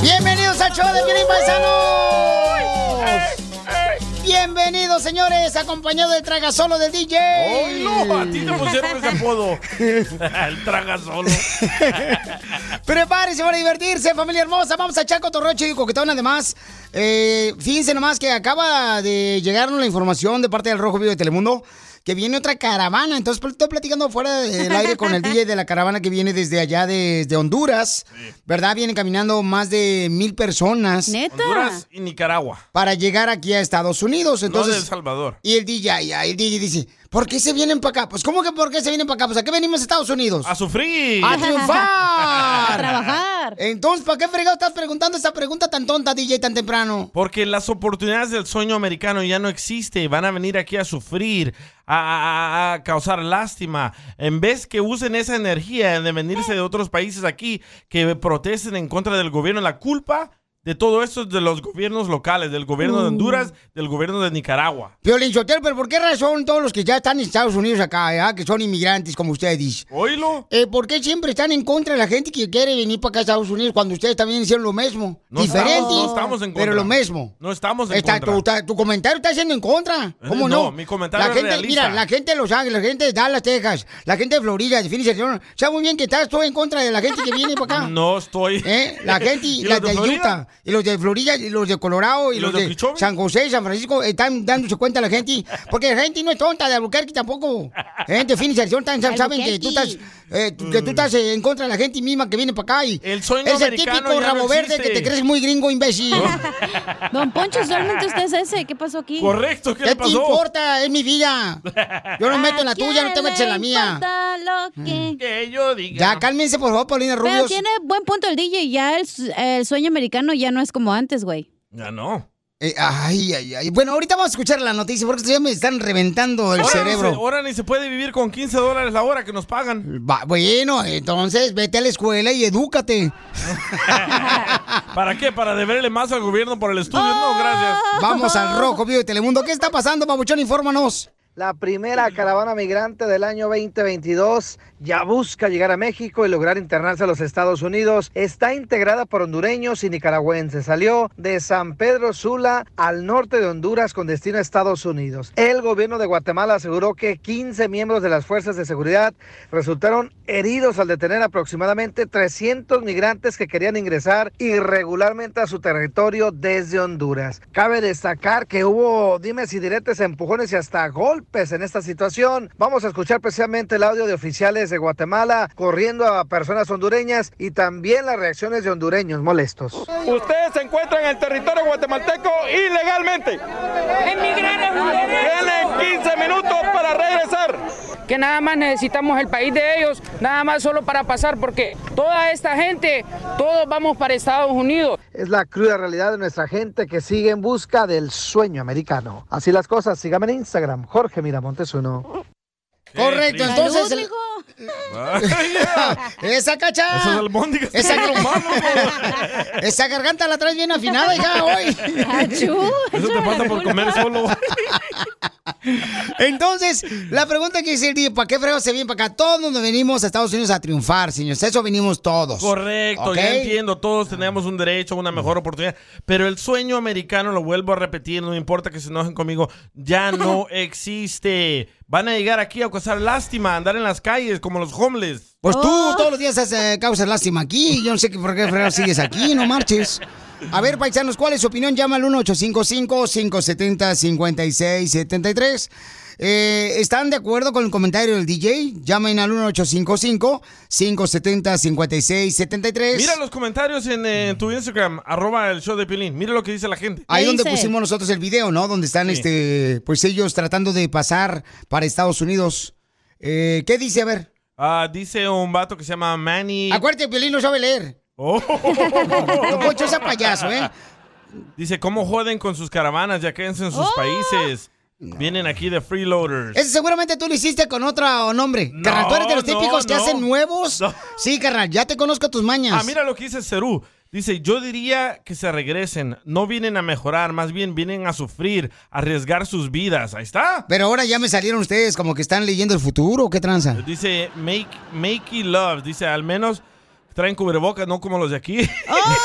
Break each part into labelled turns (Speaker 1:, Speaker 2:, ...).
Speaker 1: Bienvenidos al show de Piolín Paisanos. Bienvenidos, señores, acompañado del traga solo del DJ.
Speaker 2: ¡Ay, no! A ti te pusieron ese apodo. El traga solo.
Speaker 1: Prepárense para divertirse, familia hermosa. Vamos a Chaco Torrocho y Coquetón, además. Eh, fíjense nomás que acaba de llegarnos la información de parte del Rojo Vivo de Telemundo que viene otra caravana. Entonces pl- estoy platicando fuera del aire con el DJ de la caravana que viene desde allá, desde Honduras. ¿Verdad? Vienen caminando más de mil personas.
Speaker 2: Honduras y Nicaragua.
Speaker 1: Para llegar aquí a Estados Unidos. Entonces,
Speaker 2: no de El Salvador.
Speaker 1: Y el DJ, ahí el DJ dice, ¿por qué se vienen para acá? Pues, ¿cómo que por qué se vienen para acá? Pues, ¿a qué venimos a Estados Unidos?
Speaker 2: A sufrir.
Speaker 1: ¡A triunfar!
Speaker 2: A trabajar.
Speaker 1: Entonces, ¿para qué fregado estás preguntando esa pregunta tan tonta, DJ, tan temprano?
Speaker 2: Porque las oportunidades del sueño americano ya no existen. Van a venir aquí a sufrir, a, a- a causar lástima. En vez que usen esa energía de venirse de otros países aquí, que protesten en contra del gobierno, la culpa de todo esto es de los gobiernos locales, del gobierno
Speaker 1: Mm.
Speaker 2: de Honduras, del gobierno de Nicaragua.
Speaker 1: Violín Sotelo, pero ¿por qué razón todos los que ya están en Estados Unidos acá, eh, ah, que son inmigrantes, como ustedes dicen?
Speaker 2: Oílo.
Speaker 1: Eh, ¿Por qué siempre están en contra de la gente que quiere venir para acá a Estados Unidos cuando ustedes también hicieron lo mismo?
Speaker 2: No
Speaker 1: Diferente,
Speaker 2: estamos- no estamos en contra.
Speaker 1: pero lo mismo.
Speaker 2: No estamos en
Speaker 1: Está-
Speaker 2: contra. Eh,
Speaker 1: tu, ta- tu comentario está siendo en contra. ¿Cómo no?
Speaker 2: no, mi comentario
Speaker 1: la
Speaker 2: es
Speaker 1: gente,
Speaker 2: realista.
Speaker 1: Mira, la gente de Los Ángeles, la gente de Dallas, Texas, la gente de Florida, de Phoenix, Arizona, sabe muy bien que estás todo en contra de la gente que viene para acá.
Speaker 2: No estoy.
Speaker 1: ¿Eh? La gente, y
Speaker 2: ¿Y
Speaker 1: la
Speaker 2: los de
Speaker 1: de,
Speaker 2: Florida?
Speaker 1: Utah, y los de Florida, y los de Colorado, y,
Speaker 2: ¿Y
Speaker 1: los,
Speaker 2: los
Speaker 1: de,
Speaker 2: de Okeechobee?
Speaker 1: San José y San Francisco, están dándose cuenta la gente, porque la gente no es tonta de Albuquerque tampoco. La gente de Phoenix, Arizona, tan- saben que tú estás,
Speaker 2: Albuquerque.
Speaker 1: eh, tú- que tú estás eh, en contra de la gente misma que viene para acá. Y el
Speaker 2: sueño
Speaker 1: es el
Speaker 2: americano
Speaker 1: típico
Speaker 2: ya no
Speaker 1: rabo verde que
Speaker 2: existe.
Speaker 1: te crees muy gringo, imbécil.
Speaker 3: Don Poncho, usualmente usted es ese. ¿Qué pasó aquí?
Speaker 2: Correcto, ¿qué le pasó?
Speaker 1: te importa? Es mi vida. Yo no meto en la tuya, no te metes en la mía. Mm.
Speaker 2: Que yo diga.
Speaker 1: Ya, cálmense, por favor, Paulina
Speaker 3: Pero
Speaker 1: Rubios.
Speaker 3: tiene buen punto el DJ. Ya el, su- el sueño americano ya no es como antes, güey.
Speaker 2: Ya no.
Speaker 1: Eh, ay, ay, ay. Bueno, ahorita vamos a escuchar la noticia porque ya me están reventando el
Speaker 2: Ahora ni se-
Speaker 1: cerebro.
Speaker 2: ahora ni se puede vivir con 15 dólares la hora que nos pagan.
Speaker 1: Va, bueno, entonces vete a la escuela y edúcate.
Speaker 2: ¿Para qué? ¿Para deberle más al gobierno por el estudio? No, gracias.
Speaker 1: Oh. Vamos al rojo, vivo de Telemundo. ¿Qué está pasando, babuchón? Infórmanos.
Speaker 4: La primera caravana migrante del año 2022 ya busca llegar a México y lograr internarse a los Estados Unidos. Está integrada por hondureños y nicaragüenses. Salió de San Pedro Sula al norte de Honduras con destino a Estados Unidos. El gobierno de Guatemala aseguró que 15 miembros de las fuerzas de seguridad resultaron heridos al detener aproximadamente 300 migrantes que querían ingresar irregularmente a su territorio desde Honduras. Cabe destacar que hubo dimes y diretes, empujones y hasta golpes en esta situación. Vamos a escuchar precisamente el audio de oficiales de Guatemala corriendo a personas hondureñas y también las reacciones de hondureños molestos.
Speaker 5: Ustedes se encuentran en el territorio guatemalteco ilegalmente. Tienen 15 minutos para regresar.
Speaker 6: que nada más necesitamos el país de ellos, nada más solo para pasar, porque toda esta gente, todos vamos para Estados Unidos.
Speaker 4: Es la cruda realidad de nuestra gente que sigue en busca del sueño americano. Así las cosas, síganme en Instagram, Jorge Miramontes uno.
Speaker 1: Correcto,
Speaker 4: triste.
Speaker 1: entonces.
Speaker 4: Salud,
Speaker 1: Esa cacha.
Speaker 4: Esas
Speaker 2: albóndigas
Speaker 1: Esa,
Speaker 4: están
Speaker 1: Esa garganta la traes bien afinada, hija, hoy.
Speaker 2: Eso te pasa por comer solo.
Speaker 1: Entonces, la pregunta que hice el día, ¿para qué fregos se viene para acá? Todos nos venimos a Estados Unidos a triunfar, señores. Eso venimos todos.
Speaker 2: Correcto,
Speaker 1: ¿ok?
Speaker 2: yo entiendo, todos tenemos un derecho, una mejor oportunidad, pero el sueño americano, lo vuelvo a repetir, no importa que se enojen conmigo, ya no existe. Van a llegar aquí a causar lástima, a andar en las calles como los homeless.
Speaker 1: Pues
Speaker 2: Oh.
Speaker 1: tú todos los días haces eh, causas lástima aquí. Yo no sé qué- por qué fregados sigues aquí, no marches. A ver, paisanos, ¿cuál es su opinión? Llama al 1-855-570-5673. Eh, ¿Están de acuerdo con el comentario del DJ? Llamen al 1-855-570-5673.
Speaker 2: Mira los comentarios en, eh, tu Instagram, arroba el show de Pilín. Mira lo que dice la gente.
Speaker 1: Ahí donde pusimos nosotros el video, ¿no? Donde están, este, pues ellos tratando de pasar para Estados Unidos. Eh, ¿Qué dice? A ver.
Speaker 2: Ah, dice un vato que se llama Manny.
Speaker 1: Acuérdate, Piolín no sabe leer.
Speaker 2: Oh.
Speaker 1: Don Poncho es payaso, ¿eh?
Speaker 2: Dice, ¿cómo joden con sus caravanas? Ya quédense en sus
Speaker 1: Oh.
Speaker 2: países. Vienen aquí de freeloaders.
Speaker 1: Ese seguramente tú lo hiciste con otro nombre. carnal, tú eres de los
Speaker 2: no,
Speaker 1: típicos que
Speaker 2: no.
Speaker 1: hacen nuevos. Sí, carnal, ya te conozco tus mañas.
Speaker 2: Ah, mira lo que dice Cerú. Dice, yo diría que se regresen. No vienen a mejorar, más bien vienen a sufrir, a arriesgar sus vidas. Ahí está.
Speaker 1: Pero ahora ya me salieron ustedes como que están leyendo el futuro, ¿o ¿qué tranza?
Speaker 2: Dice, make, makey love. Dice, al menos traen cubrebocas, no como los de aquí.
Speaker 1: Oh,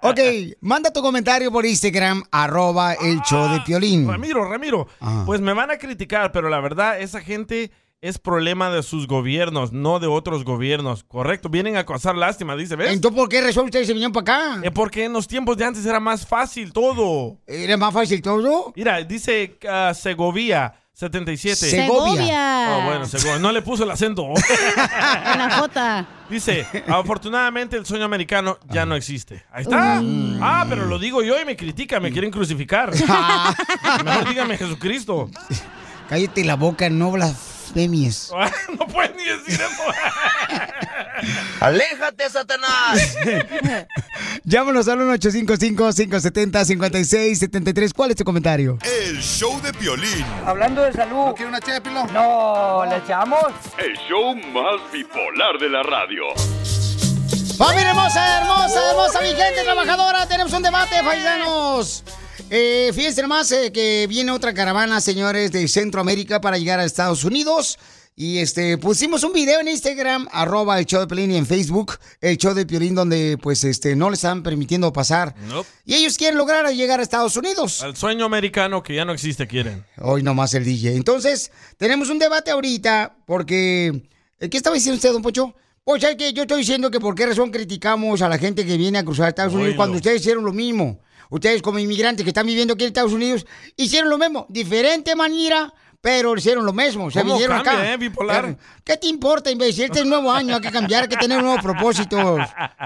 Speaker 1: Ok, manda tu comentario por Instagram, arroba el show de Piolín.
Speaker 2: Ah,
Speaker 1: Ah.
Speaker 2: Ramiro, Ramiro,
Speaker 1: Ajá.
Speaker 2: pues me van a criticar, pero la verdad, esa gente es problema de sus gobiernos, no de otros gobiernos. Correcto, vienen a causar lástima, dice, ¿ves? Eh,
Speaker 1: Entonces, ¿por qué resuelve ustedes se vinieron para acá?
Speaker 2: porque en los tiempos de antes era más fácil todo.
Speaker 1: ¿Era más fácil todo?
Speaker 2: Mira, dice ah, Segovia 77.
Speaker 3: Segovia.
Speaker 2: Oh, bueno, Segovia. No le puso el acento.
Speaker 3: A la Jota.
Speaker 2: Dice, afortunadamente el sueño americano ya no existe. Ahí está. Ah, pero lo digo yo y me critican, me quieren crucificar. Mejor dígame Jesucristo.
Speaker 1: Cállate la boca, no blasfemies.
Speaker 2: no pueden ni decir eso.
Speaker 7: ¡Aléjate, Satanás!
Speaker 1: Llámanos al 1-855-570-5673. ¿Cuál es tu comentario?
Speaker 8: El show de Piolín.
Speaker 6: Hablando de salud.
Speaker 7: ¿Quiere una ché, Pilón?
Speaker 6: No, ¿le echamos?
Speaker 8: El show más bipolar de la radio.
Speaker 1: ¡Familia hermosa, hermosa, hermosa, mi gente trabajadora! Tenemos un debate, paisanos. Eh, fíjense nomás eh, que viene otra caravana, señores, de Centroamérica para llegar a Estados Unidos. Y este, pusimos un video en Instagram, arroba el show de Piolín, y en Facebook, el show de Piolín, donde pues este, no le están permitiendo pasar.
Speaker 2: Nope.
Speaker 1: Y ellos quieren lograr llegar a Estados Unidos.
Speaker 2: Al sueño americano que ya no existe quieren.
Speaker 1: Hoy nomás el DJ. Entonces, tenemos un debate ahorita porque... ¿eh, ¿Qué estaba diciendo usted, don Pocho? Pues es que yo estoy diciendo que por qué razón criticamos a la gente que viene a cruzar Estados Unidos
Speaker 2: Oílo.
Speaker 1: cuando ustedes hicieron lo mismo. Ustedes como inmigrantes que están viviendo aquí en Estados Unidos hicieron lo mismo, diferente manera, pero hicieron lo mismo. Se
Speaker 2: ¿Cómo
Speaker 1: vinieron
Speaker 2: cambia,
Speaker 1: acá.
Speaker 2: eh, bipolar?
Speaker 1: ¿Qué te importa, imbécil? Este es nuevo año, hay que cambiar, hay que tener nuevos propósitos,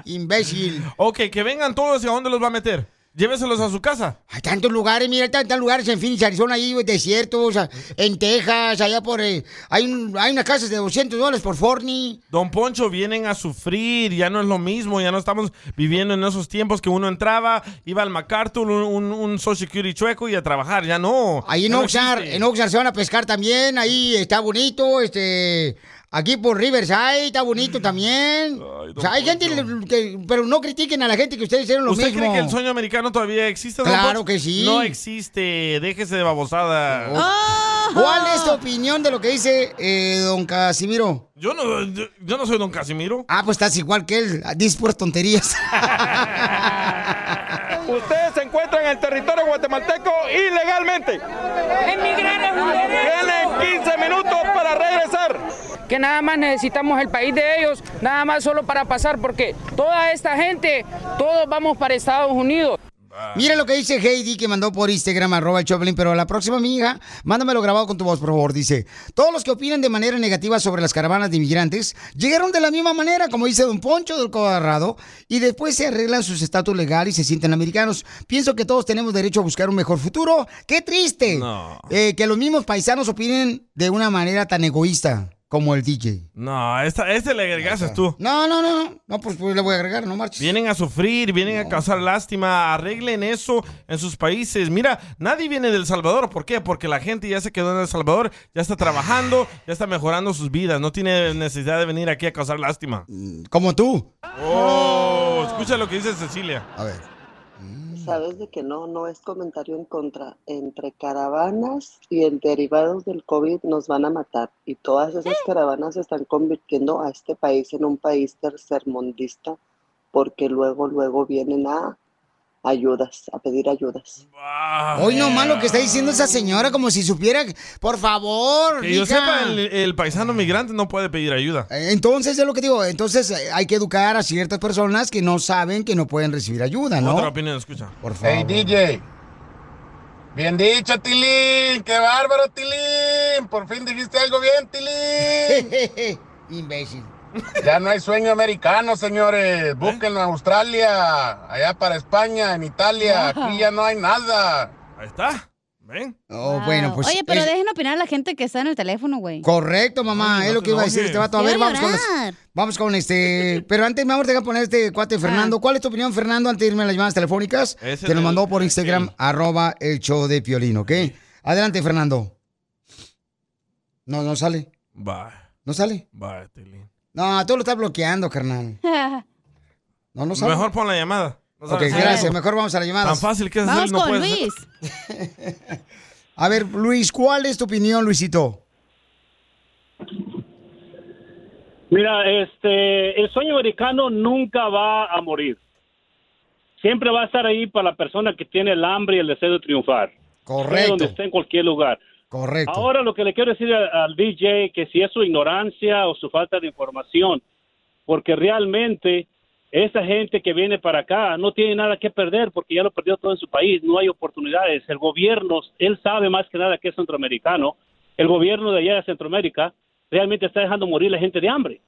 Speaker 1: imbécil.
Speaker 2: Ok, que vengan todos y a dónde los va a meter. Lléveselos a su casa.
Speaker 1: Hay tantos lugares, mira, hay tantos lugares en Phoenix, Arizona, ahí, güey, desiertos, a- en Texas, allá por... eh, hay, un- hay unas casas de 200 dólares por Forney.
Speaker 2: Don Poncho, vienen a sufrir, ya no es lo mismo, ya no estamos viviendo en esos tiempos que uno entraba, iba al MacArthur, un, un, un Social Security chueco y a trabajar, ya no.
Speaker 1: Ahí eh, en
Speaker 2: Ya Ah, no
Speaker 1: Oxnard,
Speaker 2: existe.
Speaker 1: en Oxnard se van a pescar también, ahí está bonito, este... Aquí por Riverside está
Speaker 2: Mm.
Speaker 1: bonito también. o sea, hay gente que... Pero no critiquen a la gente que ustedes hicieron lo
Speaker 2: ¿Usted
Speaker 1: mismo.
Speaker 2: cree que el sueño americano todavía existe? don
Speaker 1: Claro
Speaker 2: Poncho?
Speaker 1: que sí. Oh.
Speaker 2: No existe, déjese de babosada.
Speaker 1: ¿Cuál es tu opinión de lo que dice eh, don Casimiro?
Speaker 2: Yo, no, yo, yo no soy don Casimiro.
Speaker 1: Ah, pues estás igual que él, dices puras tonterías.
Speaker 5: Ustedes se encuentran en el territorio guatemalteco ilegalmente.
Speaker 6: Emigrar es un
Speaker 5: Tienen 15 minutos para regresar.
Speaker 6: que nada más necesitamos el país de ellos, nada más solo para pasar, porque toda esta gente, todos vamos para Estados Unidos.
Speaker 1: Mira lo que dice Heidi que mandó por Instagram arroba el Choplin, pero la próxima amiga, mándamelo grabado con tu voz, por favor. Dice, todos los que opinan de manera negativa sobre las caravanas de inmigrantes llegaron de la misma manera, como dice Don Poncho del Colorado, y después se arreglan sus estatus legal y se sienten americanos. Pienso que todos tenemos derecho a buscar un mejor futuro. ¡Qué triste!
Speaker 2: No.
Speaker 1: Eh, que los mismos paisanos opinen de una manera tan egoísta como el DJ.
Speaker 2: No, esta, este le agregases tú.
Speaker 1: Ah. No, no, no, no, no, pues, pues le voy a agregar, no marches.
Speaker 2: Vienen a sufrir, vienen a causar lástima, arreglen eso en sus países. Mira, nadie viene del Salvador, ¿por qué? Porque la gente ya se quedó en El Salvador, ya está trabajando, ya está mejorando sus vidas, no tiene necesidad de venir aquí a causar
Speaker 1: Mm.
Speaker 2: lástima.
Speaker 1: Como tú.
Speaker 2: Oh, escucha lo que dice Cecilia.
Speaker 1: A ver.
Speaker 9: Sabes de que no, no es comentario en contra. Entre caravanas y en derivados del COVID nos van a matar. Y todas esas caravanas están convirtiendo a este país en un país tercermundista porque luego, luego vienen a ayudas, a pedir ayudas.
Speaker 1: Hoy no más lo que está diciendo esa señora, como si supiera. que- Por favor,
Speaker 2: Que yo
Speaker 1: mija.
Speaker 2: sepa, el, el paisano migrante no puede pedir ayuda.
Speaker 1: Eh, Entonces es lo que digo. Entonces eh, hay que educar a ciertas personas que no saben que no pueden recibir ayuda, ¿no?
Speaker 2: Otra opinión, escucha.
Speaker 1: Por favor.
Speaker 10: Hey, DJ. Bien dicho, Tilín. Qué bárbaro, Tilín. Por fin dijiste algo bien, Tilín.
Speaker 1: Imbécil.
Speaker 10: Ya no hay sueño americano,
Speaker 2: ¿Eh?
Speaker 10: señores. Búsquenlo en Australia, allá para España, en Italia. Aquí ya no hay nada.
Speaker 2: Ahí está. Ven.
Speaker 1: Oh, bueno, pues.
Speaker 3: Oye, pero
Speaker 1: es-
Speaker 3: dejen opinar a la gente que está en el teléfono, güey.
Speaker 1: Correcto, mamá,
Speaker 3: Ay, no
Speaker 1: es lo
Speaker 3: te
Speaker 1: que iba a decir
Speaker 3: enojes.
Speaker 1: este vato. A ver,
Speaker 3: Quiero
Speaker 1: vamos con los-
Speaker 3: llorar.
Speaker 1: Vamos con este. Pero antes, mi amor, te voy a poner este cuate Fernando. ¿Cuál es tu opinión, Fernando, antes de irme a las llamadas telefónicas?
Speaker 11: Ese
Speaker 1: Te lo
Speaker 11: del-
Speaker 1: mandó por Instagram, arroba el show de Piolín, ¿ok? Adelante, Fernando. No, no sale.
Speaker 2: Bye.
Speaker 1: ¿No sale?
Speaker 2: Bye, Tilín.
Speaker 1: No, tú lo estás bloqueando, carnal. No, no sale.
Speaker 2: Mejor pon la llamada. No
Speaker 1: ok,
Speaker 2: sabes.
Speaker 1: gracias. Mejor vamos a las llamadas.
Speaker 2: Tan fácil que es Vamos él, no con puede ser.
Speaker 1: a ver, Luis, ¿cuál es tu opinión, Luisito?
Speaker 12: Mira, este, el sueño americano nunca va a morir. Siempre va a estar ahí para la persona que tiene el hambre y el deseo de triunfar. Sea
Speaker 1: Correcto.
Speaker 12: Donde esté en cualquier lugar.
Speaker 1: Correcto.
Speaker 12: Ahora lo que le quiero decir a- al DJ que si es su ignorancia o su falta de información, porque realmente esa gente que viene para acá no tiene nada que perder porque ya lo perdió todo en su país, no hay oportunidades. El gobierno, él sabe más que nada que es centroamericano, el gobierno de allá de Centroamérica realmente está dejando morir la gente de hambre.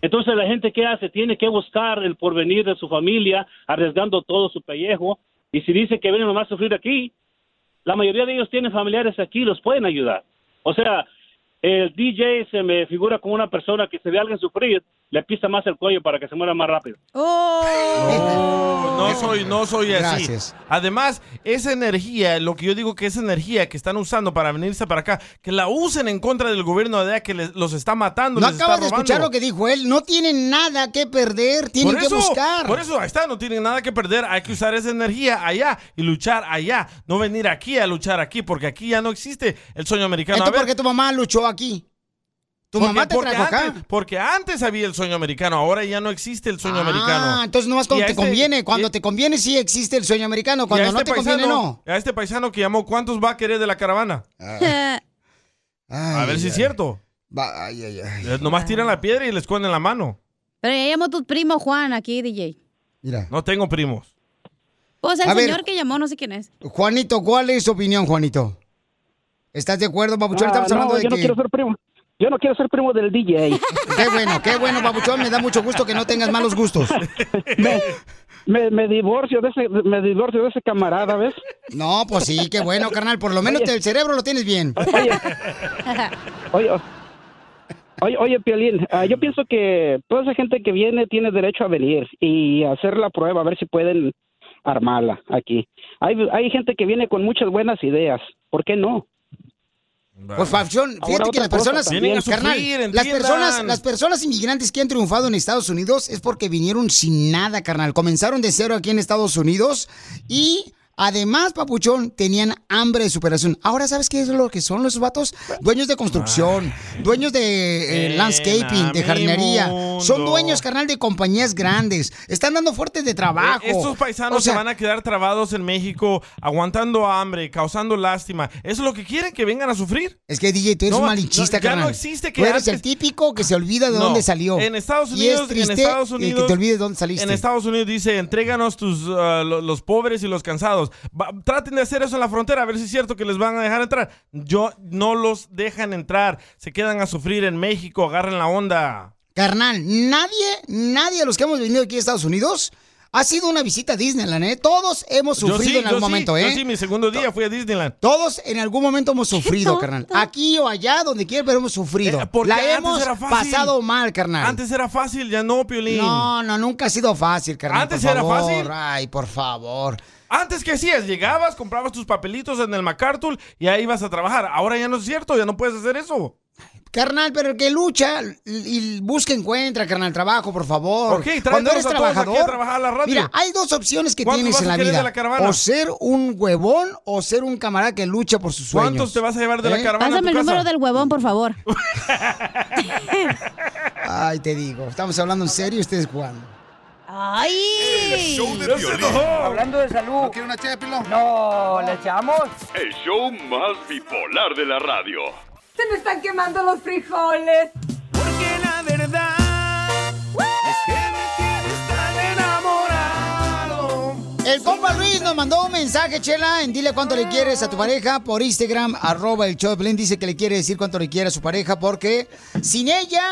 Speaker 12: Entonces la gente que hace tiene que buscar el porvenir de su familia, arriesgando todo su pellejo. Y si dice que vienen nomás a sufrir aquí, la mayoría de ellos tienen familiares aquí, los pueden ayudar. O sea, el DJ se me figura como una persona que se ve a alguien sufrir, le pisa más el cuello para que se muera más rápido.
Speaker 13: Oh.
Speaker 2: No soy, no soy así.
Speaker 12: Gracias.
Speaker 2: Además, esa energía, lo que yo digo que esa energía que están usando para venirse para acá, que la usen en contra del gobierno de allá que les- los está matando.
Speaker 1: No
Speaker 2: les está
Speaker 1: acabas de
Speaker 2: robando.
Speaker 1: escuchar lo que dijo él. No tienen nada que perder, tienen
Speaker 2: Por
Speaker 1: que
Speaker 2: eso-
Speaker 1: buscar.
Speaker 2: Por eso, ahí está, no tienen nada que perder. Hay que usar esa energía allá y luchar allá. No venir aquí a luchar aquí, porque aquí ya no existe el sueño americano. A ver,
Speaker 1: Entonces, ¿por qué tu mamá luchó aquí? ¿Tu
Speaker 2: porque-
Speaker 1: mamá te
Speaker 2: porque
Speaker 1: trajo acá?
Speaker 2: antes- Porque antes había el sueño americano, ahora ya no existe el sueño americano.
Speaker 1: Ah, entonces nomás
Speaker 2: Y
Speaker 1: cuando
Speaker 2: a
Speaker 1: te
Speaker 2: este-
Speaker 1: conviene. Cuando
Speaker 2: y-
Speaker 1: te conviene sí existe el sueño americano.
Speaker 2: y
Speaker 1: Cuando
Speaker 2: a
Speaker 1: no
Speaker 2: este
Speaker 1: te conviene, no. Ah.
Speaker 2: paisano- A este paisano que llamó, ¿cuántos va a querer de la caravana? a ver si es cierto. Eh, Nomás tiran la piedra y le esconden la mano.
Speaker 3: Pero ya llamó tu primo Juan aquí, DJ.
Speaker 2: No tengo primos.
Speaker 3: Pues el
Speaker 1: A ver.
Speaker 3: señor que llamó, no sé quién es.
Speaker 1: Juanito, ¿cuál es tu opinión, Juanito? ¿Estás de acuerdo, Papuchón? Estamos
Speaker 13: Ah, no,
Speaker 1: hablando de
Speaker 13: yo no
Speaker 1: que-
Speaker 13: quiero ser primo. Yo no quiero ser primo del DJ.
Speaker 1: Qué bueno, qué bueno, Papuchón. Me da mucho gusto que no tengas malos gustos.
Speaker 13: me, me- me divorcio de ese, me divorcio de ese camarada, ¿ves?
Speaker 1: No, pues sí, qué bueno, carnal. Por lo menos
Speaker 13: Oye.
Speaker 1: te- el cerebro lo tienes bien.
Speaker 2: Este
Speaker 13: Oye, o- oye, oye Piolín, ah, yo pienso que toda esa gente que viene tiene derecho a venir y hacer la prueba, a ver si pueden armarla aquí. Hay, hay gente que viene con muchas buenas ideas, ¿por qué no?
Speaker 1: Pues Papuchón,
Speaker 13: Ahora
Speaker 1: fíjate
Speaker 13: otra
Speaker 1: que las
Speaker 13: cosa
Speaker 1: personas,
Speaker 13: también. Vienen a sufrir,
Speaker 1: carnal, las
Speaker 13: entiendan.
Speaker 1: personas, las personas inmigrantes que han triunfado en Estados Unidos es porque vinieron sin nada, carnal. Comenzaron de cero aquí en Estados Unidos y además, papuchón, tenían hambre de superación. Ahora, ¿sabes qué es lo que son los vatos? Dueños de construcción, dueños de eh,
Speaker 14: Ven
Speaker 1: landscaping,
Speaker 14: a
Speaker 1: de
Speaker 14: mi
Speaker 1: jardinería. Son
Speaker 2: mundo.
Speaker 1: dueños, carnal, de compañías grandes. Están dando fuertes de trabajo.
Speaker 2: Eh, Estos paisanos
Speaker 1: O sea,
Speaker 2: se van a quedar trabados en México, aguantando hambre, causando lástima. ¿Eso es lo que quieren? ¿Que vengan a sufrir?
Speaker 1: Es que DJ, tú eres
Speaker 2: No,
Speaker 1: un malinchista,
Speaker 2: no, ya
Speaker 1: carnal.
Speaker 2: no existe que
Speaker 1: Tú eres
Speaker 2: antes-
Speaker 1: el típico que se olvida de
Speaker 2: No,
Speaker 1: dónde salió.
Speaker 2: En Estados
Speaker 1: Y es
Speaker 2: Unidos,
Speaker 1: triste
Speaker 2: en Estados
Speaker 1: el
Speaker 2: Unidos,
Speaker 1: que te olvides de dónde saliste.
Speaker 2: En Estados Unidos dice, entréganos tus, ah, lo- los pobres y los cansados. Va- traten de hacer eso en la frontera, a ver si es cierto que les van a dejar entrar. Yo no los dejan entrar, se quedan a sufrir en México, agarren la onda.
Speaker 1: Carnal, nadie, nadie de los que hemos venido aquí a Estados Unidos ha sido una visita a Disneyland, ¿eh? Todos hemos
Speaker 2: Yo
Speaker 1: sufrido
Speaker 2: sí,
Speaker 1: en algún
Speaker 2: yo sí,
Speaker 1: momento, ¿eh?
Speaker 2: Yo sí, mi segundo día fui a Disneyland.
Speaker 1: Todos en algún momento hemos sufrido, carnal. Aquí o allá, donde quiera, pero hemos sufrido.
Speaker 2: Eh, porque
Speaker 1: La
Speaker 2: antes
Speaker 1: hemos
Speaker 2: era fácil.
Speaker 1: pasado mal, carnal.
Speaker 2: Antes era fácil, ya no, Piolín.
Speaker 1: No, no, nunca ha sido fácil, carnal.
Speaker 2: Antes
Speaker 1: por
Speaker 2: era
Speaker 1: favor.
Speaker 2: fácil.
Speaker 1: Ay, por favor.
Speaker 2: Antes que hacías, llegabas, comprabas tus papelitos en el MacArthur y ahí ibas a trabajar. Ahora ya no es cierto, ya no puedes hacer eso.
Speaker 1: Carnal, pero el que lucha y busca encuentra, carnal, trabajo, por favor.
Speaker 2: Ok, tráetelos
Speaker 1: Cuando eres
Speaker 2: a todos aquí a
Speaker 1: trabajador,
Speaker 2: trabajar a la radio.
Speaker 1: mira, hay dos opciones que
Speaker 2: ¿Cuántos
Speaker 1: tienes
Speaker 2: vas
Speaker 1: en
Speaker 2: a
Speaker 1: la
Speaker 2: querer de
Speaker 1: vida.
Speaker 2: la caravana?
Speaker 1: O ser un huevón o ser un camarada que lucha por sus sueños.
Speaker 2: ¿Cuántos te vas a llevar de la
Speaker 1: ¿Eh?
Speaker 2: caravana a
Speaker 3: Pásame el
Speaker 2: tu
Speaker 3: número
Speaker 2: casa?
Speaker 3: del huevón, por favor.
Speaker 1: Ay, te digo, estamos hablando en serio y ustedes jugando.
Speaker 3: ¡Ay!
Speaker 6: Hablando de salud. ¿No quiere una ché No, ¿le echamos?
Speaker 8: El show más bipolar de la radio.
Speaker 13: Se me están quemando los frijoles. Porque la verdad es que me tienes tan enamorado.
Speaker 1: El compa Luis nos mandó un mensaje, Chela, en dile cuánto le quieres a tu pareja por Instagram, arroba el show de Piolín. dice que le quiere decir cuánto le quiere a su pareja porque sin ella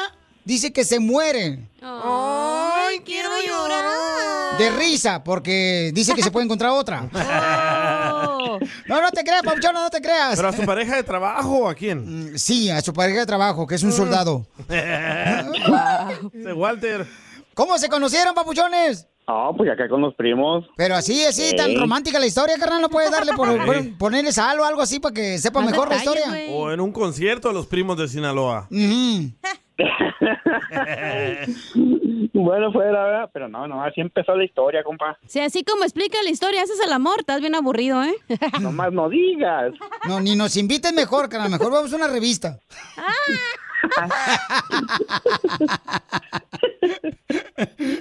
Speaker 1: dice que se mueren
Speaker 13: Ay, quiero llorar.
Speaker 1: de risa porque dice que se puede encontrar otra. Oh. No, no te creas, Pauchona, no te creas.
Speaker 2: ¿Pero a su pareja de trabajo o a quién?
Speaker 1: Mm, Sí, a su pareja de trabajo, que es un soldado.
Speaker 2: De Walter.
Speaker 1: ¿Cómo se conocieron, papuchones?
Speaker 15: Ah, pues acá con los primos.
Speaker 1: Pero así, así, tan
Speaker 15: Ey.
Speaker 1: romántica la historia, carnal, no puedes darle por,
Speaker 2: Sí.
Speaker 1: por- ponerle sal o algo así para que sepa Pues mejor la historia.
Speaker 2: O en un concierto a los primos de Sinaloa.
Speaker 15: Bueno, fue la verdad, pero no, no, así empezó la historia, compa.
Speaker 3: Si así como explica la historia, haces el amor, estás bien aburrido, ¿eh?
Speaker 15: Nomás no digas.
Speaker 1: No, ni nos inviten mejor, carnal, mejor vamos a una revista.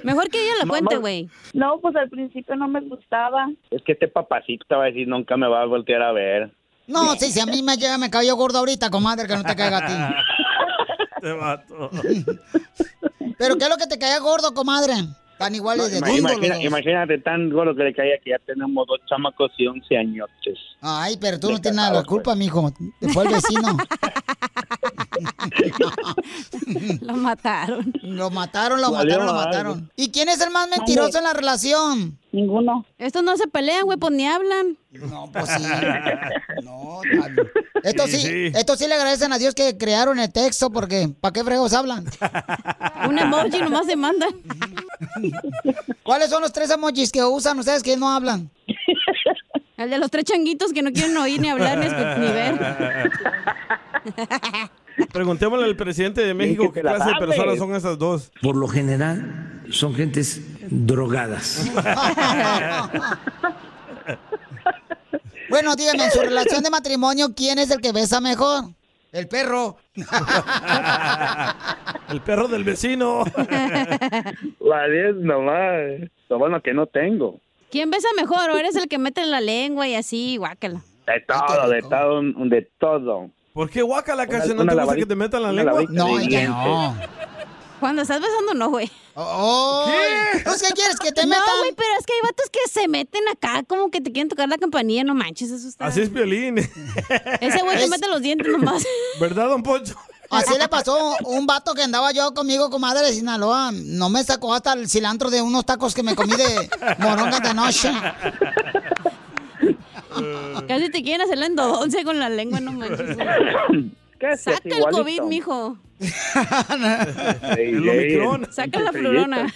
Speaker 3: Mejor que ella lo cuente, güey.
Speaker 16: No, pues al principio no me gustaba.
Speaker 15: Es que este papacito te va a decir nunca me va a voltear a ver.
Speaker 1: No, sí, si a mí me llega, me cayó gordo ahorita, comadre, que no te caiga a
Speaker 2: Te mato.
Speaker 1: ti. Pero ¿qué es lo que te caía gordo, comadre? Tan iguales de
Speaker 15: Ima-
Speaker 1: dundo los
Speaker 15: imagina-
Speaker 1: dos.
Speaker 15: imagínate tan gordo que le caía que ya tenemos dos chamacos y once añotes.
Speaker 1: Ay, pero tú no tienes nada de la culpa, mijo. Te fue el vecino.
Speaker 3: lo mataron.
Speaker 1: Lo mataron, lo
Speaker 3: Valió
Speaker 1: mataron, lo
Speaker 3: madre.
Speaker 1: mataron. ¿Y quién es el más mentiroso en la relación?
Speaker 3: Ninguno. Estos no se pelean, güey, pues ni hablan.
Speaker 1: No, pues sí. Esto sí, esto sí le agradecen a Dios que crearon el texto porque ¿para qué fregos hablan?
Speaker 3: Un emoji nomás se mandan.
Speaker 1: ¿Cuáles son los tres emojis que usan ustedes que no hablan?
Speaker 3: El de los tres changuitos que no quieren oír ni hablar este ni, escu- ni ver.
Speaker 2: Preguntémosle al presidente de México qué
Speaker 17: la
Speaker 2: clase de
Speaker 17: sabes.
Speaker 2: personas son esas dos.
Speaker 17: Por lo general son gentes drogadas.
Speaker 1: Bueno, díganme, en su relación de matrimonio, ¿quién es el que besa mejor? El perro.
Speaker 2: El perro del vecino.
Speaker 15: La diez nomás. Lo bueno que no tengo.
Speaker 3: ¿Quién besa mejor? ¿O eres el que mete la lengua y así, guácala?
Speaker 15: De todo, de todo, un- de todo.
Speaker 2: ¿Por qué guaca la
Speaker 15: Una-
Speaker 2: casa? ¿No
Speaker 15: una
Speaker 2: te gusta
Speaker 15: lavadita-
Speaker 2: que te metan la
Speaker 15: una
Speaker 2: lengua?
Speaker 15: lavadita de dientes.
Speaker 3: Cuando estás besando, no, güey.
Speaker 1: Oh,
Speaker 3: ¿Qué?
Speaker 1: ¿Entonces qué quieres, que te
Speaker 3: No,
Speaker 1: metan?
Speaker 3: güey, pero es que hay vatos que se meten acá, como que te quieren tocar la campanilla, no manches, eso está...
Speaker 2: Así es violín.
Speaker 3: Ese güey te mete los dientes nomás.
Speaker 2: ¿Verdad, don Poncho?
Speaker 1: Así le pasó a un vato que andaba yo conmigo, comadre de Sinaloa. No me sacó hasta el cilantro de unos tacos que me comí de moronga de noche.
Speaker 3: Casi te quieren hacer la endodoncia con la lengua, no manches. güey. Saca el COVID, mijo.
Speaker 15: El
Speaker 3: Omicron. Saca la florona.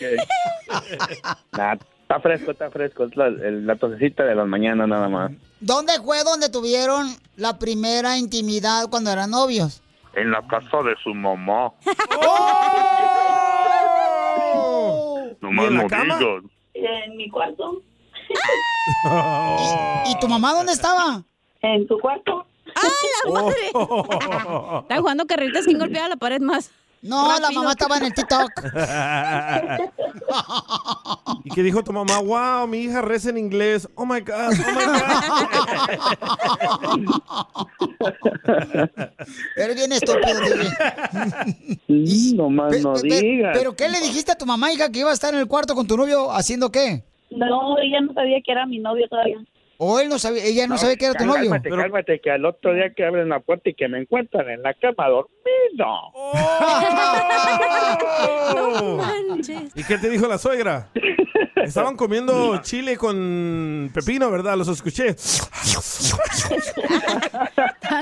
Speaker 15: Nah, está fresco, está fresco. Es la, el- la tosecita de las mañanas nada más.
Speaker 1: ¿Dónde fue donde tuvieron la primera intimidad cuando eran novios?
Speaker 15: En la casa de su mamá. Oh.
Speaker 13: ¿Y
Speaker 15: Nomás
Speaker 13: en la
Speaker 15: no
Speaker 13: cama?
Speaker 2: Oh.
Speaker 15: digas.
Speaker 16: En mi cuarto.
Speaker 1: ¿Y tu mamá dónde estaba?
Speaker 16: En tu cuarto.
Speaker 3: ¡Ah, la madre! Están jugando carreritas sin golpear la pared más.
Speaker 1: No, la mamá estaba en el TikTok.
Speaker 2: ¿Y qué dijo tu mamá? Wow, mi hija reza en inglés. Oh my God, oh my
Speaker 1: Eres bien estúpido, DJ.
Speaker 15: Nomás no
Speaker 1: Pe- pe-
Speaker 15: digas.
Speaker 1: ¿Pero qué le dijiste a tu mamá, hija, que iba a estar en el cuarto con tu novio haciendo qué?
Speaker 16: No, ella no sabía que era mi novio todavía.
Speaker 1: O él no sabía, ella no, sabía que era tu
Speaker 15: cálmate,
Speaker 1: novio.
Speaker 15: Cálmate, que al otro día que abren la puerta y que me encuentran ¿eh? en la cama dormido.
Speaker 2: God. ¿Y qué te dijo la suegra? Estaban comiendo chile con pepino, ¿verdad? Los escuché.
Speaker 3: Estaban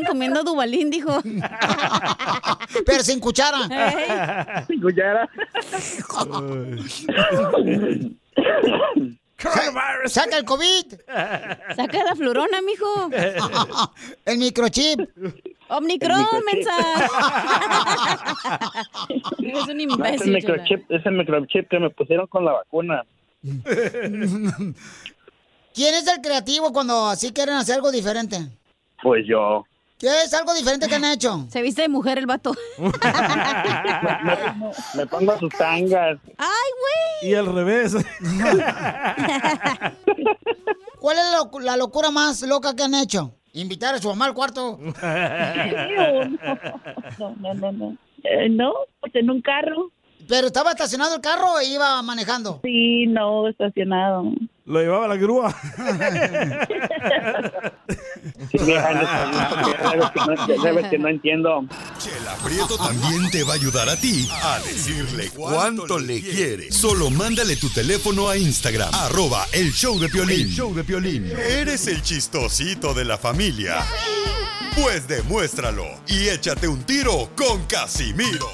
Speaker 3: comiendo Dubalín, dijo.
Speaker 1: Pero sin cuchara.
Speaker 15: Sin cuchara.
Speaker 1: Sa- Saca el COVID.
Speaker 3: Saca la florona, mijo.
Speaker 1: El microchip.
Speaker 3: Omnicron,
Speaker 15: El microchip.
Speaker 3: mensaje. Eres un
Speaker 15: No, es, el
Speaker 3: imbécil. chela.
Speaker 15: microchip, es el microchip que me pusieron con la vacuna.
Speaker 1: ¿Quién es el creativo cuando así quieren hacer algo diferente?
Speaker 15: Pues yo.
Speaker 1: ¿Qué es algo diferente que han hecho?
Speaker 3: Se viste de mujer el vato.
Speaker 15: Me pongo sus tangas.
Speaker 3: ¡Ay, güey!
Speaker 2: Y al revés.
Speaker 1: ¿Cuál es lo- la locura más loca que han hecho? Invitar a su mamá al cuarto.
Speaker 16: No, no, no, no. Eh, no, pues en un carro.
Speaker 1: ¿Pero estaba estacionado el carro o iba manejando?
Speaker 16: Sí, no, estacionado.
Speaker 2: Lo llevaba la grúa.
Speaker 15: Sí, vieja, no, no, ya sabes que no- ya sabes que no entiendo.
Speaker 18: Chela Prieto también te va a ayudar a ti a decirle cuánto le quiere. Solo mándale tu teléfono a Instagram, arroba el show de Piolín.
Speaker 19: El
Speaker 18: Eres el chistosito de la familia. Pues demuéstralo y échate un tiro con Casimiro.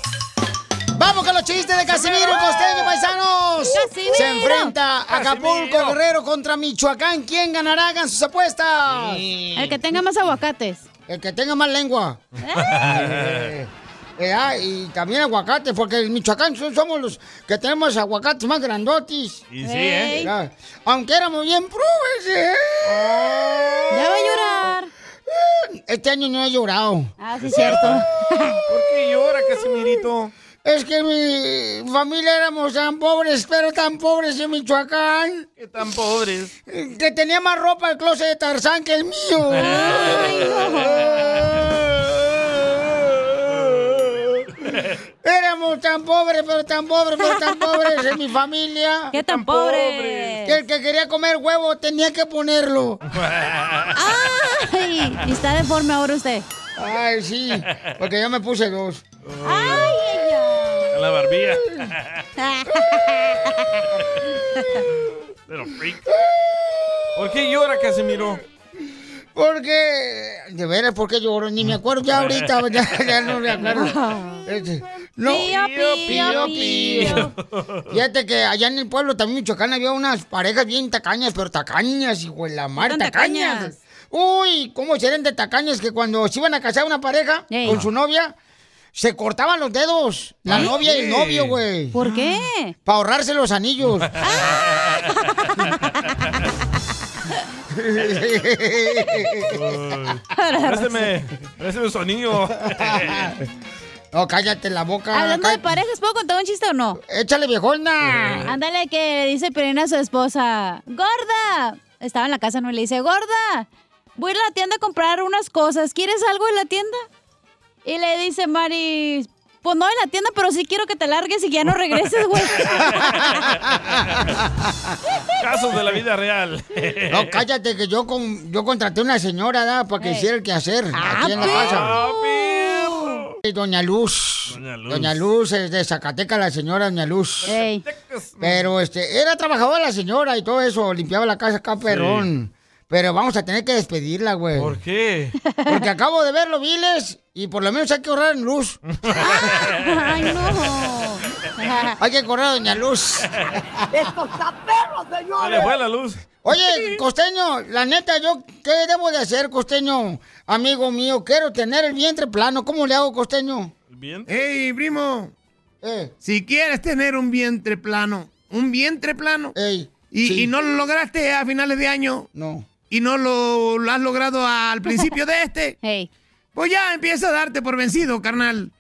Speaker 1: ¡Vamos con los chistes de Casimiro Costeño, paisanos!
Speaker 13: ¡Casimiro!
Speaker 1: Se enfrenta Acapulco
Speaker 13: ¡Casimiro!
Speaker 1: Guerrero contra Michoacán. ¿Quién ganará? Hagan sus apuestas.
Speaker 3: El que tenga más aguacates.
Speaker 1: El que tenga más lengua. Eh, ah, y también aguacate, porque en Michoacán so- somos los que tenemos aguacates más grandotis.
Speaker 13: Y sí, ¿eh? Ey.
Speaker 1: Ah, Aunque éramos bien probes, ¿eh? Ah. Ya va a llorar. Este año no he llorado.
Speaker 3: Ah,
Speaker 2: sí, cierto. ¿Por qué llora, Casimirito?
Speaker 1: Es que mi familia éramos tan pobres, pero tan pobres en Michoacán.
Speaker 2: ¿Qué tan pobres?
Speaker 1: Que tenía más ropa el closet de Tarzán que el mío.
Speaker 13: Ah.
Speaker 1: Éramos tan pobres, pero tan pobres, pero tan pobres en mi familia.
Speaker 13: ¿Qué tan pobres?
Speaker 1: Que el que quería comer huevo tenía que ponerlo.
Speaker 3: ¡Ay! Y está deforme ahora usted.
Speaker 1: Ay, sí, porque yo me puse dos.
Speaker 3: ¡Ay, ella!
Speaker 2: En la barbilla. Pero freak. ¿Por qué llora, Casimiro?
Speaker 1: Porque, de veras, porque lloro, ni me acuerdo ya ahorita, ya, ya no me acuerdo. Este, no.
Speaker 13: Pío, pío, pío.
Speaker 1: Fíjate que allá en el pueblo también Michoacán había unas parejas bien tacañas, pero tacañas, hijo de la mar,
Speaker 13: tan
Speaker 1: tacañas.
Speaker 13: tacañas?
Speaker 1: Uy, ¿cómo serán de tacañas que cuando se iban a casar una pareja con su novia, se cortaban los dedos, la
Speaker 13: ¿Ay?
Speaker 1: novia y el
Speaker 13: Sí.
Speaker 1: novio, güey? ¿Por qué? Para ahorrarse los anillos.
Speaker 2: Présteme, présteme su anillo.
Speaker 1: No, cállate la boca.
Speaker 3: Hablando de parejas, ¿puedo contar un chiste o no? Ah,
Speaker 1: Échale, viejona.
Speaker 3: Ándale, que le dice Pirina a su esposa, ¡Gorda! Estaba en la casa, no, y le dice, ¡Gorda! Voy a ir a la tienda a comprar unas cosas. ¿Quieres algo en la tienda? Y le dice Mari, pues no en la tienda, pero sí quiero que te largues y que ya no regreses, güey.
Speaker 2: Casos de la vida real.
Speaker 1: No, cállate que yo con, yo contraté una señora ¿da? para que hiciera el quehacer aquí en la casa. Y Doña Luz.
Speaker 13: Doña Luz.
Speaker 1: Doña Luz es de Zacatecas, la señora Doña Luz. Pero este, era trabajadora la señora y todo eso, limpiaba la casa acá, perrón. Pero vamos a tener que despedirla, güey.
Speaker 2: ¿Por qué?
Speaker 1: Porque acabo de ver los viles y por lo menos hay que ahorrar en luz.
Speaker 13: Ay,
Speaker 3: no.
Speaker 1: Hay que correr a Doña Luz.
Speaker 13: ¡Esto está perro, señores!
Speaker 2: Le fue la luz.
Speaker 1: Oye, costeño, la neta, yo qué debo de hacer, costeño, amigo mío, quiero tener el vientre plano, ¿cómo le hago, costeño?
Speaker 2: Bien.
Speaker 19: Ey, primo.
Speaker 1: Eh.
Speaker 19: Si quieres tener un vientre plano, un vientre plano, y,
Speaker 1: sí.
Speaker 19: y no lo lograste a finales de año,
Speaker 1: no.
Speaker 19: y no lo, lo has logrado al principio de este, pues ya empieza a darte por vencido, carnal.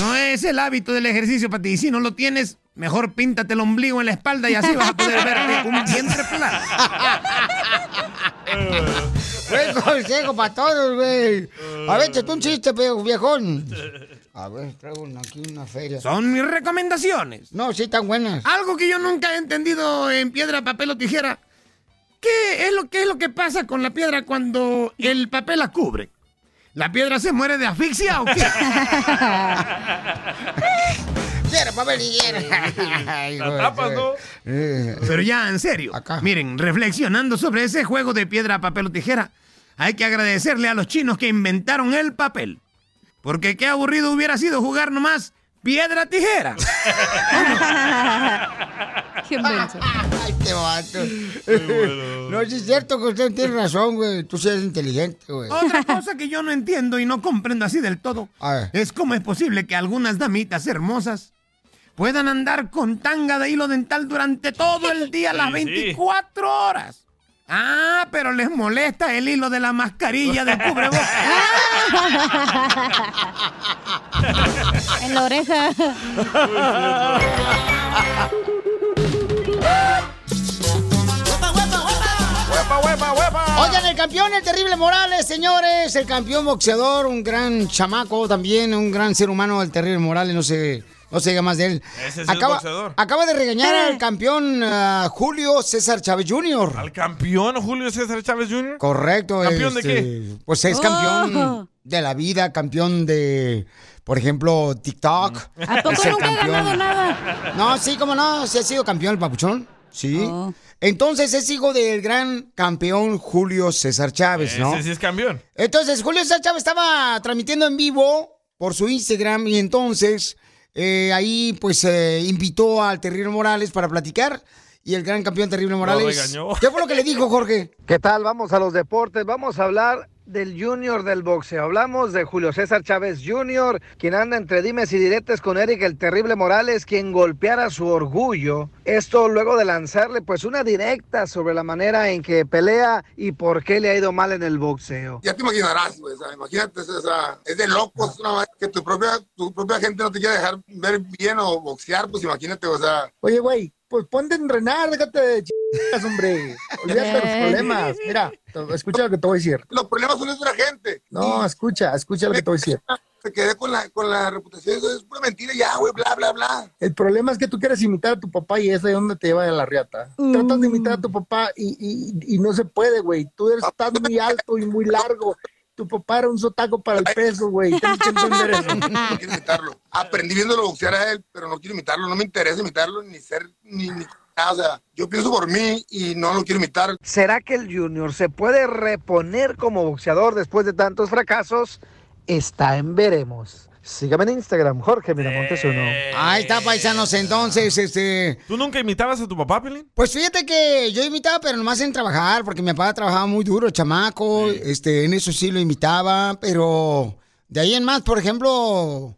Speaker 19: No es el hábito del ejercicio para ti. Si no lo tienes, mejor píntate el ombligo en la espalda y así vas a poder verte un vientre plano.
Speaker 1: Buen consejo para todos, güey. A ver, échate un chiste, pe- viejón. A ver, traigo una- aquí una feria.
Speaker 19: Son mis recomendaciones.
Speaker 1: No, sí, están buenas.
Speaker 19: Algo que yo nunca he entendido en piedra, papel o tijera. ¿Qué es lo, qué es lo que pasa con la piedra cuando el papel la cubre? ¿La piedra se muere de asfixia o qué?
Speaker 1: Quiero papel y quiero.
Speaker 19: tapas, ¿no?
Speaker 1: Eh.
Speaker 19: Pero ya, en serio. Miren, reflexionando sobre ese juego de piedra, papel o tijera, hay que agradecerle a los chinos que inventaron el papel. Porque qué aburrido hubiera sido jugar nomás piedra, tijera.
Speaker 3: Qué menso.
Speaker 1: Ay, qué Este vato. No, sí es cierto que usted tiene razón, güey. Tú sí eres inteligente, güey.
Speaker 19: Otra cosa que yo no entiendo y no comprendo así del todo es cómo es posible que algunas damitas hermosas puedan andar con tanga de hilo dental durante todo el día, las
Speaker 13: Sí, sí.
Speaker 19: 24 horas. Ah, pero les molesta el hilo de la mascarilla del cubrebocas.
Speaker 3: En la oreja.
Speaker 1: Oigan, el campeón, el terrible Morales, señores. El campeón boxeador, un gran chamaco también, un gran ser humano, el terrible Morales, no se, no se diga más de él.
Speaker 2: Ese es el
Speaker 1: acaba,
Speaker 2: boxeador.
Speaker 1: acaba de regañar
Speaker 3: Eh.
Speaker 1: al campeón ah, Julio César Chávez Jr.
Speaker 2: ¿Al campeón Julio César Chávez Jr.?
Speaker 1: Correcto.
Speaker 2: ¿Campeón de
Speaker 1: este,
Speaker 2: qué?
Speaker 1: Pues es campeón
Speaker 2: Oh.
Speaker 1: de la vida, campeón de, por ejemplo, TikTok.
Speaker 3: ¿A poco
Speaker 1: Es el
Speaker 3: nunca ha
Speaker 1: campeón.
Speaker 3: ganado nada?
Speaker 1: No, sí, cómo no, sí ha sido campeón el papuchón. Sí. Entonces es hijo del gran campeón Julio César Chávez, Pues ¿no?
Speaker 2: Ese sí es campeón.
Speaker 1: Entonces, Julio César Chávez estaba transmitiendo en vivo por su Instagram y entonces eh, ahí pues eh, invitó al Terrible Morales para platicar y el gran campeón Terrible Morales.
Speaker 4: regañó.
Speaker 1: ¿Qué fue lo que le dijo Jorge?
Speaker 4: ¿Qué tal? Vamos a los deportes. Vamos a hablar del Junior del boxeo. Hablamos de Julio César Chávez Jr., quien anda entre dimes y diretes con Eric el Terrible Morales, quien golpeara su orgullo. Esto luego de lanzarle pues una directa sobre la manera en que pelea y por qué le ha ido mal en el boxeo.
Speaker 7: Ya te imaginarás, güey, o sea, imagínate, o sea, es de locos, una madre que tu propia, tu propia gente no te quiere dejar ver bien o boxear, pues imagínate, o sea,
Speaker 20: Oye, güey, pues ponte a entrenar, déjate de chingas, hombre. Olvídate de los
Speaker 7: Eh.
Speaker 20: problemas. Mira, to- escucha lo que te voy a decir.
Speaker 7: los problemas son de otra gente.
Speaker 20: No, escucha, escucha lo que te voy a decir.
Speaker 7: Te quedé con la, con la reputación, eso es pura mentira, ya, güey, bla, bla, bla.
Speaker 20: El problema es que tú quieres imitar a tu papá y es de donde te lleva de la riata. Tratas de imitar a tu papá y, y- y no se puede, güey. Tú eres tan muy alto y muy largo. Tu papá era un sotaco para el peso, güey. Tienes que entender eso.
Speaker 7: No quiero imitarlo. Aprendí viéndolo boxear a él, pero no quiero imitarlo, no me interesa imitarlo, ni ser, ni, ni nada, o sea, yo pienso por mí y no lo quiero imitar.
Speaker 4: ¿Será que el Junior se puede reponer como boxeador después de tantos fracasos? Está en veremos. Sígame en Instagram, Jorge Miramontes uno.
Speaker 1: Ahí está, paisanos, entonces, este...
Speaker 2: ¿Tú nunca imitabas a tu papá, Pelín?
Speaker 1: Pues fíjate que yo imitaba, pero nomás en trabajar, porque mi papá trabajaba muy duro, chamaco, este, en eso sí lo imitaba, pero de ahí en más, por ejemplo,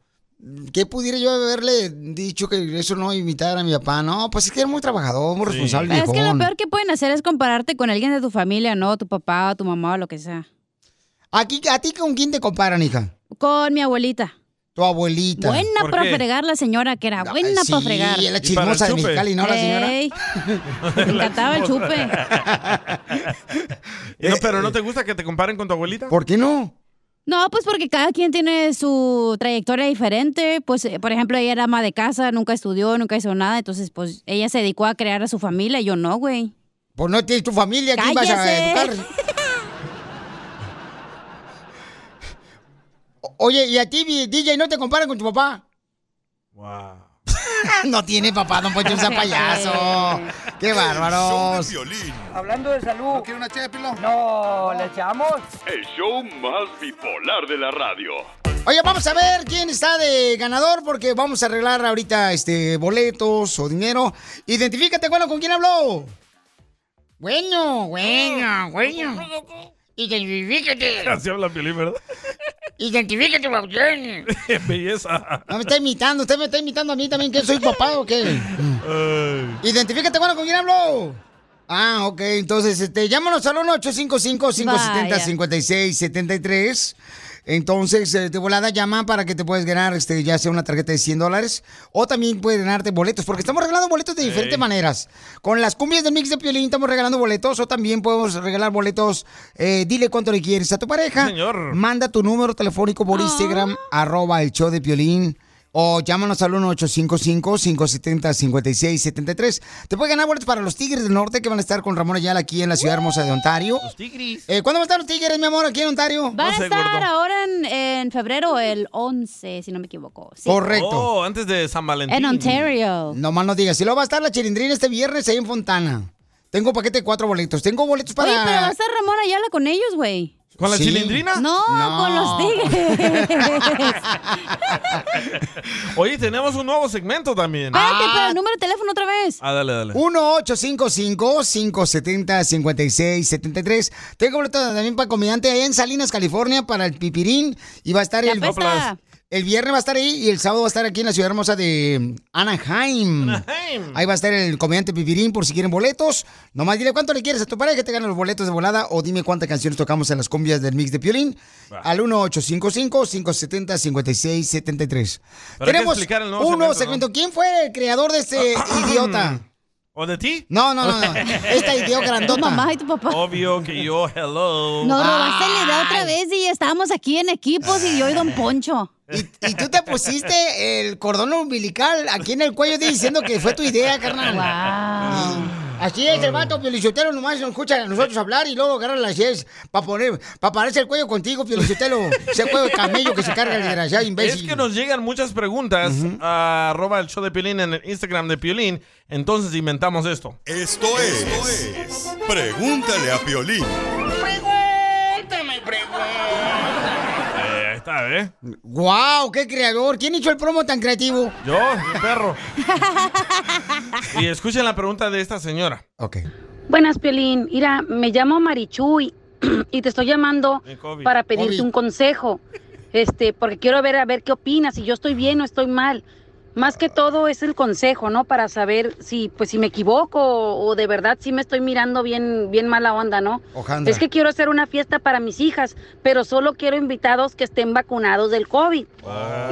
Speaker 1: ¿qué pudiera yo haberle dicho que eso no imitara a mi papá? No, pues es que era muy trabajador, muy responsable.
Speaker 3: Pero es que lo
Speaker 1: viejón.
Speaker 3: peor que pueden hacer es compararte con alguien de tu familia, ¿no? Tu papá o tu mamá o lo que sea.
Speaker 1: Aquí, ¿A ti con quién te comparan, hija?
Speaker 3: Con mi abuelita.
Speaker 1: Tu abuelita.
Speaker 3: Buena para fregar la señora que era. buena
Speaker 1: sí,
Speaker 3: para fregar.
Speaker 1: es la ¿Y para el chismosa de chupe? Mexicali, ¿no, la señora?
Speaker 3: Ey, me encantaba el chupe.
Speaker 2: No, pero ¿no te gusta que te comparen con tu abuelita?
Speaker 1: ¿Por qué no?
Speaker 3: No, pues porque cada quien tiene su trayectoria diferente. Pues, eh, por ejemplo, ella era ama de casa, nunca estudió, nunca hizo nada. Entonces, pues, ella se dedicó a crear a su familia. Yo no, güey.
Speaker 1: Pues no tienes tu familia, ¿quién vas a
Speaker 3: ¡Cállese!
Speaker 1: educar? Oye, ¿y a ti, vi- DJ, no te comparan con tu papá? no tiene papá, don Poncho, un payaso. ¡Qué bárbaros!
Speaker 6: Hablando de salud. ¿No una No, ¿le echamos?
Speaker 8: El show más bipolar de la radio.
Speaker 1: Oye, vamos a ver quién está de ganador porque vamos a arreglar ahorita este boletos o dinero. Identifícate, bueno, ¿con quién habló? Bueno, bueno, bueno. Identifícate.
Speaker 2: Así habla Pelín, ¿verdad?
Speaker 1: Identifícate, Bauchén.
Speaker 2: Belleza.
Speaker 1: No me está imitando, usted me está imitando a mí también, que soy papá o qué. Identifícate, bueno, ¿con quién habló? Ah, ok, entonces, este, llámanos al 1-855-570-5673. Entonces, eh, de volada llama para que te puedes ganar, este, ya sea una tarjeta de 100 dólares, o también puedes ganarte boletos, porque estamos regalando boletos de diferentes
Speaker 13: Ey.
Speaker 1: maneras. Con las cumbias de Mix de Piolín estamos regalando boletos, o también podemos regalar boletos, eh, dile cuánto le quieres a tu pareja.
Speaker 13: Señor.
Speaker 1: Manda tu número telefónico
Speaker 3: Ah.
Speaker 1: por Instagram, arroba el show de Piolín. O llámanos al 1-855-570-5673. Te puede ganar boletos para los Tigres del Norte que van a estar con Ramón Ayala aquí en la ciudad hermosa de Ontario.
Speaker 2: Tigris.
Speaker 1: Eh, ¿Cuándo van a estar los Tigres, mi amor, aquí en Ontario?
Speaker 3: Van a estar ahora en, en febrero, el 11, si no me equivoco. Sí.
Speaker 2: Oh, antes de San Valentín.
Speaker 3: En Ontario.
Speaker 1: No más no digas. Si luego va a estar la chirindrina este viernes ahí en Fontana. Tengo paquete de cuatro boletos. Tengo boletos para.
Speaker 3: Oye, pero va a estar Ramón Ayala con ellos, güey.
Speaker 2: ¿Con la chilindrina?
Speaker 3: No, con los tigres.
Speaker 2: Oye, tenemos un nuevo segmento también.
Speaker 3: Espérate, pero el número de teléfono otra vez.
Speaker 2: Ah, dale, dale.
Speaker 1: 1-855-570-5673. Tengo boletos también para comediante allá en Salinas, California, para el Pipirín. Y va a estar
Speaker 3: Ya
Speaker 1: el...
Speaker 3: apesta.
Speaker 1: El viernes va a estar ahí y el sábado va a estar aquí en la ciudad hermosa de Anaheim. Ahí va a estar el comediante Pipirín por si quieren boletos. Nomás dile cuánto le quieres a tu pareja que te gane los boletos de volada o dime cuántas canciones tocamos en las cumbias del mix de Piolín al
Speaker 2: Pero
Speaker 1: 1-855-570-5673.
Speaker 2: hay que
Speaker 1: Tenemos
Speaker 2: explicar el nuevo
Speaker 1: un nuevo
Speaker 2: segmento,
Speaker 1: segmento. ¿Quién fue el creador de este idiota?
Speaker 2: ¿O de ti?
Speaker 1: No, no, no, no. Esta idiota grandota. Ah. Tu mamá
Speaker 3: y tu papá.
Speaker 2: Obvio que yo, hello.
Speaker 3: Nos robaste la idea otra vez y estábamos aquí en equipos y yo y Don Poncho.
Speaker 1: Y tú te pusiste el cordón umbilical aquí en el cuello diciendo que fue tu idea, carnal. Así es,
Speaker 2: Oh.
Speaker 1: el vato piolichotelo nomás nos escucha a nosotros hablar y luego agarra las yes para poner, para pararse el cuello contigo, piolichotelo. Ese cuello de camello que se carga el desgraciado
Speaker 2: Es
Speaker 1: imbécil.
Speaker 2: que nos llegan muchas preguntas a arroba el show de Piolín en el Instagram de Piolín. Entonces inventamos esto.
Speaker 18: Esto es, Pregúntale a Piolín.
Speaker 13: Pregúntame,
Speaker 2: Eh, ahí está, ¿eh?
Speaker 1: ¡Wow! ¡Qué creador! ¿Quién hizo el promo tan creativo?
Speaker 2: Yo, mi perro. Y escuchen la pregunta de esta señora.
Speaker 1: Ok.
Speaker 21: Buenas, Piolín. Mira, me llamo Marichuy y te estoy llamando
Speaker 2: Eh, COVID.
Speaker 21: para pedirte
Speaker 2: COVID.
Speaker 21: un consejo. Este, porque quiero ver a ver qué opinas, si yo estoy bien o estoy mal. Más que todo es el consejo, ¿no? Para saber si, pues, si me equivoco o, o de verdad si me estoy mirando bien, bien mala onda, ¿no?
Speaker 1: Ojandra.
Speaker 21: Es que quiero hacer una fiesta para mis hijas, pero solo quiero invitados que estén vacunados del COVID.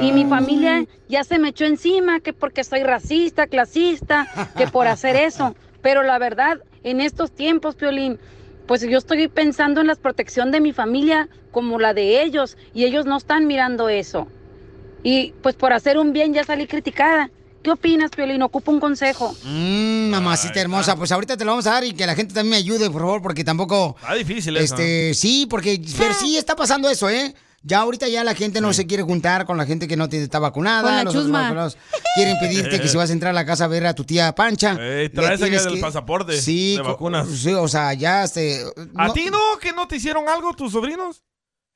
Speaker 21: Y mi familia ya se me echó encima que porque soy racista, clasista, que por hacer eso. Pero la verdad, en estos tiempos, Piolín, pues yo estoy pensando en la protección de mi familia como la de ellos y ellos no están mirando eso. Y pues por hacer un bien ya salí criticada. ¿Qué opinas, Piolín? Ocupo un consejo.
Speaker 1: Mmm, mamacita hermosa, pues ahorita te lo vamos a dar y que la gente también me ayude, por favor, porque tampoco.
Speaker 2: Está difícil eso,
Speaker 1: Este,
Speaker 2: ¿eh?
Speaker 1: sí, porque. Pero sí está pasando eso, ¿eh? Ya ahorita ya la gente no se quiere juntar con la gente que no te- está vacunada.
Speaker 2: Con la
Speaker 1: otros
Speaker 2: chusma.
Speaker 1: vacunados Quieren pedirte que si vas a entrar a la casa a ver a tu tía Pancha.
Speaker 2: Eh,
Speaker 1: le
Speaker 2: traes
Speaker 1: tienes
Speaker 2: el
Speaker 1: que-
Speaker 2: pasaporte
Speaker 1: Sí,
Speaker 2: de
Speaker 1: co-
Speaker 2: vacunas.
Speaker 1: Sí, o sea, ya este.
Speaker 2: ¿A ti no? ¿Que no te hicieron algo tus sobrinos?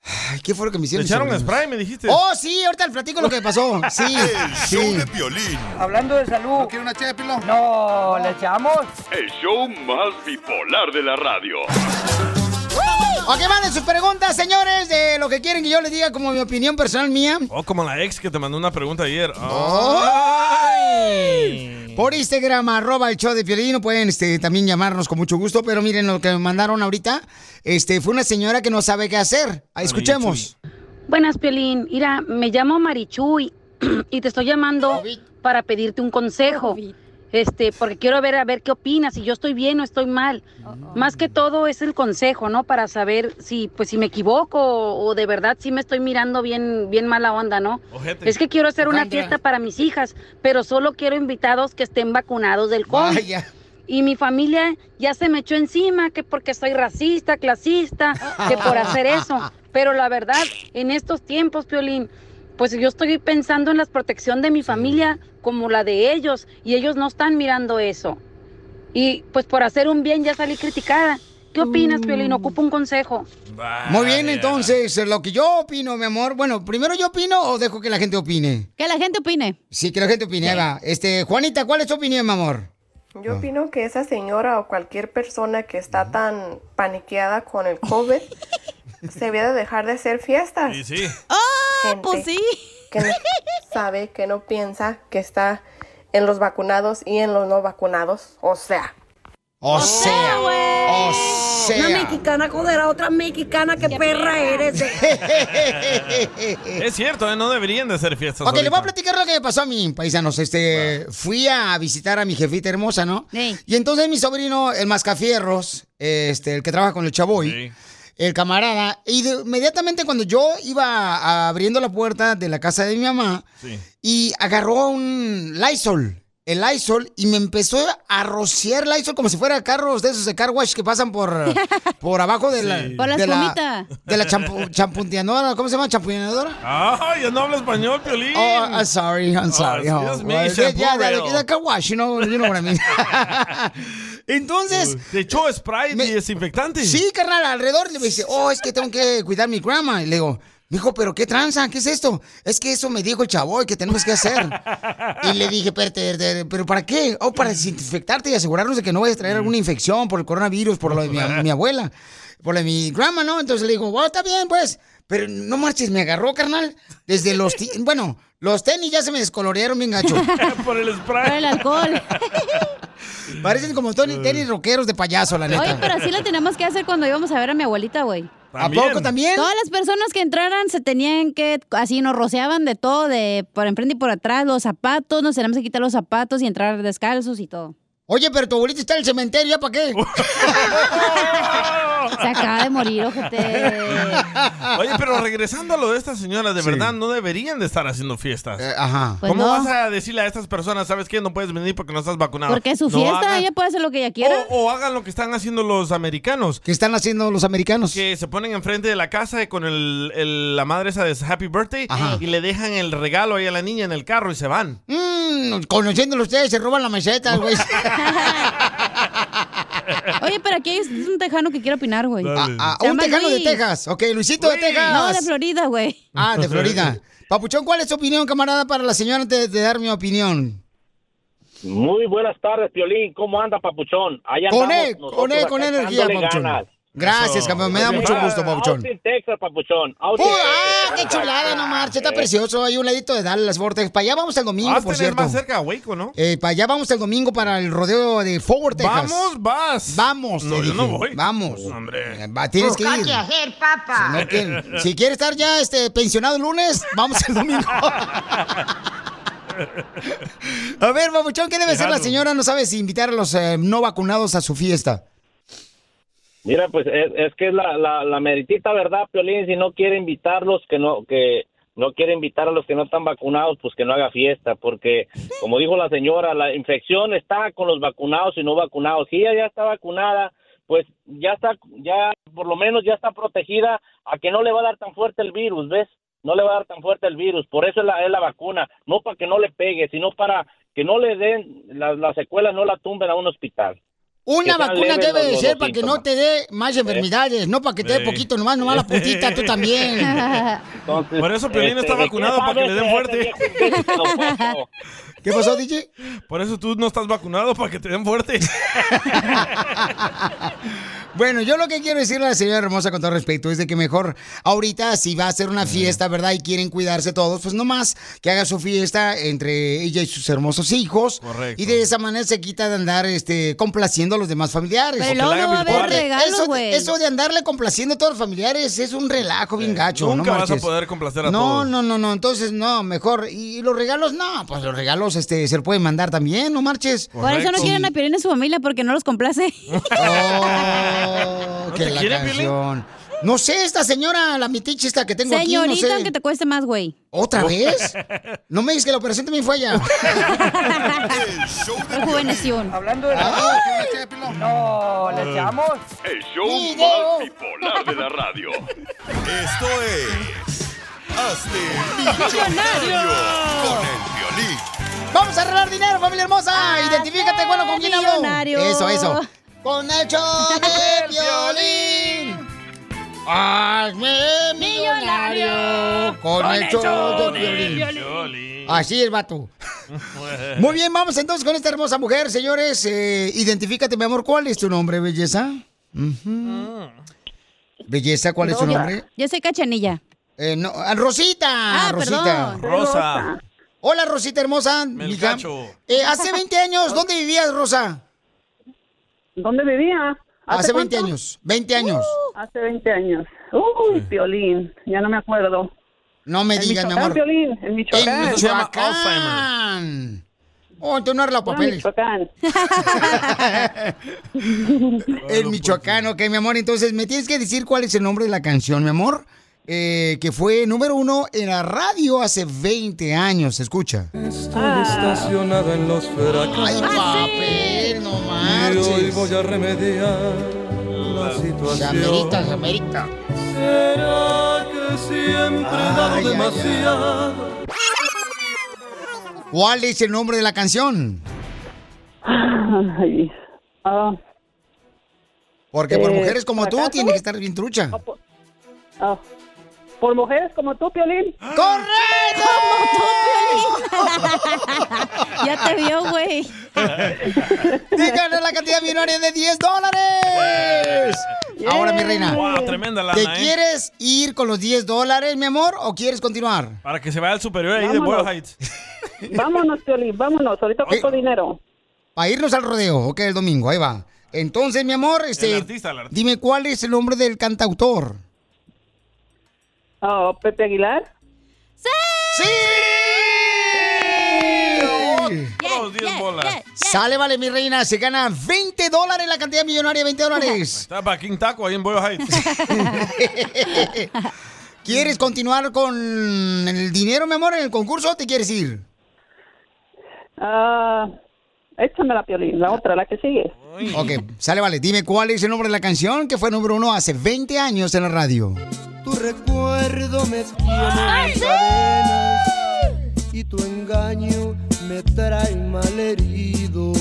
Speaker 1: Ay, ¿Qué fue lo que me hicieron?
Speaker 2: Te echaron
Speaker 1: mis sobrinos?
Speaker 2: spray, me dijiste.
Speaker 1: Oh, sí, ahorita les platico lo que pasó. Sí.
Speaker 8: El
Speaker 1: sí.
Speaker 8: show de Piolín.
Speaker 6: Hablando de salud. ¿No quiere una ché de pilón? No, ¿le echamos?
Speaker 8: El show más bipolar de la radio.
Speaker 1: Ok, manden sus preguntas, señores, de lo que quieren que yo les diga como mi opinión personal mía.
Speaker 2: Oh, como la ex que te mandó una pregunta ayer. Oh.
Speaker 1: ¡Ay! Por Instagram, arroba el show de Piolín, pueden este, también llamarnos con mucho gusto, pero miren lo que me mandaron ahorita, este, fue una señora que no sabe qué hacer. Ahí Escuchemos.
Speaker 21: Buenas, Piolín. Mira, me llamo Marichuy y te estoy llamando para pedirte un consejo. Este, porque quiero ver a ver qué opinas, si yo estoy bien o estoy mal.
Speaker 13: Oh.
Speaker 21: Más que todo es el consejo, ¿no? Para saber si, pues, si me equivoco o, o de verdad si me estoy mirando bien, bien mala onda, ¿no?
Speaker 13: Ojete.
Speaker 21: Es que quiero hacer una
Speaker 13: Ojandra.
Speaker 21: fiesta para mis hijas, pero solo quiero invitados que estén vacunados del COVID.
Speaker 13: Vaya.
Speaker 21: Y mi familia ya se me echó encima que porque soy racista, clasista, que por hacer eso. Pero la verdad, en estos tiempos, Piolín, pues yo estoy pensando en la protección de mi familia como la de ellos y ellos no están mirando eso. Y pues por hacer un bien ya salí criticada. ¿Qué opinas, Piolín? Ocupo un consejo.
Speaker 1: Muy bien, entonces, lo que yo opino, mi amor, bueno, primero yo opino o dejo que la gente opine.
Speaker 3: Que la gente opine.
Speaker 1: Sí, que la gente opine, ahí va. Este, Juanita, ¿cuál es tu opinión, mi amor?
Speaker 22: Yo opino que esa señora o cualquier persona que está tan paniqueada con el COVID se debe de dejar de hacer fiestas.
Speaker 2: Y sí.
Speaker 22: pues sí. Que no sabe, que no piensa que está en los vacunados y en los no vacunados. O sea.
Speaker 1: O sea, o sea.
Speaker 22: mexicana condenada a otra mexicana, que perra eres. eh.
Speaker 2: es cierto, ¿eh? no deberían de hacer fiestas.
Speaker 1: Ok, le voy a
Speaker 2: ahorita.
Speaker 1: platicar lo que me pasó a mí, paisanos. Este, fui a visitar a mi jefita hermosa, ¿no? Y entonces mi sobrino, el mascafierros, este, el que trabaja con el chaboy, el camarada, y de- inmediatamente cuando yo iba a- abriendo la puerta de la casa de mi mamá,
Speaker 13: Sí.
Speaker 1: y agarró un Lysol, el Lysol, y me empezó a rociar Lysol como si fuera carros de esos de car wash que pasan por, por abajo de la...
Speaker 3: Por la
Speaker 1: de
Speaker 3: espumita.
Speaker 1: de la champu- champunteadora, ¿cómo se llama? ¿Champunteadora?
Speaker 2: Ah, ya no hablo español, Piolín.
Speaker 1: Oh, I'm sorry, I'm sorry.
Speaker 2: excuse
Speaker 1: Oh,
Speaker 2: me,
Speaker 1: well, yeah,
Speaker 2: shampoo
Speaker 1: yeah,
Speaker 2: rail.
Speaker 1: yeah, like a wash, you know, you know what I mean. Entonces.
Speaker 2: Te echó spray y desinfectante.
Speaker 1: Sí, carnal, alrededor le dice, oh, es que tengo que cuidar mi grandma. Y le digo, dijo, pero qué tranza, ¿qué es esto? Es que eso me dijo el chavo y que tenemos que hacer. Y le dije, "Pero, te- te- pero ¿para qué? Oh, para desinfectarte y asegurarnos de que no vayas a traer alguna infección por el coronavirus, por lo de mi, mi abuela, por lo de mi grandma, ¿no? Entonces le digo, bueno, está bien, pues. Pero no marches, me agarró, carnal. Desde los. ti- Bueno, los tenis ya se me descolorearon bien gacho.
Speaker 2: Por el spray.
Speaker 3: Por el alcohol.
Speaker 1: Parecen como Tony tenis rockeros de payaso, la neta.
Speaker 3: Oye, pero así lo teníamos que hacer cuando íbamos a ver a mi abuelita, güey.
Speaker 1: ¿A También. poco también?
Speaker 3: Todas las personas que entraran se tenían que, así nos roceaban de todo, de por enfrente y por atrás, los zapatos, nos teníamos que quitar los zapatos y entrar descalzos y todo.
Speaker 1: Oye, pero tu abuelita está en el cementerio, ¿ya para qué?
Speaker 3: Se acaba de morir, ojete.
Speaker 2: Oye, pero regresando a lo de estas señoras, de verdad no deberían de estar haciendo fiestas.
Speaker 1: Eh, ajá.
Speaker 3: Pues
Speaker 2: ¿Cómo
Speaker 3: no.
Speaker 2: vas a decirle a estas personas, sabes qué, no puedes venir porque no estás vacunado?
Speaker 3: Porque es su
Speaker 2: No
Speaker 3: fiesta,
Speaker 2: hagan-
Speaker 3: ella puede hacer lo que ella quiera.
Speaker 2: O, o hagan lo que están haciendo los americanos.
Speaker 1: ¿Qué están haciendo los americanos?
Speaker 2: Que se ponen enfrente de la casa con el, el- la madre esa de Happy Birthday
Speaker 1: Ajá.
Speaker 2: y le dejan el regalo ahí a la niña en el carro y se van.
Speaker 1: Mm, conociéndolo ustedes, se roban la meseta, güey.
Speaker 3: Oye, pero aquí hay un tejano que quiere opinar, güey.
Speaker 1: Dale. Ah, ah, un tejano de Texas. Ok, Luisito de Texas.
Speaker 3: No, de Florida, güey.
Speaker 1: Ah, de Florida. Papuchón, ¿cuál es tu opinión, camarada, para la señora antes de dar mi opinión?
Speaker 23: Muy buenas tardes, Piolín. ¿Cómo anda, Papuchón? Allá
Speaker 1: Con
Speaker 23: andamos
Speaker 1: él,
Speaker 23: nosotros
Speaker 1: con él,
Speaker 23: acá
Speaker 1: con energía,
Speaker 23: echándole
Speaker 1: Papuchón.
Speaker 23: ganas.
Speaker 1: Gracias,
Speaker 23: Eso.
Speaker 1: campeón. Me da
Speaker 23: Oye,
Speaker 1: mucho
Speaker 23: ah,
Speaker 1: gusto, Papuchón.
Speaker 23: Austin, Texas, Papuchón. Austin,
Speaker 1: ¡Pura! ¡Ah,
Speaker 23: Texas. Eh,
Speaker 1: ¡Qué chulada, no marche!
Speaker 2: Eh.
Speaker 1: Está precioso. Hay un ladito de Dallas Vortex. Para allá vamos el domingo,
Speaker 2: Hasta
Speaker 1: por cierto.
Speaker 2: Ah, más cerca a Waco, ¿no?
Speaker 1: Eh, para allá vamos el domingo para el rodeo de Forward, Texas.
Speaker 2: Vamos, vas.
Speaker 1: Vamos.
Speaker 2: No,
Speaker 1: te
Speaker 2: yo no
Speaker 1: dije.
Speaker 2: voy.
Speaker 1: Vamos. Eh,
Speaker 2: Hombre.
Speaker 1: Va, Ah, tienes que ir.
Speaker 13: hacer, papá.
Speaker 1: No quiere- si quieres estar ya este, pensionado el lunes, vamos el domingo. A ver, babuchón, ¿qué debe hacer la
Speaker 23: Déjalo.
Speaker 1: señora? No sabes invitar a los eh, no vacunados a su fiesta.
Speaker 23: Mira, pues es, es que es la, la, la meritita verdad, Piolín. Si no quiere invitarlos, que no, que no quiere invitar a los que no están vacunados, pues que no haga fiesta, porque como dijo la señora, la infección está con los vacunados y no vacunados. Si ella ya está vacunada, pues ya está, ya por lo menos ya está protegida a que no le va a dar tan fuerte el virus, ¿ves? No le va a dar tan fuerte el virus, por eso es la, es la vacuna, no para que no le pegue, sino para que no le den las las secuelas, no la tumben a un hospital.
Speaker 1: Una
Speaker 23: Que sean
Speaker 1: vacuna
Speaker 23: leves
Speaker 1: debe
Speaker 23: los-
Speaker 1: de
Speaker 23: los
Speaker 1: ser para que
Speaker 23: síntomas.
Speaker 1: no te dé más enfermedades, no para que te dé
Speaker 23: Sí.
Speaker 1: poquito nomás, nomás la putita, tú también.
Speaker 23: Entonces,
Speaker 2: Por eso Piolín
Speaker 23: este,
Speaker 2: está
Speaker 23: ¿de qué
Speaker 2: vacunado, para que le den
Speaker 23: sabes este,
Speaker 2: fuerte.
Speaker 1: ¿Qué pasó, DJ?
Speaker 2: Por eso tú no estás vacunado, para que te den fuerte.
Speaker 1: Bueno, yo lo que quiero decirle a la señora hermosa con todo respeto es de que mejor ahorita si va a ser una fiesta, ¿verdad? Y quieren cuidarse todos, pues nomás que haga su fiesta entre ella y sus hermosos hijos.
Speaker 2: Correcto.
Speaker 1: Y de esa manera se quita de andar este, complaciendo a los demás familiares.
Speaker 3: Pero O que luego la haga no va a haber virtual. regalo,
Speaker 1: Eso de-
Speaker 3: güey.
Speaker 1: Eso de andarle complaciendo a todos los familiares es un relajo bien gacho.
Speaker 2: Nunca
Speaker 1: no
Speaker 2: vas a
Speaker 1: marches.
Speaker 2: poder complacer a
Speaker 1: no,
Speaker 2: todos.
Speaker 1: No, no, no, entonces no, mejor. Y los regalos, no, pues los regalos este, se los pueden mandar también, no marches.
Speaker 3: Por eso no quieren a Piolín en su familia porque no los complace.
Speaker 1: Oh, que
Speaker 3: te
Speaker 1: la
Speaker 3: quiere, Piolín?
Speaker 1: canción. No sé, esta señora, la mitichista que tengo
Speaker 3: Señorita,
Speaker 1: aquí, no sé.
Speaker 3: aunque te cueste más, güey.
Speaker 1: ¿Otra vez? No me digas que la operación también fue allá.
Speaker 3: Rejuvenación.
Speaker 13: Hablando de No, le echamos.
Speaker 8: El show
Speaker 13: Video.
Speaker 8: más bipolar de la radio.
Speaker 18: Esto es. Hazte millonario con el violín.
Speaker 1: ¡Vamos a arreglar dinero, familia hermosa! ¡Identifícate, bueno, con quién hablo!
Speaker 3: millonario.
Speaker 1: Eso, eso. Con el show de violín. ¡Hazme Eh, millonario! Con el show de violín. Así el vato. Muy bien, vamos entonces con esta hermosa mujer, señores. Eh, identifícate, mi amor. ¿Cuál es tu nombre, belleza?
Speaker 16: Mm.
Speaker 1: Ujú. Belleza, ¿cuál es tu
Speaker 3: Yo-
Speaker 1: nombre?
Speaker 3: Yo soy Cachanilla.
Speaker 1: Eh, no, ah, Rosita.
Speaker 3: Ah,
Speaker 1: Rosita.
Speaker 3: perdón. Rosa.
Speaker 1: Hola, Rosita hermosa. mija.
Speaker 2: cacho.
Speaker 1: Eh, hace 20 años, ¿dónde vivías, Rosa?
Speaker 16: ¿Dónde vivía?
Speaker 1: Hace,
Speaker 16: cuánto?
Speaker 1: 20 años. 20 años.
Speaker 16: Hace 20 años. Uy, Piolín, ya no me acuerdo.
Speaker 1: No me
Speaker 16: En
Speaker 1: digas, mi
Speaker 16: Michoacán,
Speaker 1: amor.
Speaker 16: Piolín, en Michoacán.
Speaker 1: En Michoacán. Oh, entonces no arregla
Speaker 16: Puro
Speaker 1: papeles.
Speaker 16: Michoacán.
Speaker 1: En Michoacán, ok, mi amor. Entonces, me tienes que decir cuál es el nombre de la canción, mi amor. Eh, que fue número uno en la radio hace 20 años. Escucha.
Speaker 13: Estoy estacionada en los
Speaker 1: Ay,
Speaker 13: fracasos.
Speaker 1: papel, no
Speaker 13: Y
Speaker 1: marches.
Speaker 13: hoy voy a remediar la
Speaker 1: Se
Speaker 13: situación.
Speaker 1: amerita, se amerita.
Speaker 13: Será que siempre he dado
Speaker 1: Ay, ay, ay.
Speaker 13: demasiado.
Speaker 1: ¿Cuál es el nombre de la canción?
Speaker 16: Ay, Ah,
Speaker 1: Porque por
Speaker 16: Eh,
Speaker 1: mujeres como tú
Speaker 16: ¿acaso? pues.
Speaker 1: tiene que estar bien trucha.
Speaker 16: ah. Por mujeres como tú, Piolín.
Speaker 1: ¡Correcto!
Speaker 3: ya te vio, güey.
Speaker 1: Díganos la cantidad millonaria de 10 dólares. Ahora, mi reina.
Speaker 2: Wow, tremenda lana,
Speaker 1: ¿Te
Speaker 2: ¿eh?
Speaker 1: quieres ir con los 10 dólares, mi amor, o quieres continuar?
Speaker 2: Para que se vaya al superior ahí de
Speaker 1: Vámonos.
Speaker 2: Boyle Heights.
Speaker 1: Vámonos, Piolín, vámonos. Ahorita ocupo dinero. Para irnos al rodeo, ok, el domingo, ahí va. Entonces, mi amor, este,
Speaker 2: artista, el artista.
Speaker 1: dime cuál es el nombre del cantautor.
Speaker 16: Ah, Pepe Aguilar.
Speaker 1: ¡Sí!
Speaker 2: Otros 10 bolas.
Speaker 1: Sale, vale, mi reina, se gana 20 dólares la cantidad millonaria, 20 dólares.
Speaker 2: Está para King Taco ahí en Boyle Heights.
Speaker 1: ¿Quieres continuar con el dinero, mi amor, en el concurso o te quieres ir?
Speaker 16: Ah, échame la Piolín, la otra, la que sigue.
Speaker 1: Ah. Ok, sale, vale. Dime cuál es el nombre de la canción que fue número uno hace 20 años en la radio.
Speaker 13: Tu recuerdo me tiene en cadenas y tu engaño me trae malherido.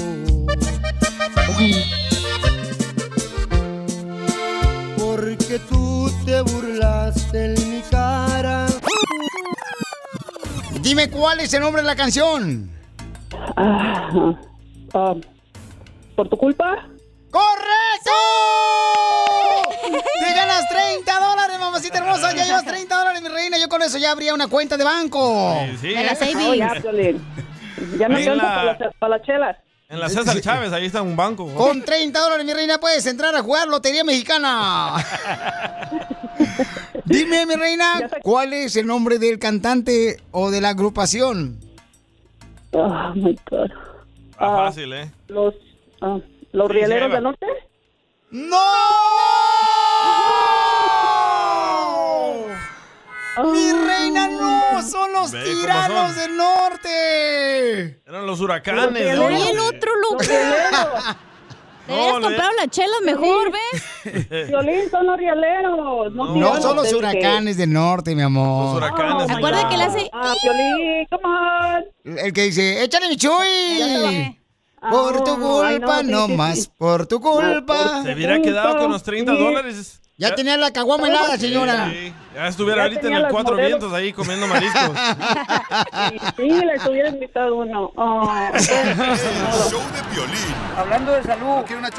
Speaker 13: Porque tú te burlaste en mi cara.
Speaker 1: Dime cuál es el nombre de la canción.
Speaker 16: Ah, ¿Por tu culpa?
Speaker 1: ¡Correcto! ¡Te ganas 30 dólares, mamacita hermosa! Ya llevas 30 dólares, mi reina. Yo con eso ya abría una cuenta de banco.
Speaker 2: sí, De la ¿eh? savings.
Speaker 16: Oh, ya, Piolín. Ya me
Speaker 2: Ahí en
Speaker 16: alcanza
Speaker 2: la-
Speaker 16: para las para las chelas.
Speaker 2: En la César Chávez, ahí está un banco.
Speaker 1: Con 30 dólares, mi reina, puedes entrar a jugar Lotería Mexicana. Dime, mi reina, ¿cuál es el nombre del cantante o de la agrupación?
Speaker 16: Oh, my God.
Speaker 2: Está fácil, ¿eh?
Speaker 16: Los, ah, los
Speaker 2: Sí,
Speaker 16: rieleros
Speaker 2: lleva.
Speaker 16: del norte. Oh.
Speaker 1: ¡Mi reina, no! ¡Son los
Speaker 2: Ve cómo
Speaker 1: tiranos
Speaker 2: son.
Speaker 1: del norte!
Speaker 2: Eran los huracanes.
Speaker 3: Pero y el otro, Lucas. Te hubieras
Speaker 2: No, le-
Speaker 3: comprado las chelas mejor, ¿ves?
Speaker 16: Piolín son los rieleros. No,
Speaker 1: No
Speaker 16: tiranos,
Speaker 1: son los
Speaker 16: te dije.
Speaker 1: huracanes del norte, mi amor. Los
Speaker 16: huracanes, ¿Se acuerda Oh, que le hace-
Speaker 1: Ah, Piolín, come on. El que dice, échale mi chuy. Por tu
Speaker 16: Oh,
Speaker 13: no, ay, no,
Speaker 1: culpa,
Speaker 13: sí,
Speaker 1: no
Speaker 13: sí,
Speaker 1: más.
Speaker 13: sí.
Speaker 1: Por tu culpa.
Speaker 2: Se hubiera quedado con los 30
Speaker 1: Sí.
Speaker 2: dólares.
Speaker 1: Ya tenía la caguama helada, señora.
Speaker 2: Sí, ya estuviera
Speaker 16: Ya
Speaker 2: ahorita en
Speaker 16: tenía
Speaker 2: el
Speaker 16: las
Speaker 2: cuatro
Speaker 16: modelos.
Speaker 2: vientos ahí comiendo mariscos.
Speaker 16: Sí, les hubiera invitado uno. Ah,
Speaker 24: Hablando de salud. ¿Quiere una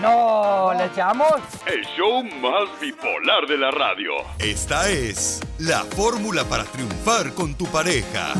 Speaker 24: No, ¿le echamos?
Speaker 8: El show más bipolar de la radio.
Speaker 18: Esta es la fórmula para triunfar con tu pareja.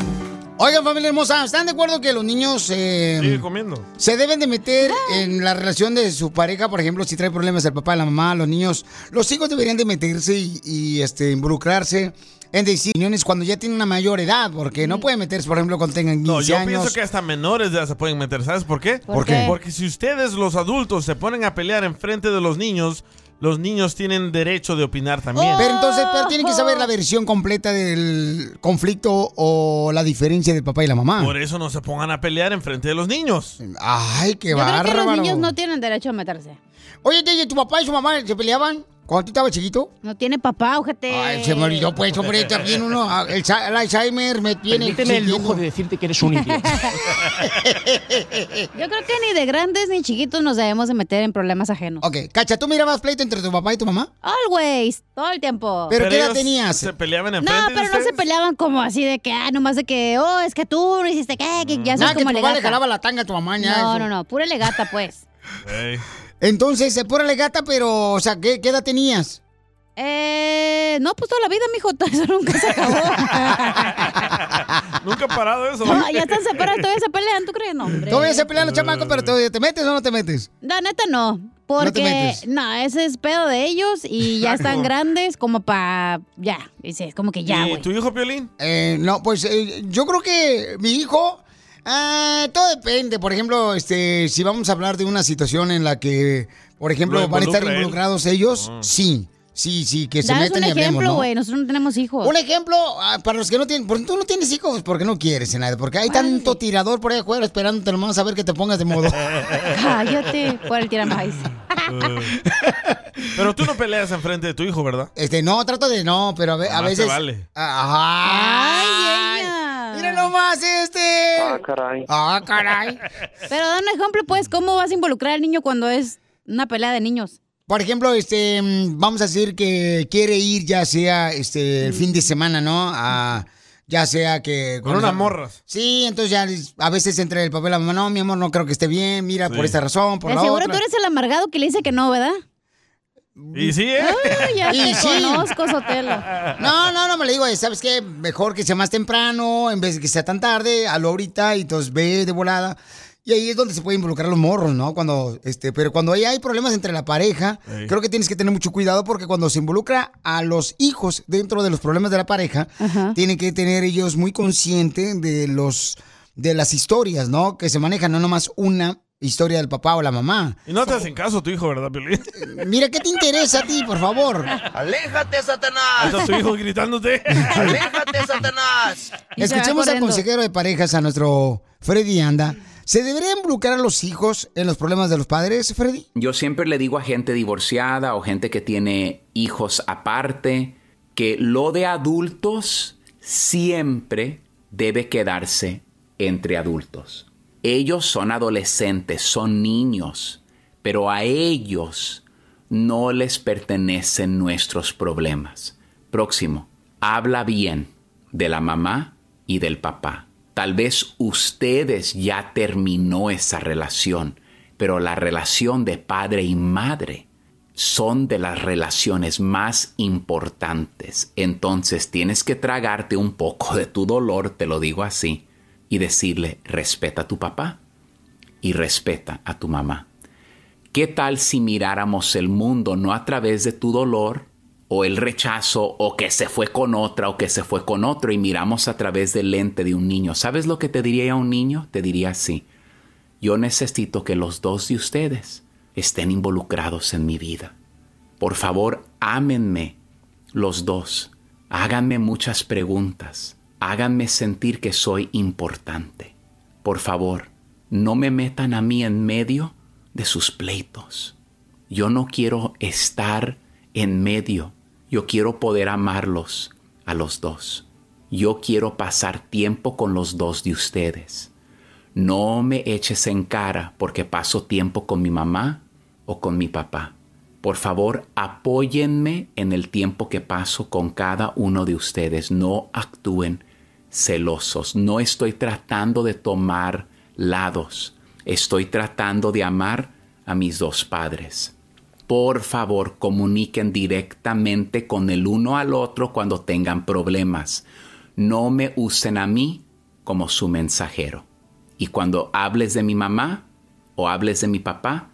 Speaker 1: Oigan, familia hermosa, ¿están de acuerdo que los niños eh,
Speaker 2: comiendo.
Speaker 1: se deben de meter en la relación de su pareja? Por ejemplo, si trae problemas el papá, la mamá, los niños, los hijos deberían de meterse y, y, este, involucrarse en decisiones cuando ya tienen una mayor edad, porque no pueden meterse, por ejemplo, cuando tengan 15
Speaker 2: No, yo
Speaker 1: años.
Speaker 2: pienso que hasta menores de edad se pueden meter. ¿Sabes por qué?
Speaker 1: ¿Por qué? qué?
Speaker 2: Porque si ustedes, los adultos, se ponen a pelear en frente de los niños, los niños tienen derecho de opinar también. Oh.
Speaker 1: Pero entonces, pero tienen que saber la versión completa del conflicto o la diferencia del papá y la mamá.
Speaker 2: Por eso no se pongan a pelear en frente de los niños.
Speaker 1: Ay, qué
Speaker 3: Yo creo que los
Speaker 1: bárbaro.
Speaker 3: niños no tienen derecho a meterse.
Speaker 1: Oye, Yeye, ¿tu papá y su mamá se peleaban cuando tú estabas chiquito?
Speaker 3: No tiene papá, ojete.
Speaker 1: Ay, se me olvidó, pues, hombre, también uno, ah, el, Alza- el Alzheimer me tiene...
Speaker 3: Permíteme el lujo
Speaker 1: de decirte que eres un idiota.
Speaker 3: Yo creo que ni de grandes ni chiquitos nos debemos de meter en problemas ajenos.
Speaker 1: Ok, Cacha, ¿tú mirabas pleito entre tu papá y tu mamá?
Speaker 3: Always, todo el tiempo.
Speaker 2: ellos Se peleaban en
Speaker 3: No,
Speaker 2: frente de
Speaker 3: pero no se peleaban como así de que, ah, nomás de que, oh, es que tú no hiciste qué, que ya sabes
Speaker 1: Nada, Mm. Ah, que
Speaker 3: como
Speaker 1: tu papá le
Speaker 3: legata.
Speaker 1: jalaba la tanga a tu mamá. ya,
Speaker 3: No,
Speaker 1: eso.
Speaker 3: no, no, pura legata, pues.
Speaker 1: Entonces, se pura legata, pero, o sea, ¿qué, qué edad tenías?
Speaker 3: Eh, no, pues toda la vida, mijo, eso nunca se acabó.
Speaker 2: Nunca ha parado eso.
Speaker 3: No, ya están separados, todavía se pelean, ¿tú crees? No, hombre.
Speaker 1: Todavía se pelean los chamacos, pero todavía te metes o no te metes.
Speaker 3: La neta no,
Speaker 1: No te
Speaker 3: porque
Speaker 1: metes.
Speaker 3: no, ese es pedo de ellos y ya están grandes como para, ya, dice, como que ya, güey.
Speaker 2: tu hijo, Piolín?
Speaker 1: Eh, no, pues eh, yo creo que mi hijo, ah, todo depende. Por ejemplo, este, si vamos a hablar de una situación en la que, por ejemplo,
Speaker 3: Lo
Speaker 1: van a estar
Speaker 3: involucra él.
Speaker 1: involucrados ellos,
Speaker 2: Ah.
Speaker 1: sí, sí, sí, que se
Speaker 3: Danos
Speaker 1: meten
Speaker 3: un
Speaker 1: y hablemos,
Speaker 3: ejemplo,
Speaker 1: ¿no?
Speaker 3: güey, nosotros no tenemos hijos.
Speaker 1: Un ejemplo ah, para los que no tienen, porque tú no tienes hijos, porque no quieres nada, porque hay tanto tirador por ahí afuera esperándote nomás a ver que te pongas de modo.
Speaker 3: Cállate, por el tiramais.
Speaker 2: Pero tú no peleas en frente de tu hijo, ¿verdad?
Speaker 1: Este, no, trato de no, pero a, ve- a
Speaker 2: Más te
Speaker 1: veces.
Speaker 2: vale.
Speaker 1: Ajá.
Speaker 3: Ay, ella.
Speaker 1: Mira nomás. nomás este.
Speaker 3: Ah,
Speaker 15: caray.
Speaker 1: Ah, caray.
Speaker 3: Pero da un ejemplo, pues, ¿cómo vas a involucrar al niño cuando es una pelea de niños?
Speaker 1: Por ejemplo, este, mm, vamos a decir que quiere ir ya sea este el fin de semana, ¿no? A, ya sea que...
Speaker 2: Con unas morras.
Speaker 1: Sí, entonces ya a veces entre el papel la mamá, no, mi amor, no creo que esté bien, mira, por esta razón, por
Speaker 3: De
Speaker 1: la
Speaker 3: seguro
Speaker 1: otra.
Speaker 3: tú eres el amargado que le dice que no, ¿verdad?
Speaker 2: Y sí, ¿eh?
Speaker 3: Uy, ya
Speaker 1: Y
Speaker 3: te
Speaker 1: sí.
Speaker 3: conozco, Sotelo.
Speaker 1: No, no, no me le digo, eh, ¿sabes qué? Mejor que sea más temprano, en vez de que sea tan tarde, a lo ahorita y entonces ve de volada. Y ahí es donde se puede involucrar los morros, ¿no? Cuando, este, pero cuando ahí hay problemas entre la pareja,
Speaker 13: Ey.
Speaker 1: creo que tienes que tener mucho cuidado porque cuando se involucra a los hijos dentro de los problemas de la pareja, tienen que tener ellos muy consciente de los, de las historias, ¿no? Que se manejan, no nomás una historia del papá o la mamá.
Speaker 2: Y no te hacen caso tu hijo, ¿verdad, Piolín?
Speaker 1: Mira, ¿qué te interesa a ti, por favor?
Speaker 13: ¡Aléjate,
Speaker 2: Ahí
Speaker 13: Satanás!
Speaker 2: está tu hijo gritándote.
Speaker 13: ¡Aléjate, Satanás!
Speaker 1: Escuchemos al consejero de parejas, a nuestro Freddy Anda. ¿Se deberían involucrar a los hijos en los problemas de los padres, Freddy?
Speaker 5: Yo siempre le digo a gente divorciada o gente que tiene hijos aparte que lo de adultos siempre debe quedarse entre adultos. Ellos son adolescentes, son niños, pero a ellos no les pertenecen nuestros problemas. Próximo, habla bien de la mamá y del papá. Tal vez ustedes ya terminó esa relación, pero la relación de padre y madre son de las relaciones más importantes. Entonces tienes que tragarte un poco de tu dolor, te lo digo así, y decirle, respeta a tu papá y respeta a tu mamá. ¿Qué tal si miráramos el mundo no a través de tu dolor o el rechazo o que se fue con otra o que se fue con otro y miramos a través del lente de un niño? ¿Sabes lo que te diría a un niño? Te diría así. Yo necesito que los dos de ustedes estén involucrados en mi vida. Por favor, ámenme los dos. Háganme muchas preguntas. Háganme sentir que soy importante. Por favor, no me metan a mí en medio de sus pleitos. Yo no quiero estar en medio. Yo quiero poder amarlos a los dos. Yo quiero pasar tiempo con los dos de ustedes. No me eches en cara porque paso tiempo con mi mamá o con mi papá. Por favor, apóyenme en el tiempo que paso con cada uno de ustedes. No actúen celosos. No estoy tratando de tomar lados. Estoy tratando de amar a mis dos padres. Por favor, comuniquen directamente con el uno al otro cuando tengan problemas. No me usen a mí como su mensajero. Y cuando hables de mi mamá o hables de mi papá,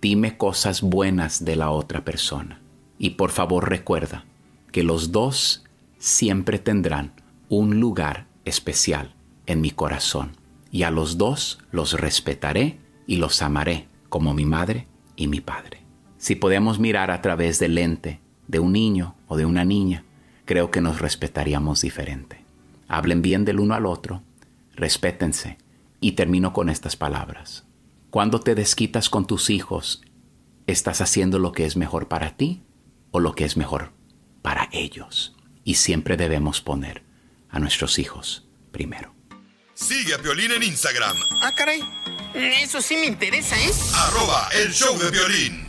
Speaker 5: dime cosas buenas de la otra persona. Y por favor recuerda que los dos siempre tendrán un lugar especial en mi corazón. Y a los dos los respetaré y los amaré como mi madre y mi padre. Si podemos mirar a través del lente de un niño o de una niña, creo que nos respetaríamos diferente. Hablen bien del uno al otro, respétense y termino con estas palabras. Cuando te desquitas con tus hijos, estás haciendo lo que es mejor para ti o lo que es mejor para ellos. Y siempre debemos poner a nuestros hijos primero.
Speaker 18: Sigue a Piolín en Instagram,
Speaker 19: Ah, caray. Eso sí me interesa, ¿eh? ¿es?
Speaker 18: arroba el show de Piolín.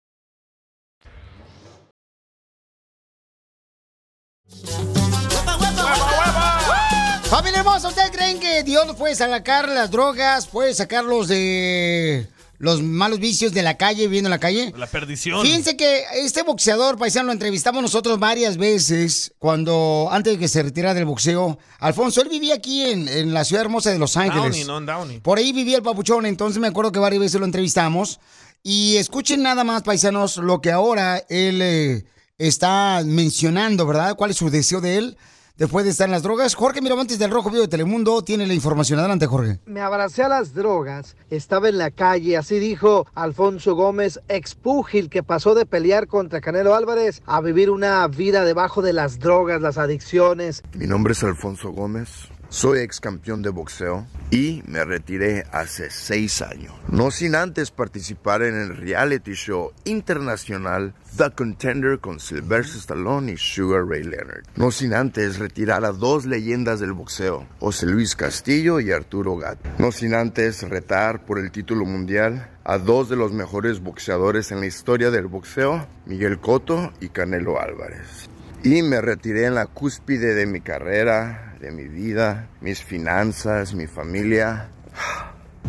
Speaker 1: Familia hermosa, ¿ustedes creen que Dios los puede sacar las drogas, puede sacarlos de los malos vicios de la calle, viviendo en la calle?
Speaker 2: La perdición.
Speaker 1: Fíjense que este boxeador, paisano, lo entrevistamos nosotros varias veces cuando, antes de que se retirara del boxeo. Alfonso, él vivía aquí en, en la ciudad hermosa de Los
Speaker 2: Downey,
Speaker 1: Ángeles.
Speaker 2: no en Downey.
Speaker 1: Por ahí vivía el papuchón, entonces me acuerdo que varias veces lo entrevistamos. Y escuchen nada más, paisanos, lo que ahora él eh, está mencionando, ¿verdad? ¿Cuál es su deseo de él después de estar en las drogas? Jorge Miramontes del Rojo Vivo de Telemundo tiene la información. Adelante, Jorge.
Speaker 4: Me abracé a las drogas, estaba en la calle, así dijo Alfonso Gómez, expúgil que pasó de pelear contra Canelo Álvarez a vivir una vida debajo de las drogas, las adicciones.
Speaker 25: Mi nombre es Alfonso Gómez. Soy ex campeón de boxeo y me retiré hace seis años. No sin antes participar en el reality show internacional The Contender con Sylvester Stallone y Sugar Ray Leonard. No sin antes retirar a dos leyendas del boxeo, José Luis Castillo y Arturo Gato. No sin antes retar por el título mundial a dos de los mejores boxeadores en la historia del boxeo, Miguel Cotto y Canelo Álvarez. Y me retiré en la cúspide de mi carrera, de mi vida, mis finanzas, mi familia.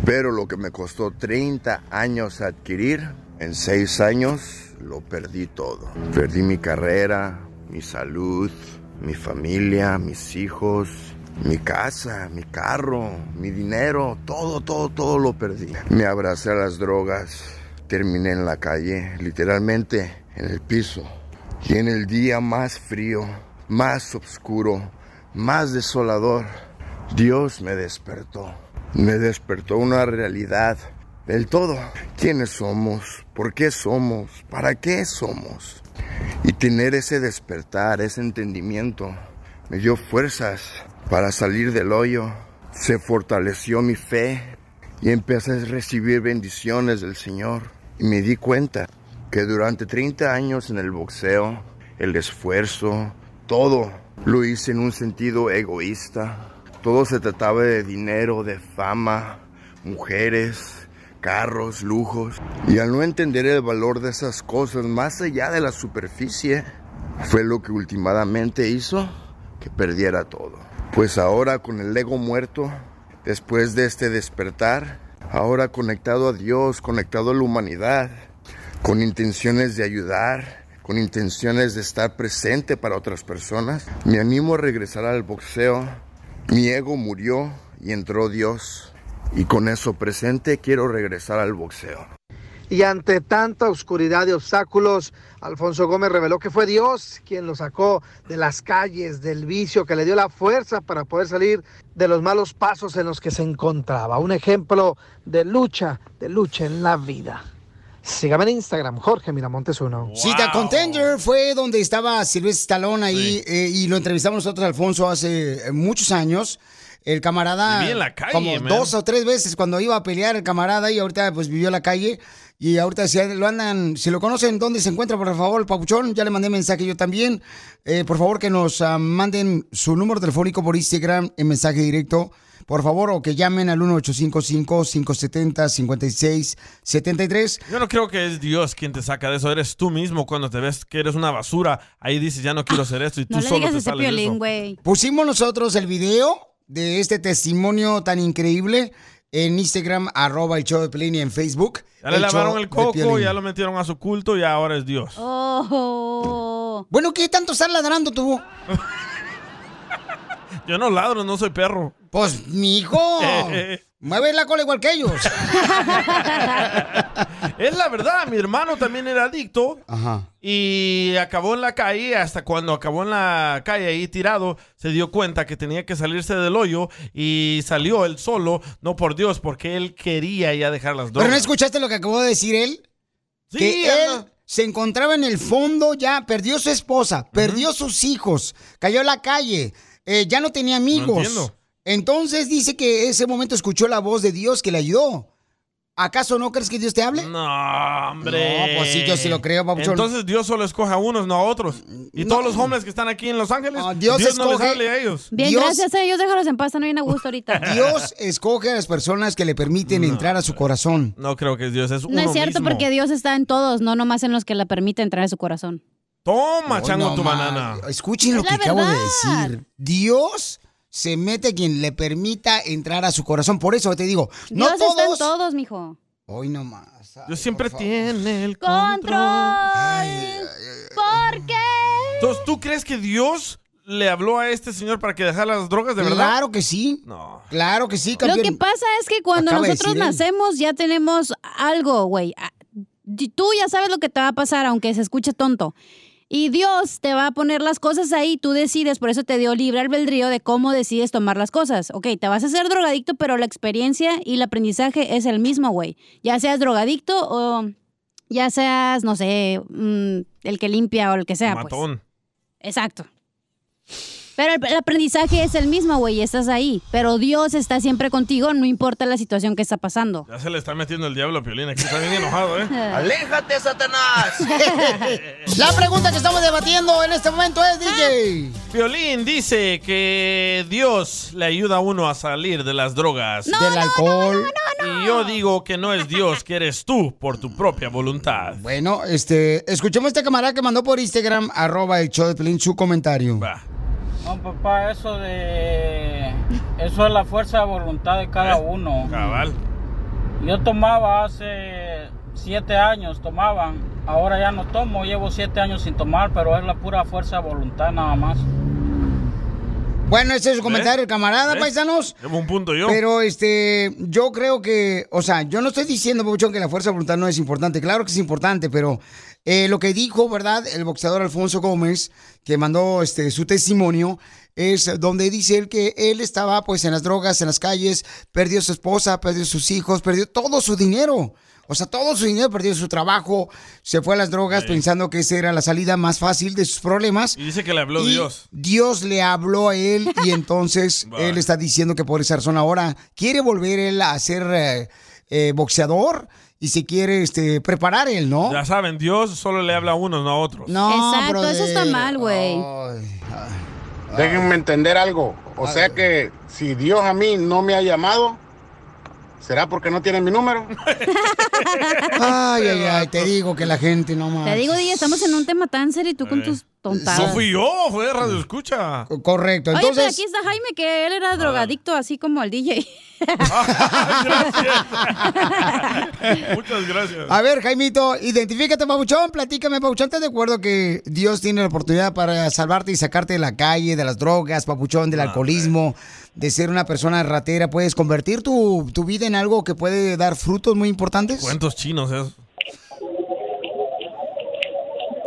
Speaker 25: Pero lo que me costó 30 años adquirir, en 6 años lo perdí todo. Perdí mi carrera, mi salud, mi familia, mis hijos, mi casa, mi carro, mi dinero, todo, todo, todo lo perdí. Me abracé a las drogas, terminé en la calle, literalmente en el piso. Y en el día más frío, más oscuro, más desolador, Dios me despertó. Me despertó una realidad del todo. ¿Quiénes somos? ¿Por qué somos? ¿Para qué somos? Y tener ese despertar, ese entendimiento, me dio fuerzas para salir del hoyo. Se fortaleció mi fe y empecé a recibir bendiciones del Señor. Y me di cuenta que durante 30 años en el boxeo, el esfuerzo, todo lo hice en un sentido egoísta. Todo se trataba de dinero, de fama, mujeres, carros, lujos. Y al no entender el valor de esas cosas más allá de la superficie, fue lo que últimamente hizo que perdiera todo. Pues ahora con el ego muerto, después de este despertar, ahora conectado a Dios, conectado a la humanidad, con intenciones de ayudar, con intenciones de estar presente para otras personas, me animo a regresar al boxeo. Mi ego murió y entró Dios. Y con eso presente quiero regresar al boxeo.
Speaker 4: Y ante tanta oscuridad y obstáculos, Alfonso Gómez reveló que fue Dios quien lo sacó de las calles, del vicio, que le dio la fuerza para poder salir de los malos pasos en los que se encontraba. Un ejemplo de lucha, de lucha en la vida. Sígame en Instagram, Jorge Miramontes uno.
Speaker 1: Sí, The Contender fue donde estaba Silvestre Stallone ahí eh, y lo entrevistamos nosotros, Alfonso, hace eh, muchos años. El camarada,
Speaker 2: Vivía en la calle,
Speaker 1: como
Speaker 2: man.
Speaker 1: dos o tres veces cuando iba a pelear el camarada y ahorita pues vivió en la calle y ahorita si lo andan, si lo conocen, ¿dónde se encuentra? Por favor, Papuchón, ya le mandé mensaje yo también. Eh, por favor que nos ah, manden su número telefónico por Instagram en mensaje directo. Por favor, o que llamen al 1855-570-5673.
Speaker 2: Yo no creo que es Dios quien te saca de eso. Eres tú mismo cuando te ves que eres una basura. Ahí dices, ya no quiero ser esto. Y tú solo te sales de eso.
Speaker 1: güey. Pusimos nosotros el video de este testimonio tan increíble en Instagram, arroba el show de Pelín y en Facebook.
Speaker 2: Ya le
Speaker 1: el show
Speaker 2: lavaron el
Speaker 1: de Piolín.
Speaker 2: coco, ya lo metieron a su culto y ahora es Dios.
Speaker 1: Bueno, ¿qué tanto estás ladrando tú?
Speaker 2: Yo no ladro, no soy perro.
Speaker 1: Pues, mi hijo, mueve la cola igual que ellos.
Speaker 2: es la verdad, mi hermano también era adicto
Speaker 1: Ajá.
Speaker 2: y acabó en la calle, hasta cuando acabó en la calle ahí tirado, se dio cuenta que tenía que salirse del hoyo y salió él solo, no por Dios, porque él quería ya dejar las
Speaker 1: ¿Pero no
Speaker 2: drogas.
Speaker 1: escuchaste lo que acabó de decir él?
Speaker 2: Sí,
Speaker 1: que
Speaker 2: anda.
Speaker 1: él se encontraba en el fondo ya, perdió su esposa, perdió sus hijos, cayó a la calle, eh, ya no tenía amigos.
Speaker 2: entiendo.
Speaker 1: Entonces dice que ese momento escuchó la voz de Dios que le ayudó. ¿Acaso no crees que Dios te hable?
Speaker 2: No, hombre.
Speaker 1: No, pues sí, yo sí lo creo, papuchón.
Speaker 2: Entonces Dios solo escoge a unos, no a otros. Y todos los hombres que están aquí en Los Ángeles,
Speaker 1: Ah, Dios
Speaker 2: Dios, no les
Speaker 1: escoge-
Speaker 2: hable a ellos.
Speaker 3: Bien, gracias a ellos, déjalos en paz, no bien a gusto ahorita.
Speaker 1: Dios escoge a las personas que le permiten entrar a su corazón.
Speaker 2: No creo que es Dios, es
Speaker 3: No
Speaker 2: uno
Speaker 3: es cierto,
Speaker 2: mismo.
Speaker 3: porque Dios está en todos, no nomás en los que la permite entrar a su corazón.
Speaker 2: Toma,
Speaker 1: Hoy
Speaker 2: chango,
Speaker 1: no
Speaker 2: tu
Speaker 1: más.
Speaker 2: banana.
Speaker 1: Escuchen lo
Speaker 3: Es
Speaker 1: que
Speaker 3: la
Speaker 1: acabo de
Speaker 3: verdad.
Speaker 1: decir. Dios se mete quien le permita entrar a su corazón. Por eso te digo, no
Speaker 3: Dios está en
Speaker 1: todos.
Speaker 3: todos, mijo.
Speaker 1: Hoy nomás.
Speaker 2: Yo siempre tiene el
Speaker 1: Eh,
Speaker 3: Control. ¿Por qué?
Speaker 2: Entonces, ¿tú crees que Dios le habló a este señor para que dejara las drogas de verdad?
Speaker 1: Claro que sí.
Speaker 2: No.
Speaker 1: Claro que sí,
Speaker 3: Lo
Speaker 1: campeón.
Speaker 3: que pasa es que cuando
Speaker 1: Acaba de
Speaker 3: nosotros
Speaker 1: decir él.
Speaker 3: nacemos ya tenemos algo, güey. Ah, y Tú ya sabes lo que te va a pasar, aunque se escuche tonto. Y Dios te va a poner las cosas ahí, tú decides, por eso te dio libre albedrío de cómo decides tomar las cosas. Ok, te vas a hacer drogadicto, pero la experiencia y el aprendizaje es el mismo, güey. Ya seas drogadicto o ya seas, no sé, mm, el que limpia o el que sea. pues.
Speaker 2: Matón.
Speaker 3: Exacto. Pero el, el aprendizaje es el mismo, güey, estás ahí. Pero Dios está siempre contigo, no importa la situación que está pasando.
Speaker 2: Ya se le está metiendo el diablo a Piolín. Aquí está bien enojado, ¿eh?
Speaker 1: ¡Aléjate, Satanás! La pregunta que estamos debatiendo en este momento es, DJ.
Speaker 2: Piolín dice que Dios le ayuda a uno a salir de las drogas.
Speaker 1: No, Del no, alcohol.
Speaker 2: Y yo digo que no es Dios, que eres tú por tu propia voluntad.
Speaker 1: Bueno, este, escuchemos a este camarada que mandó por Instagram, arroba el show de Pelín, su comentario.
Speaker 26: No, papá, eso de. Eso es la fuerza de voluntad de cada uno.
Speaker 2: Eh, Cabal.
Speaker 26: Yo tomaba hace siete años, tomaba. Ahora ya no tomo, llevo siete años sin tomar, pero es la pura fuerza de voluntad nada más.
Speaker 1: Bueno, ese es su comentario,
Speaker 26: ¿Eh?
Speaker 1: camarada,
Speaker 26: ¿Eh?
Speaker 1: paisanos.
Speaker 2: Llevo un punto yo.
Speaker 1: Pero este, yo creo que, o sea, yo no estoy diciendo, Pabuchón, que la fuerza de voluntad no es importante. Claro que es importante, pero eh, lo que dijo, ¿verdad? El boxeador Alfonso Gómez, que mandó este su testimonio, es donde dice él que él estaba pues en las drogas, en las calles, perdió su esposa, perdió sus hijos, perdió todo su dinero. O sea, todo su dinero, perdió su trabajo, se fue a las drogas pensando que esa era la salida más fácil de sus problemas.
Speaker 2: Y dice que le habló
Speaker 1: Y
Speaker 2: Dios.
Speaker 1: Dios le habló a él y entonces él está diciendo que por esa razón ahora quiere volver él a ser eh, eh, boxeador y se quiere este, preparar él, ¿no?
Speaker 2: Ya saben, Dios solo le habla a unos, no a otros.
Speaker 1: No,
Speaker 3: Exacto, eso está
Speaker 1: brother.
Speaker 3: mal, güey.
Speaker 2: Ah.
Speaker 10: Déjenme entender algo. O sea que si Dios a mí no me ha llamado, ¿será porque no tiene mi número?
Speaker 1: Ay, ay, ay, te digo que la gente no más.
Speaker 3: Te digo, DJ, estamos en un tema tan serio y tú
Speaker 1: Eh.
Speaker 3: con tus tontadas.
Speaker 2: No fui yo, fue Radio Escucha.
Speaker 1: Correcto,
Speaker 3: Oye, pero
Speaker 1: entonces.
Speaker 3: aquí está Jaime, que él era drogadicto, así como el DJ.
Speaker 2: Muchas gracias.
Speaker 1: A ver, Jaimito, identifícate, Pabuchón, platícame, Pabuchón, ¿estás de acuerdo que Dios tiene la oportunidad para salvarte y sacarte de la calle, de las drogas, Pabuchón,
Speaker 2: Ah,
Speaker 1: del alcoholismo, de ser una persona ratera? ¿Puedes convertir tu, tu vida en algo que puede dar frutos muy importantes?
Speaker 2: Cuentos chinos, eso.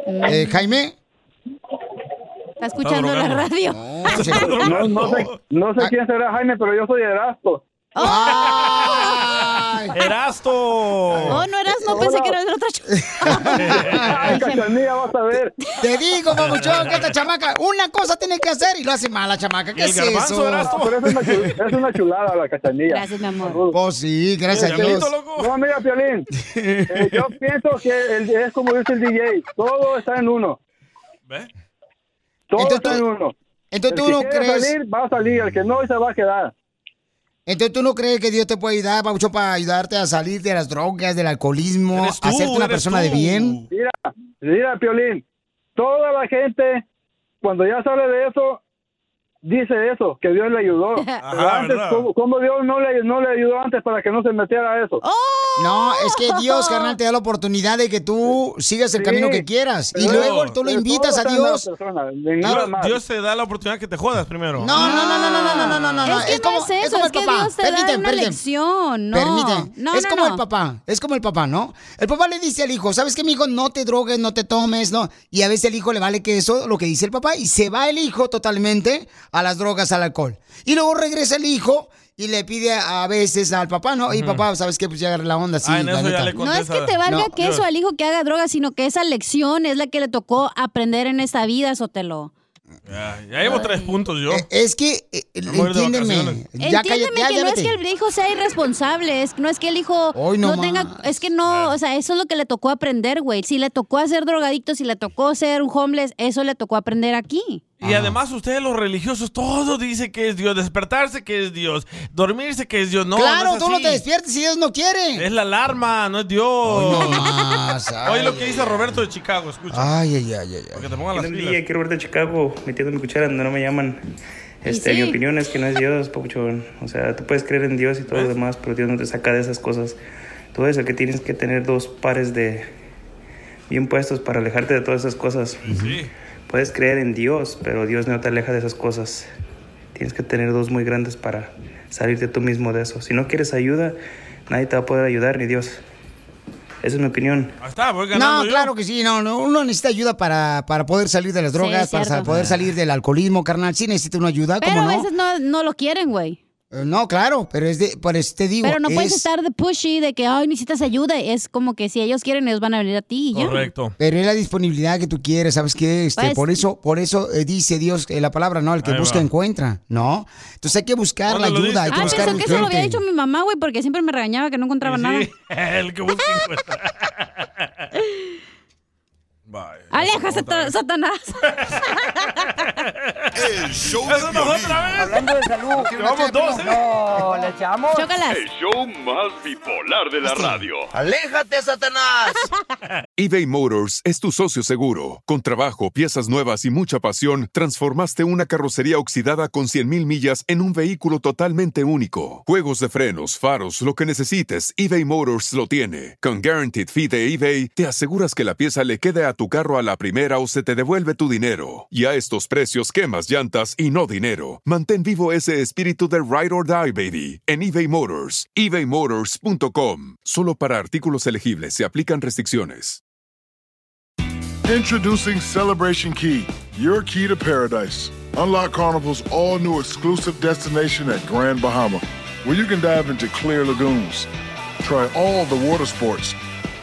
Speaker 1: Eh, Jaime.
Speaker 3: Está escuchando la
Speaker 1: drogando.
Speaker 3: radio. Oh,
Speaker 27: No, no sé, no
Speaker 1: Ah.
Speaker 27: sé quién será Jaime, pero yo soy Erasto.
Speaker 2: ¡Erasto!
Speaker 3: Oh, no eras, no pensé que eras de otra
Speaker 27: Ay, cachanilla, vas a ver.
Speaker 1: Te digo, Pabuchón, que esta chamaca, una cosa tiene que hacer y lo hace mal la chamaca. ¿Qué es eso?
Speaker 27: No, pero es una, chul- es una chulada la cachanilla.
Speaker 1: Gracias, mi amor. Oh, sí, gracias a
Speaker 27: Dios.
Speaker 1: Dios.
Speaker 27: No, mira, Piolín. eh, yo pienso que el- es como dice el DJ, todo está en uno.
Speaker 2: ¿Ves?
Speaker 27: Todo
Speaker 1: Entonces
Speaker 27: está en
Speaker 1: tú-
Speaker 27: uno.
Speaker 1: entonces tú
Speaker 27: el
Speaker 1: no
Speaker 27: que quiera
Speaker 1: crees-
Speaker 27: salir, va a salir, el que no, se va a quedar.
Speaker 1: Entonces, ¿tú no crees que Dios te puede ayudar, Pabuchón, para ayudarte a salir de las drogas, del alcoholismo,
Speaker 27: Eres tú,
Speaker 1: a hacerte una
Speaker 27: eres
Speaker 1: persona
Speaker 27: tú.
Speaker 1: de bien?
Speaker 27: Mira, mira, Piolín, toda la gente, cuando ya sale de eso, dice eso, que Dios le ayudó. Pero antes,
Speaker 1: ¿verdad?
Speaker 27: ¿cómo, cómo Dios no le, no le ayudó antes para que no se metiera a eso?
Speaker 2: ¡Oh!
Speaker 1: No, es que Dios, carnal, te da la oportunidad de que tú sigas el
Speaker 27: Sí,
Speaker 1: camino que quieras. Y
Speaker 27: pero-
Speaker 1: luego tú lo
Speaker 27: pero
Speaker 1: invitas
Speaker 27: todo
Speaker 1: a
Speaker 27: está en la
Speaker 1: Dios.
Speaker 27: persona, en nada
Speaker 2: Dios,
Speaker 27: más.
Speaker 2: Dios te da la oportunidad que te jodas primero.
Speaker 1: No, no, no, no, no, no, no, no, no, no.
Speaker 3: Es que no es eso,
Speaker 1: como
Speaker 3: es
Speaker 1: el
Speaker 3: que
Speaker 1: papá.
Speaker 3: Dios te da
Speaker 1: Permíteme,
Speaker 3: una
Speaker 1: permíteme.
Speaker 3: lección, no.
Speaker 1: Permíteme.
Speaker 3: No,
Speaker 1: es
Speaker 3: no,
Speaker 1: como
Speaker 3: no.
Speaker 1: el papá, es como el papá, ¿no? El papá le dice al hijo, ¿sabes qué, mi hijo? No te drogues, no te tomes, no. Y a veces el hijo le vale que eso, lo que dice el papá, y se va el hijo totalmente a las drogas, al alcohol. Y luego regresa el hijo y le pide a veces al papá, ¿no? Y
Speaker 2: Ujú.
Speaker 1: papá, ¿sabes qué? Pues ya agarré la onda, sí.
Speaker 2: Ah, en
Speaker 1: la
Speaker 2: eso ya
Speaker 1: neta.
Speaker 2: le
Speaker 3: No es que te valga
Speaker 1: No.
Speaker 3: queso
Speaker 1: Dios.
Speaker 3: al hijo que haga droga, sino que esa lección es la que le tocó aprender en esta vida, Sotelo.
Speaker 2: Ya, ya llevo tres puntos yo.
Speaker 1: Es que,
Speaker 2: voy a ir de
Speaker 1: entiéndeme,
Speaker 2: vacaciones.
Speaker 1: Ya
Speaker 3: Entiéndeme
Speaker 1: cállate, ya,
Speaker 3: que
Speaker 1: ya
Speaker 3: no
Speaker 1: vete.
Speaker 3: es que el hijo sea irresponsable, es, no es que el hijo
Speaker 1: Hoy
Speaker 3: no
Speaker 1: nomás.
Speaker 3: tenga, es que no,
Speaker 2: Eh.
Speaker 3: o sea, eso es lo que le tocó aprender, güey. Si le tocó ser drogadicto, si le tocó ser un homeless, eso le tocó aprender aquí.
Speaker 2: Y además ustedes los religiosos, todo dice que es Dios, despertarse que es Dios, dormirse que es Dios. No,
Speaker 1: claro,
Speaker 2: no es
Speaker 1: tú no
Speaker 2: así.
Speaker 1: te despiertes si Dios no quiere.
Speaker 2: Es la alarma, no es Dios.
Speaker 1: Hoy nomás,
Speaker 2: Oye
Speaker 1: ay,
Speaker 2: lo que dice Roberto de Chicago, escucha.
Speaker 1: Ay, ay, ay, ay. ay.
Speaker 2: Que te pongan las
Speaker 6: Buenos
Speaker 2: pilas.
Speaker 6: días, aquí Roberto de Chicago, metiendo mi cuchara donde no me llaman. Este,
Speaker 3: sí.
Speaker 6: Mi opinión es que no es Dios, Papuchón. O sea, tú puedes creer en Dios y todo
Speaker 2: Pues.
Speaker 6: lo demás, pero Dios no te saca de esas cosas. Tú eres el que tienes que tener dos pares de bien puestos para alejarte de todas esas cosas. Puedes creer en Dios, pero Dios no te aleja de esas cosas. Tienes que tener dos muy grandes para salirte tú mismo de eso. Si no quieres ayuda, nadie te va a poder ayudar, ni Dios. Esa es mi opinión.
Speaker 2: Ahí está, voy ganando
Speaker 1: No,
Speaker 2: yo.
Speaker 1: claro que sí, no, no, uno necesita ayuda para, para poder salir de las
Speaker 3: Sí,
Speaker 1: drogas,
Speaker 3: es
Speaker 1: para sa-
Speaker 3: cierto.
Speaker 1: poder salir del alcoholismo, carnal. Sí necesita una ayuda,
Speaker 3: Pero
Speaker 1: Ah, ¿cómo no?
Speaker 3: a veces no, no lo quieren, güey.
Speaker 1: Eh, No, claro, pero es de, por eso te digo.
Speaker 3: Pero no puedes
Speaker 1: es-
Speaker 3: estar de pushy, de que, ay, necesitas ayuda. Es como que si ellos quieren, ellos van a venir a ti. y ya.
Speaker 1: Pero es la disponibilidad que tú quieres, ¿sabes qué? Este,
Speaker 3: Pues-
Speaker 1: por eso, por eso eh, dice Dios eh, la palabra, ¿no? El que
Speaker 3: Ahí
Speaker 1: busca
Speaker 3: va.
Speaker 1: encuentra, ¿no? Entonces hay que buscar la
Speaker 2: ¿Dónde lo
Speaker 1: ayuda, hay
Speaker 2: dice?
Speaker 1: que
Speaker 3: Ah,
Speaker 1: buscar
Speaker 3: pensé que eso lo había
Speaker 1: urgente.
Speaker 3: dicho mi mamá, güey, porque siempre me regañaba que no encontraba nada.
Speaker 2: Sí, el que busca encuentra. Bye.
Speaker 3: Aleja, sata- Satanás.
Speaker 18: El show
Speaker 2: de Piolín.
Speaker 24: Hablando de salud.
Speaker 2: Llevamos dos,
Speaker 24: No, le echamos.
Speaker 8: El show más bipolar de la radio.
Speaker 24: ¡Aléjate, Satanás!
Speaker 18: eBay Motors es tu socio seguro. Con trabajo, piezas nuevas y mucha pasión, transformaste una carrocería oxidada con 100.000 millas en un vehículo totalmente único. Juegos de frenos, faros, lo que necesites, eBay Motors lo tiene. Con Guaranteed Fee de eBay, te aseguras que la pieza le quede a tu carro a la primera o se te devuelve tu dinero. Y a estos precios, quemas llantas y no dinero. Mantén vivo ese espíritu de Ride or Die, baby, en eBay Motors. ebaymotors.com. Solo para artículos elegibles se aplican restricciones.
Speaker 17: Introducing Celebration Key, your key to paradise. Unlock Carnival's all new exclusive destination at Grand Bahama, where you can dive into clear lagoons, try all the water sports,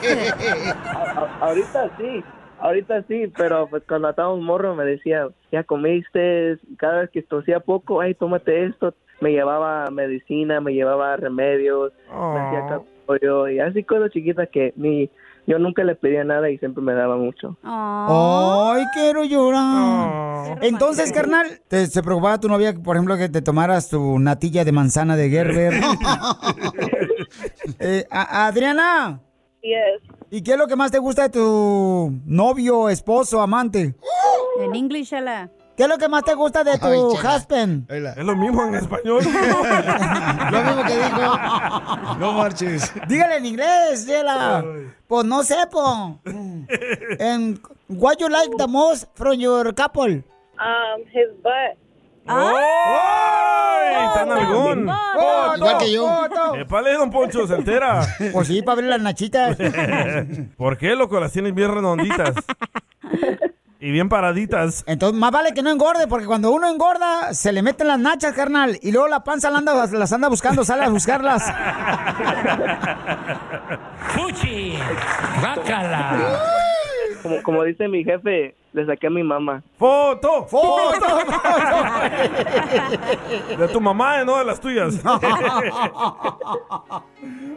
Speaker 28: A- a- ahorita sí, ahorita sí, pero pues cuando estábamos morro me decía, ya comiste, cada vez que tosía poco, ay, tómate esto. Me llevaba medicina, me llevaba remedios, me hacía
Speaker 13: Aw.
Speaker 28: capullo y así cosas chiquitas que ni yo nunca le pedía nada y siempre me daba mucho.
Speaker 1: Ah, Ay, quiero llorar. Entonces, carnal, ¿te, ¿se preocupaba tu novia, por ejemplo, que te tomaras tu natilla de manzana de Gerber? Eh, a- Adriana. ¿Y qué es lo que más te gusta de tu novio, esposo, amante?
Speaker 3: En inglés, Shala.
Speaker 1: ¿Qué es lo que más te gusta de tu
Speaker 3: Ay, chela.
Speaker 1: husband?
Speaker 2: Es lo mismo en español.
Speaker 1: Lo mismo que dijo.
Speaker 23: No marches.
Speaker 1: Dígale en inglés, Yela. Pues no sé, po. En what you like the most from your couple?
Speaker 29: Um, his butt.
Speaker 2: Tan algón.
Speaker 1: Foto, Igual que yo. Eh, foto.
Speaker 2: Epale, don Poncho, se entera.
Speaker 1: Pues sí, para abrir las nachitas.
Speaker 2: ¿Por qué, loco? Las tienes bien redonditas. Y bien paraditas.
Speaker 1: pues, Entonces, más vale que no engorde, porque cuando uno engorda, se le meten las nachas, carnal, y luego la panza la anda- las anda buscando, sale a buscarlas.
Speaker 13: ¡Fuchi!
Speaker 28: Como, como dice mi jefe, le saqué a mi mamá.
Speaker 2: ¡Foto!
Speaker 13: Oh,
Speaker 28: ¡Foto!
Speaker 2: De tu mamá, no de las tuyas.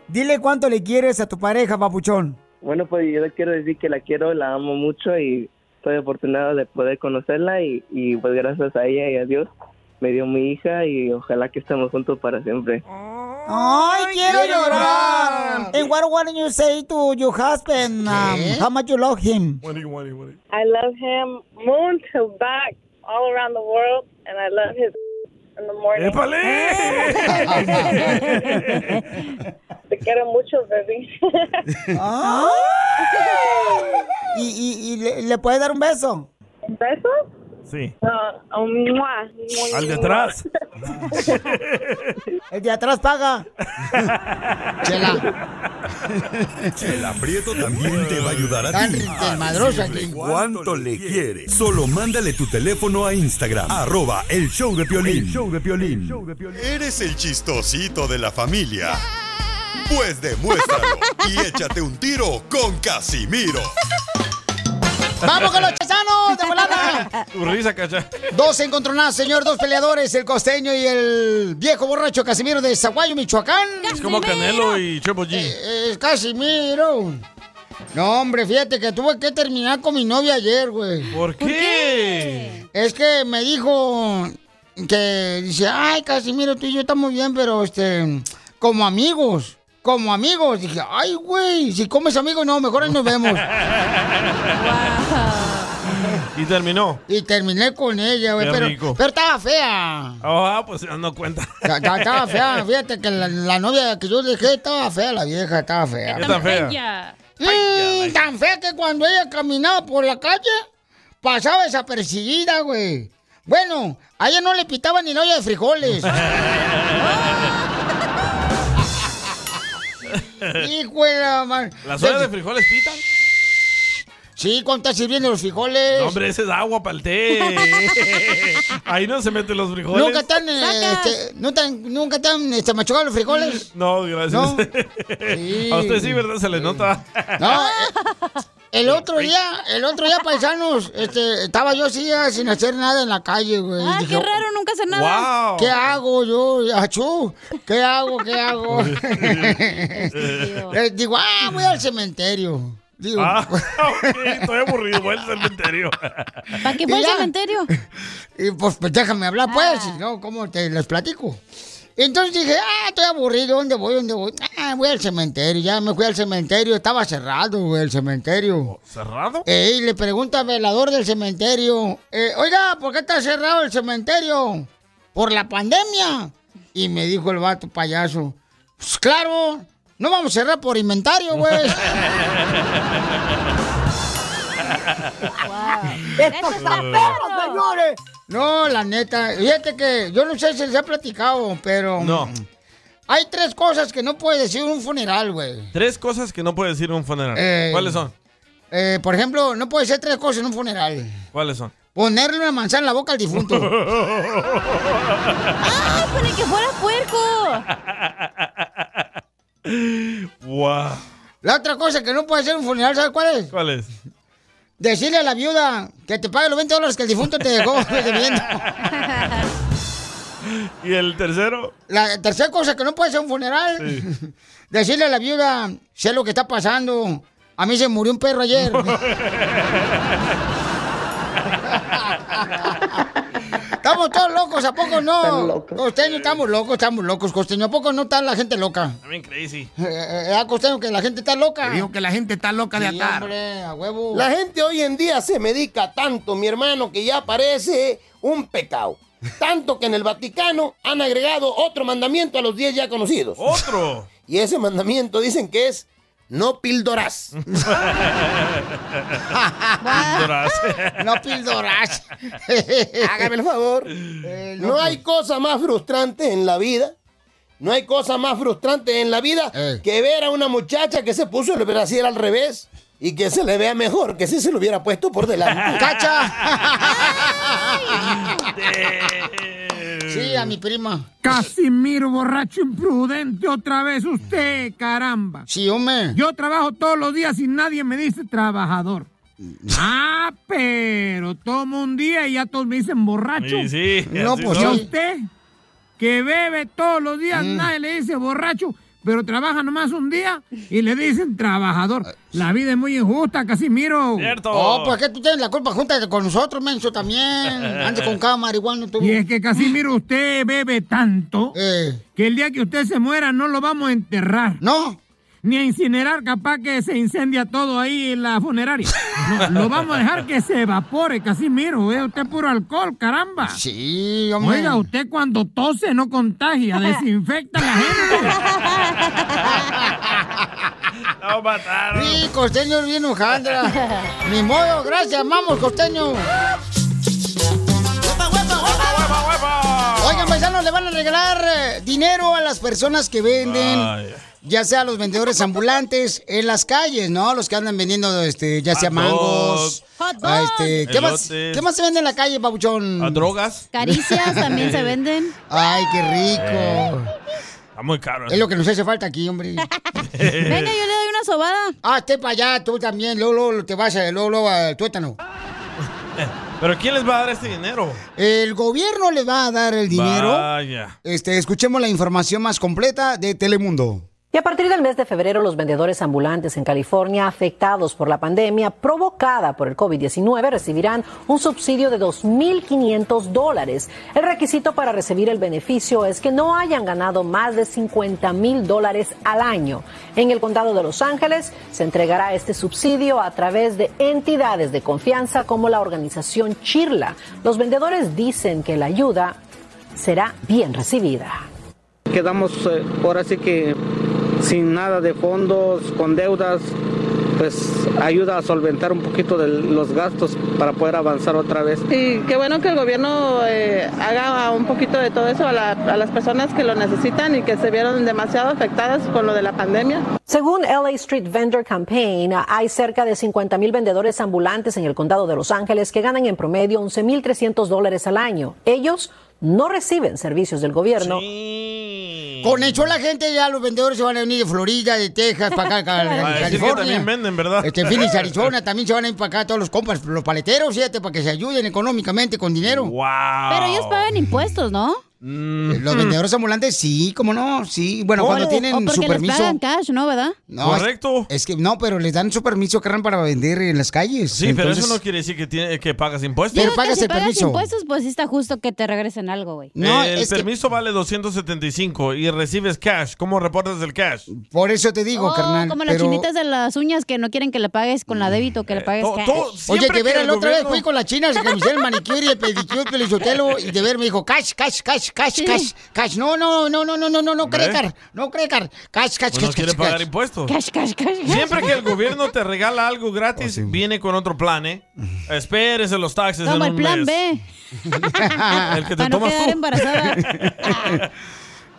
Speaker 1: Dile cuánto le quieres a tu pareja, papuchón.
Speaker 28: Bueno, pues yo le quiero decir que la quiero, la amo mucho y estoy afortunado de poder conocerla y, y pues gracias a ella y a Dios me dio mi hija y ojalá que estemos juntos para siempre.
Speaker 1: ¡Ay, quiero, llorar! And what want you say to your husband? um, how much you love him?
Speaker 29: I love him moon to back all around the world, and I love his in the morning. Te quiero mucho, baby.
Speaker 1: Ah. ¿Y, y- y le, le puedes dar un beso?
Speaker 29: ¿Un beso?
Speaker 2: Sí.
Speaker 29: No, un mua. mua,
Speaker 2: Al de
Speaker 29: mua.
Speaker 2: atrás.
Speaker 1: El de atrás paga.
Speaker 5: El aprieto también te va a ayudar a
Speaker 1: Tan
Speaker 5: ti.
Speaker 1: desmadroso aquí.
Speaker 5: Dile ¿Cuánto le quieres? Solo mándale tu teléfono a Instagram. Arroba el show de Piolín. ¿Eres el chistosito de la familia? Pues demuéstralo y échate un tiro con Casimiro.
Speaker 1: ¡Vamos con los chesanos de volada!
Speaker 2: Tu risa, cacha.
Speaker 1: Dos encontronazos, señor, dos peleadores, el costeño y el viejo borracho Casimiro de Zaguayo, Michoacán.
Speaker 2: Es como Canelo y Triple G.
Speaker 1: Es Eh, Casimiro. No, hombre, fíjate que tuve que terminar con mi novia ayer, güey.
Speaker 2: ¿Por qué?
Speaker 1: Es que me dijo que dice, ay, Casimiro, tú y yo estamos bien, pero este, como amigos, como amigos. Dije, ay, güey, si comes amigos, no, mejor ahí nos vemos.
Speaker 2: Y terminó.
Speaker 1: Y terminé con ella, güey,
Speaker 2: Qué
Speaker 1: pero,
Speaker 2: rico.
Speaker 1: pero estaba fea.
Speaker 2: Ah, pues se dando cuenta.
Speaker 1: Ta- ta- Estaba fea, fíjate que la, la novia que yo dejé estaba fea, la vieja estaba fea.
Speaker 2: ¿Qué tan fea?
Speaker 1: Mm, tan fea que cuando ella caminaba por la calle, pasaba desapercibida, güey. Bueno, a ella no le pitaba ni la olla de frijoles. Hijo de la mar-
Speaker 2: ¿Las ollas de frijoles pitan?
Speaker 1: Sí, cuando está sirviendo los frijoles.
Speaker 2: No, hombre, ese es agua para el té. Ahí no se meten los frijoles.
Speaker 1: Nunca están, eh, este, no tan- nunca están este, machucados los frijoles.
Speaker 2: No, gracias.
Speaker 1: No.
Speaker 2: A usted sí, ¿verdad? Se le nota.
Speaker 1: No, eh, el
Speaker 2: Mm.
Speaker 1: otro día, el otro día, paisanos, este, estaba yo así ah, sin hacer nada en la calle, güey.
Speaker 3: Ah,
Speaker 1: Dije,
Speaker 3: qué raro, nunca hacer nada.
Speaker 1: ¿Qué hago yo? Achú, ¿qué hago? ¿Qué hago?
Speaker 3: Estúpido.
Speaker 1: Eh, Les digo, ah, voy al cementerio. Digo,
Speaker 2: Ah, ok, estoy aburrido, voy al cementerio.
Speaker 27: ¿Para qué fue el
Speaker 1: Ya.
Speaker 27: cementerio? Ah.
Speaker 1: Y pues, pues, déjame hablar, pues, si no, ¿cómo te les platico? Entonces dije, ah, estoy aburrido, ¿dónde voy? ¿Dónde voy? Ah, voy al cementerio, ya me fui al cementerio, estaba cerrado güey, el cementerio.
Speaker 2: ¿Cerrado?
Speaker 1: Eh, y le pregunta al velador del cementerio, eh, oiga, ¿por qué está cerrado el cementerio? Por la pandemia. Y me dijo el vato payaso, pues claro, no vamos a cerrar por inventario, pues". güey.
Speaker 8: ¡Esto está perro,
Speaker 1: señores! No, la neta. Fíjate que yo no sé si se ha platicado, pero.
Speaker 2: No.
Speaker 1: Hay tres cosas que no puede decir un funeral, güey.
Speaker 2: Tres cosas que no puede decir en un funeral.
Speaker 1: Eh.
Speaker 2: ¿Cuáles son?
Speaker 1: Eh, por ejemplo, no puede ser tres cosas en un funeral.
Speaker 2: ¿Cuáles son?
Speaker 1: Ponerle una manzana en la boca al difunto.
Speaker 27: ¡Ay, para Ah, que fuera puerco!
Speaker 2: Wow.
Speaker 1: La otra cosa que no puede ser un funeral, ¿sabes cuál es?
Speaker 2: ¿Cuál es?
Speaker 1: Decirle a la viuda que te pague los 20 dólares que el difunto te dejó debiendo.
Speaker 2: ¿Y el tercero?
Speaker 1: La tercera cosa que no puede ser un funeral.
Speaker 2: Sí.
Speaker 1: Decirle a la viuda, sé lo que está pasando. A mí se murió un perro ayer. Estamos todos locos, ¿a poco
Speaker 8: Están
Speaker 1: no?
Speaker 8: locos.
Speaker 1: Costeño, estamos locos, estamos locos, costeño. ¿A poco no está la gente loca?
Speaker 2: También crazy.
Speaker 1: Eh, eh, ah, costeño, que la gente está loca.
Speaker 19: Te digo que la gente está loca de
Speaker 1: Sí,
Speaker 19: atar.
Speaker 13: Eh,
Speaker 1: hombre, a huevo.
Speaker 19: La gente hoy en día se medica tanto, mi hermano, que ya parece un pecado. Tanto que en el Vaticano han agregado otro mandamiento a los 10 ya conocidos.
Speaker 2: ¡Otro!
Speaker 19: Y ese mandamiento dicen que es no pildorás.
Speaker 2: Píldoras.
Speaker 1: No pildorás. Eh, pues.
Speaker 19: Hágame el favor. Eh, No hay cosa más frustrante en la vida. No hay cosa más frustrante en la vida
Speaker 1: Eh.
Speaker 19: que ver a una muchacha que se puso el brasier al revés y que se le vea mejor que si se lo hubiera puesto por delante.
Speaker 1: Sí, a mi prima.
Speaker 19: Casimiro, borracho imprudente, otra vez usted, caramba.
Speaker 1: Sí, hombre.
Speaker 19: Yo trabajo todos los días y nadie me dice trabajador. Ah, pero tomo un día y ya todos me dicen borracho.
Speaker 8: Sí, sí, No, así pues
Speaker 19: ¿Y a
Speaker 8: son.
Speaker 19: usted? Que bebe todos los días,
Speaker 1: Mm.
Speaker 19: nadie le dice borracho, pero trabaja nomás un día y le dicen trabajador. La vida es muy injusta, Casimiro.
Speaker 1: Oh, pues que tú tienes la culpa junta con nosotros, menso, también. Antes con cada marihuana tú. Eh.
Speaker 19: Y es que Casimiro, usted bebe tanto que el día que usted se muera no lo vamos a enterrar.
Speaker 1: No.
Speaker 19: Ni a incinerar, capaz que se incendia todo ahí en la funeraria. No, lo vamos a dejar que se evapore, Casimiro. Es usted puro alcohol, caramba.
Speaker 1: Sí,
Speaker 8: hombre.
Speaker 19: Oiga, usted cuando tose no contagia, desinfecta a la gente.
Speaker 2: No mataron.
Speaker 1: Sí, costeño es bien hojandra. Ni modo, gracias, vamos, costeño. Oigan, paisanos, le van a regalar eh, dinero a las personas que venden.
Speaker 8: Vaya.
Speaker 1: Ya sea a los vendedores ambulantes en las calles, ¿no? Los que andan vendiendo, este, ya sea
Speaker 2: Hot
Speaker 1: mangos.
Speaker 27: dog. Hot
Speaker 1: ah,
Speaker 27: dog.
Speaker 1: este, ¿qué, más,
Speaker 2: Elotes.
Speaker 1: ¿Qué más se vende en la calle, babuchón?
Speaker 2: ¿A drogas?
Speaker 27: Caricias también se venden.
Speaker 1: Ay, qué
Speaker 2: Eh.
Speaker 1: rico.
Speaker 2: Está muy caro.
Speaker 1: Es lo que nos hace falta aquí, hombre.
Speaker 2: Eh.
Speaker 27: Venga, yo le doy una sobada.
Speaker 1: Ah, esté para allá, tú también. Luego, luego te vas a, luego, luego al tuétano.
Speaker 2: ¿Pero quién les va a dar este dinero?
Speaker 1: El gobierno le va a dar el dinero.
Speaker 2: Vaya.
Speaker 1: Este, escuchemos la información más completa de Telemundo.
Speaker 16: Y a partir del mes de febrero, los vendedores ambulantes en California afectados por la pandemia provocada por el COVID-19 recibirán un subsidio de 2.500 dólares. El requisito para recibir el beneficio es que no hayan ganado más de 50.000 dólares al año. En el condado de Los Ángeles se entregará este subsidio a través de entidades de confianza como la organización Chirla. Los vendedores dicen que la ayuda será bien recibida.
Speaker 13: Quedamos eh, ahora sí que sin nada de fondos, con deudas, pues ayuda a solventar un poquito de los gastos para poder avanzar otra vez.
Speaker 22: Y qué bueno que el gobierno eh, haga un poquito de todo eso a, la- a las personas que lo necesitan y que se vieron demasiado afectadas con lo de la pandemia.
Speaker 16: Según LA Street Vendor Campaign, hay cerca de 50 mil vendedores ambulantes en el condado de Los Ángeles que ganan en promedio 11.300 dólares al año. Ellos no reciben servicios del gobierno.
Speaker 2: Mm.
Speaker 1: Con hecho la gente ya los vendedores se van a venir de Florida, de Texas, para acá,
Speaker 2: Ah,
Speaker 1: para
Speaker 2: es que también
Speaker 1: California.
Speaker 2: venden, ¿verdad?
Speaker 1: Este Phoenix, Arizona, también se van a ir para acá todos los compas, los paleteros, fíjate, para que se ayuden económicamente con dinero. Eh,
Speaker 2: Wow.
Speaker 27: Pero ellos pagan impuestos, ¿no?
Speaker 2: Mm.
Speaker 1: Los vendedores ambulantes, sí, cómo no, sí. Bueno, cuando tienen
Speaker 3: Oh, o
Speaker 1: su
Speaker 3: porque les
Speaker 1: permiso.
Speaker 3: pagan cash, ¿no? ¿Verdad?
Speaker 1: No, es- Es, que no, pero les dan su permiso, carran, para vender en las calles.
Speaker 2: Sí, pero eso
Speaker 1: Entonces-
Speaker 2: no quiere decir que, tiene, que pagas impuestos.
Speaker 3: Yo digo que si pagas impuestos, pues sí está justo que te regresen algo, güey.
Speaker 2: el permiso vale 275 y recibes cash. ¿Cómo reportas el cash?
Speaker 1: Por eso te digo,
Speaker 3: Oh, como las chinitas de las uñas que no quieren que le pagues con la débito, que le pagues
Speaker 1: Eh, to-
Speaker 3: cash.
Speaker 1: to- siempre Oye, que Vera, que el la otra vez gobierno- fui con la china, se camisé el manicure y el pedicure, el pelizotelo, y de ver me dijo, cash, cash, cash, cash, cash, cash. No, no, no, no, no, no, no, no,
Speaker 2: Hombre.
Speaker 1: crecar, no, crecar. Cash, cash,
Speaker 2: Pues no
Speaker 1: cash,
Speaker 2: quiere
Speaker 1: cash,
Speaker 2: pagar
Speaker 1: cash.
Speaker 2: impuestos.
Speaker 1: Cash, cash, cash, cash.
Speaker 2: Siempre que el gobierno te regala algo gratis,
Speaker 1: Oh,
Speaker 2: viene con otro plan, ¿eh? Espérese los taxes
Speaker 3: Como
Speaker 2: en
Speaker 3: el
Speaker 2: un
Speaker 3: plan
Speaker 2: mes.
Speaker 3: B.
Speaker 2: El que te
Speaker 3: Para no
Speaker 2: tomas
Speaker 3: quedar
Speaker 2: tú.
Speaker 3: embarazada.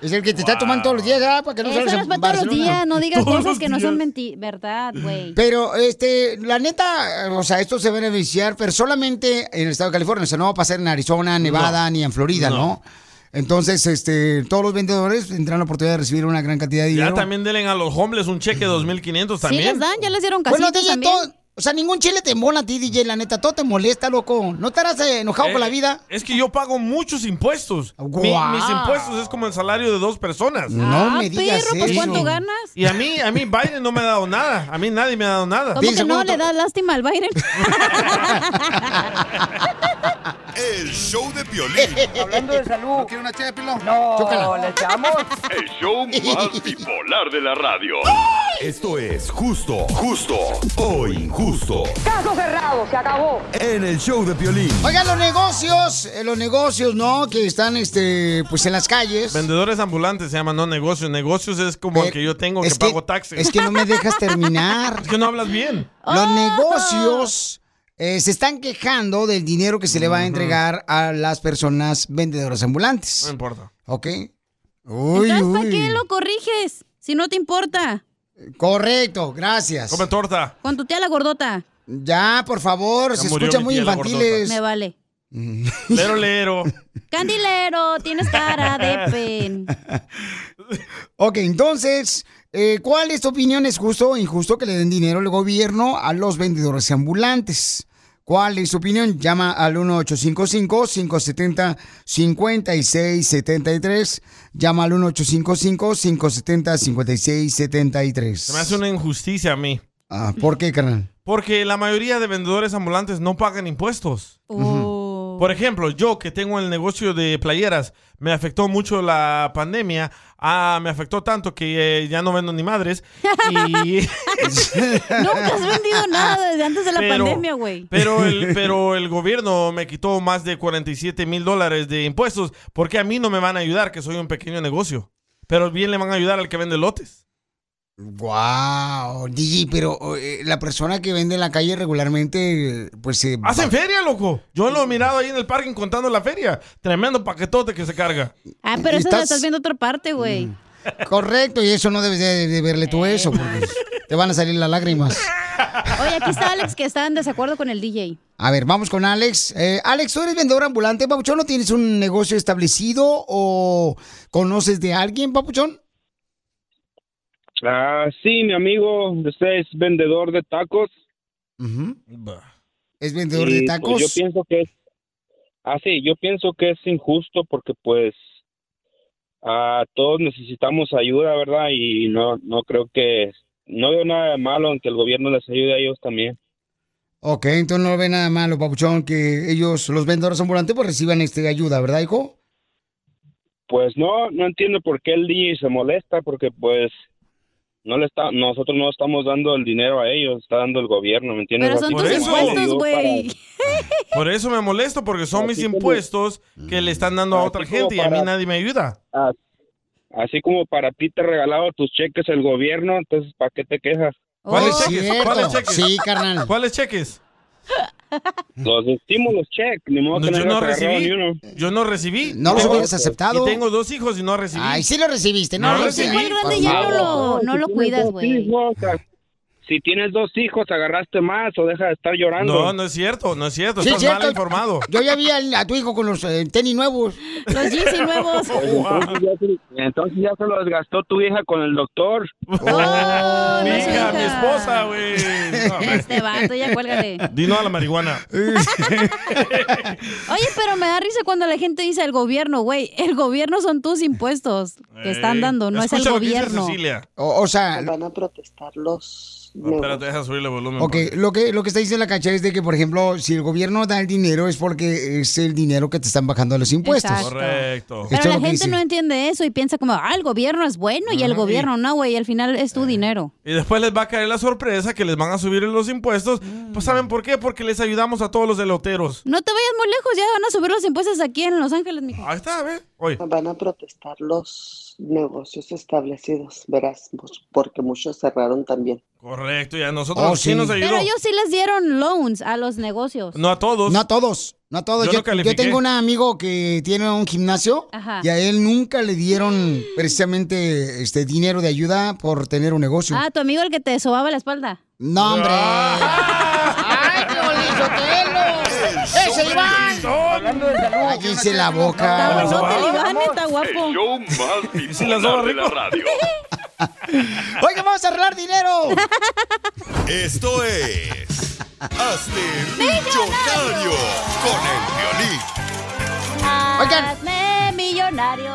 Speaker 1: Es el que te está tomando todos los días, ¿ah? Para que no
Speaker 3: Eso
Speaker 1: salgas
Speaker 3: no
Speaker 1: en
Speaker 3: es para todos los
Speaker 1: Barcelona.
Speaker 3: días, no digas cosas que no son menti verdad, güey.
Speaker 1: Pero, este, la neta, eh, o sea, esto se va a beneficiar, pero solamente en el estado de California. O sea, no va a pasar en Arizona, Nevada,
Speaker 24: No.
Speaker 1: ni en Florida,
Speaker 2: No.
Speaker 1: no. Entonces, este, todos los vendedores tendrán la oportunidad de recibir una gran cantidad de dinero.
Speaker 2: Ya también denle a los hombres un cheque de 2.500
Speaker 1: Sí,
Speaker 2: también.
Speaker 1: les
Speaker 3: Dan, ya les dieron
Speaker 1: Bueno,
Speaker 3: casitas
Speaker 1: DJ,
Speaker 3: también.
Speaker 1: todo- o sea, ningún chile te mola a ti, DJ, la neta. Todo te molesta, loco. ¿No estarás eh, enojado
Speaker 2: Eh,
Speaker 1: con la vida?
Speaker 2: Es que yo pago muchos impuestos. Mi-
Speaker 1: Guau.
Speaker 2: mis impuestos es como el salario de dos personas.
Speaker 1: No Ah, me digas perro, pues, eso. ¿cuánto
Speaker 3: ganas?
Speaker 2: Y a mí, a mí Biden no me ha dado nada. A mí nadie me ha dado nada.
Speaker 3: ¿Cómo que no le da lástima al Biden?
Speaker 5: El show de Piolín.
Speaker 24: Hablando de salud. ¿No quiere una ché de pilón? No, ¿le echamos?
Speaker 8: El show más bipolar de la radio.
Speaker 18: Ah.
Speaker 5: Esto es justo, justo o injusto.
Speaker 1: Caso cerrado, se acabó.
Speaker 5: En el show de Piolín.
Speaker 1: Oigan, los negocios, eh, los negocios, ¿no? Que están, este, pues en las calles.
Speaker 2: Vendedores ambulantes se llaman, no negocios. Negocios es como el que yo tengo que,
Speaker 1: Eh, es que-
Speaker 2: pago taxes.
Speaker 1: Es que no me dejas terminar.
Speaker 2: Es que no hablas bien.
Speaker 3: Oh.
Speaker 1: Los negocios eh, se están quejando del dinero que se le va a entregar a las personas vendedoras ambulantes.
Speaker 2: No importa.
Speaker 1: ¿Ok? Uy,
Speaker 3: Entonces, ¿para qué
Speaker 1: uy.
Speaker 3: lo corriges? Si no te importa.
Speaker 1: Correcto, gracias.
Speaker 2: Come torta.
Speaker 3: Con tu tía la gordota.
Speaker 1: Ya, por favor,
Speaker 2: Ya
Speaker 1: se
Speaker 2: murió
Speaker 1: escuchan
Speaker 2: mi
Speaker 1: muy
Speaker 2: tía, la
Speaker 1: infantiles.
Speaker 3: Me vale.
Speaker 2: Lero, lero.
Speaker 3: Candilero, tienes cara de pen.
Speaker 1: Ok, entonces, eh, ¿cuál es tu opinión? ¿Es justo o injusto que le den dinero al gobierno a los vendedores ambulantes? ¿Cuál es tu opinión? Llama al 1855-570-5673. Llama al 1855-570-5673.
Speaker 2: Se me hace una injusticia a mí.
Speaker 1: Ah, ¿Por qué, carnal?
Speaker 2: Porque la mayoría de vendedores ambulantes no pagan impuestos. Por ejemplo, yo que tengo el negocio de playeras, me afectó mucho la pandemia. Ah, me afectó tanto que eh, ya no vendo ni madres. Y...
Speaker 3: Nunca has vendido nada desde antes de la
Speaker 2: Pero-
Speaker 3: pandemia, güey.
Speaker 2: Pero el, pero el gobierno me quitó más de 47 mil dólares de impuestos porque a mí no me van a ayudar, que soy un pequeño negocio. Pero bien le van a ayudar al que vende lotes.
Speaker 1: Wow, DJ, pero eh, la persona que vende en la calle regularmente, eh, pues se
Speaker 2: Hacen feria, loco. Yo lo he mirado ahí en el parking contando la feria. Tremendo paquetote que se carga.
Speaker 3: Ah, pero eso
Speaker 1: Estás- Mm.
Speaker 3: lo estás viendo otra parte, güey.
Speaker 1: Correcto, y eso no debes de, de verle tú eso, porque te van a salir las lágrimas.
Speaker 3: Oye, aquí está Alex que está en desacuerdo con el DJ.
Speaker 1: A ver, vamos con Alex. Eh, Alex, ¿tú eres vendedor ambulante, Papuchón? ¿No tienes un negocio establecido o conoces de alguien, Papuchón?
Speaker 4: Ah, sí, mi amigo, usted es vendedor de tacos.
Speaker 1: ¿Es vendedor de
Speaker 4: Y, pues,
Speaker 1: tacos?
Speaker 4: yo pienso que es, ah, sí, yo pienso que es injusto porque pues ah, todos necesitamos ayuda, ¿verdad? Y no, no creo que, no veo nada de malo en que el gobierno les ayude a ellos también.
Speaker 1: Ok, entonces no ve nada malo, Papuchón, que ellos, los vendedores ambulantes, pues reciban este, ayuda, ¿verdad, hijo?
Speaker 4: Pues no, no entiendo por qué el DJ se molesta porque pues no le está, nosotros no estamos dando el dinero a ellos, está dando el gobierno, ¿me entiendes?
Speaker 3: Pero son
Speaker 4: Así
Speaker 3: tus
Speaker 4: como
Speaker 3: impuestos,
Speaker 4: digo,
Speaker 3: güey.
Speaker 2: Por eso me molesto, porque son mis
Speaker 4: Así como-
Speaker 2: impuestos que le están dando a
Speaker 4: así
Speaker 2: otra
Speaker 4: como
Speaker 2: gente y a mí
Speaker 4: para-
Speaker 2: nadie me ayuda.
Speaker 4: Ah, Así como para ti te ha regalado tus cheques el gobierno, entonces ¿para qué te quejas?
Speaker 2: ¿Cuáles
Speaker 3: Oh,
Speaker 2: cheques?
Speaker 4: cierto.
Speaker 2: ¿Cuáles cheques?
Speaker 4: Sí,
Speaker 1: carnal.
Speaker 2: ¿Cuáles cheques?
Speaker 4: Los estímulos cheques, ni modo
Speaker 2: No,
Speaker 4: que no
Speaker 2: yo no
Speaker 4: hayas agarrado
Speaker 2: recibí.
Speaker 4: ni uno.
Speaker 2: Yo no recibí.
Speaker 4: No
Speaker 2: Y
Speaker 4: los
Speaker 2: tengo-
Speaker 4: hubieras aceptado.
Speaker 2: Y tengo dos hijos y no recibí.
Speaker 1: Ay, sí lo recibiste,
Speaker 4: no lo
Speaker 2: recibí.
Speaker 4: recibí.
Speaker 3: Grande ya no lo, no lo cuidas, güey.
Speaker 4: Sí, no, o sea, si tienes dos hijos, agarraste más o deja de estar llorando.
Speaker 2: No, no es cierto, no es cierto.
Speaker 1: Sí,
Speaker 2: Pues, Estás
Speaker 1: cierto.
Speaker 2: mal informado.
Speaker 1: Yo ya vi al- a tu hijo con los eh, tenis nuevos.
Speaker 3: Los
Speaker 1: jeans nuevos.
Speaker 4: Pues entonces, ya se, entonces ya se lo desgastó tu hija con el doctor.
Speaker 2: Oh,
Speaker 1: Oh,
Speaker 2: mi hija, mi esposa, güey. No,
Speaker 3: Este vato, ya cuélgale.
Speaker 2: Dino a la marihuana.
Speaker 3: Oye, pero me da risa cuando la gente dice el gobierno, güey. El gobierno son tus impuestos que están dando, no es el gobierno.
Speaker 1: O, o sea,
Speaker 3: Van a protestar los.
Speaker 2: No, espérate, deja subirle volumen. pues.
Speaker 1: ok, lo que, lo que está diciendo la cacha es de que, por ejemplo, si el gobierno da el dinero es porque es el dinero que te están bajando los impuestos.
Speaker 3: Exacto.
Speaker 2: Correcto.
Speaker 3: Pero la gente no entiende eso y piensa como, ah, el gobierno es bueno y el
Speaker 2: Ajá,
Speaker 3: gobierno no, güey, al final es tu dinero.
Speaker 2: Y después les va a caer la sorpresa que les van a subir los impuestos. Pues
Speaker 3: Mm.
Speaker 2: ¿saben por qué? Porque les ayudamos a todos los deloteros.
Speaker 3: No te vayas muy lejos, ya van a subir los impuestos aquí en Los Ángeles, mijo.
Speaker 2: Ahí está, ve. Oye.
Speaker 7: Van a protestar los negocios establecidos, verás, pues, porque muchos cerraron también.
Speaker 2: Correcto, y a nosotros
Speaker 7: Oh,
Speaker 2: sí.
Speaker 7: sí.
Speaker 2: Ah, nos
Speaker 3: Pero
Speaker 2: ayudó.
Speaker 3: ellos sí les dieron loans a los negocios.
Speaker 2: No a todos.
Speaker 1: No a todos. No a todos.
Speaker 2: Yo
Speaker 1: Yo,
Speaker 2: no
Speaker 1: yo
Speaker 2: califiqué.
Speaker 1: tengo un amigo que tiene un gimnasio
Speaker 3: Ajá. Mm.
Speaker 1: y a él nunca le dieron precisamente este dinero de ayuda por tener un negocio.
Speaker 3: Ah, tu amigo el que te sobaba la espalda.
Speaker 1: No, hombre.
Speaker 2: Ah.
Speaker 1: ¡Ah!
Speaker 3: ¡Ay,
Speaker 13: ¡Ese Iván! Hablando de salud.
Speaker 1: Hice la boca.
Speaker 8: El show más bipolar de la radio.
Speaker 1: Oiga, vamos a arreglar dinero.
Speaker 5: Esto es. Hazte millonario con el violín.
Speaker 1: Oigan.
Speaker 3: Hazme millonario.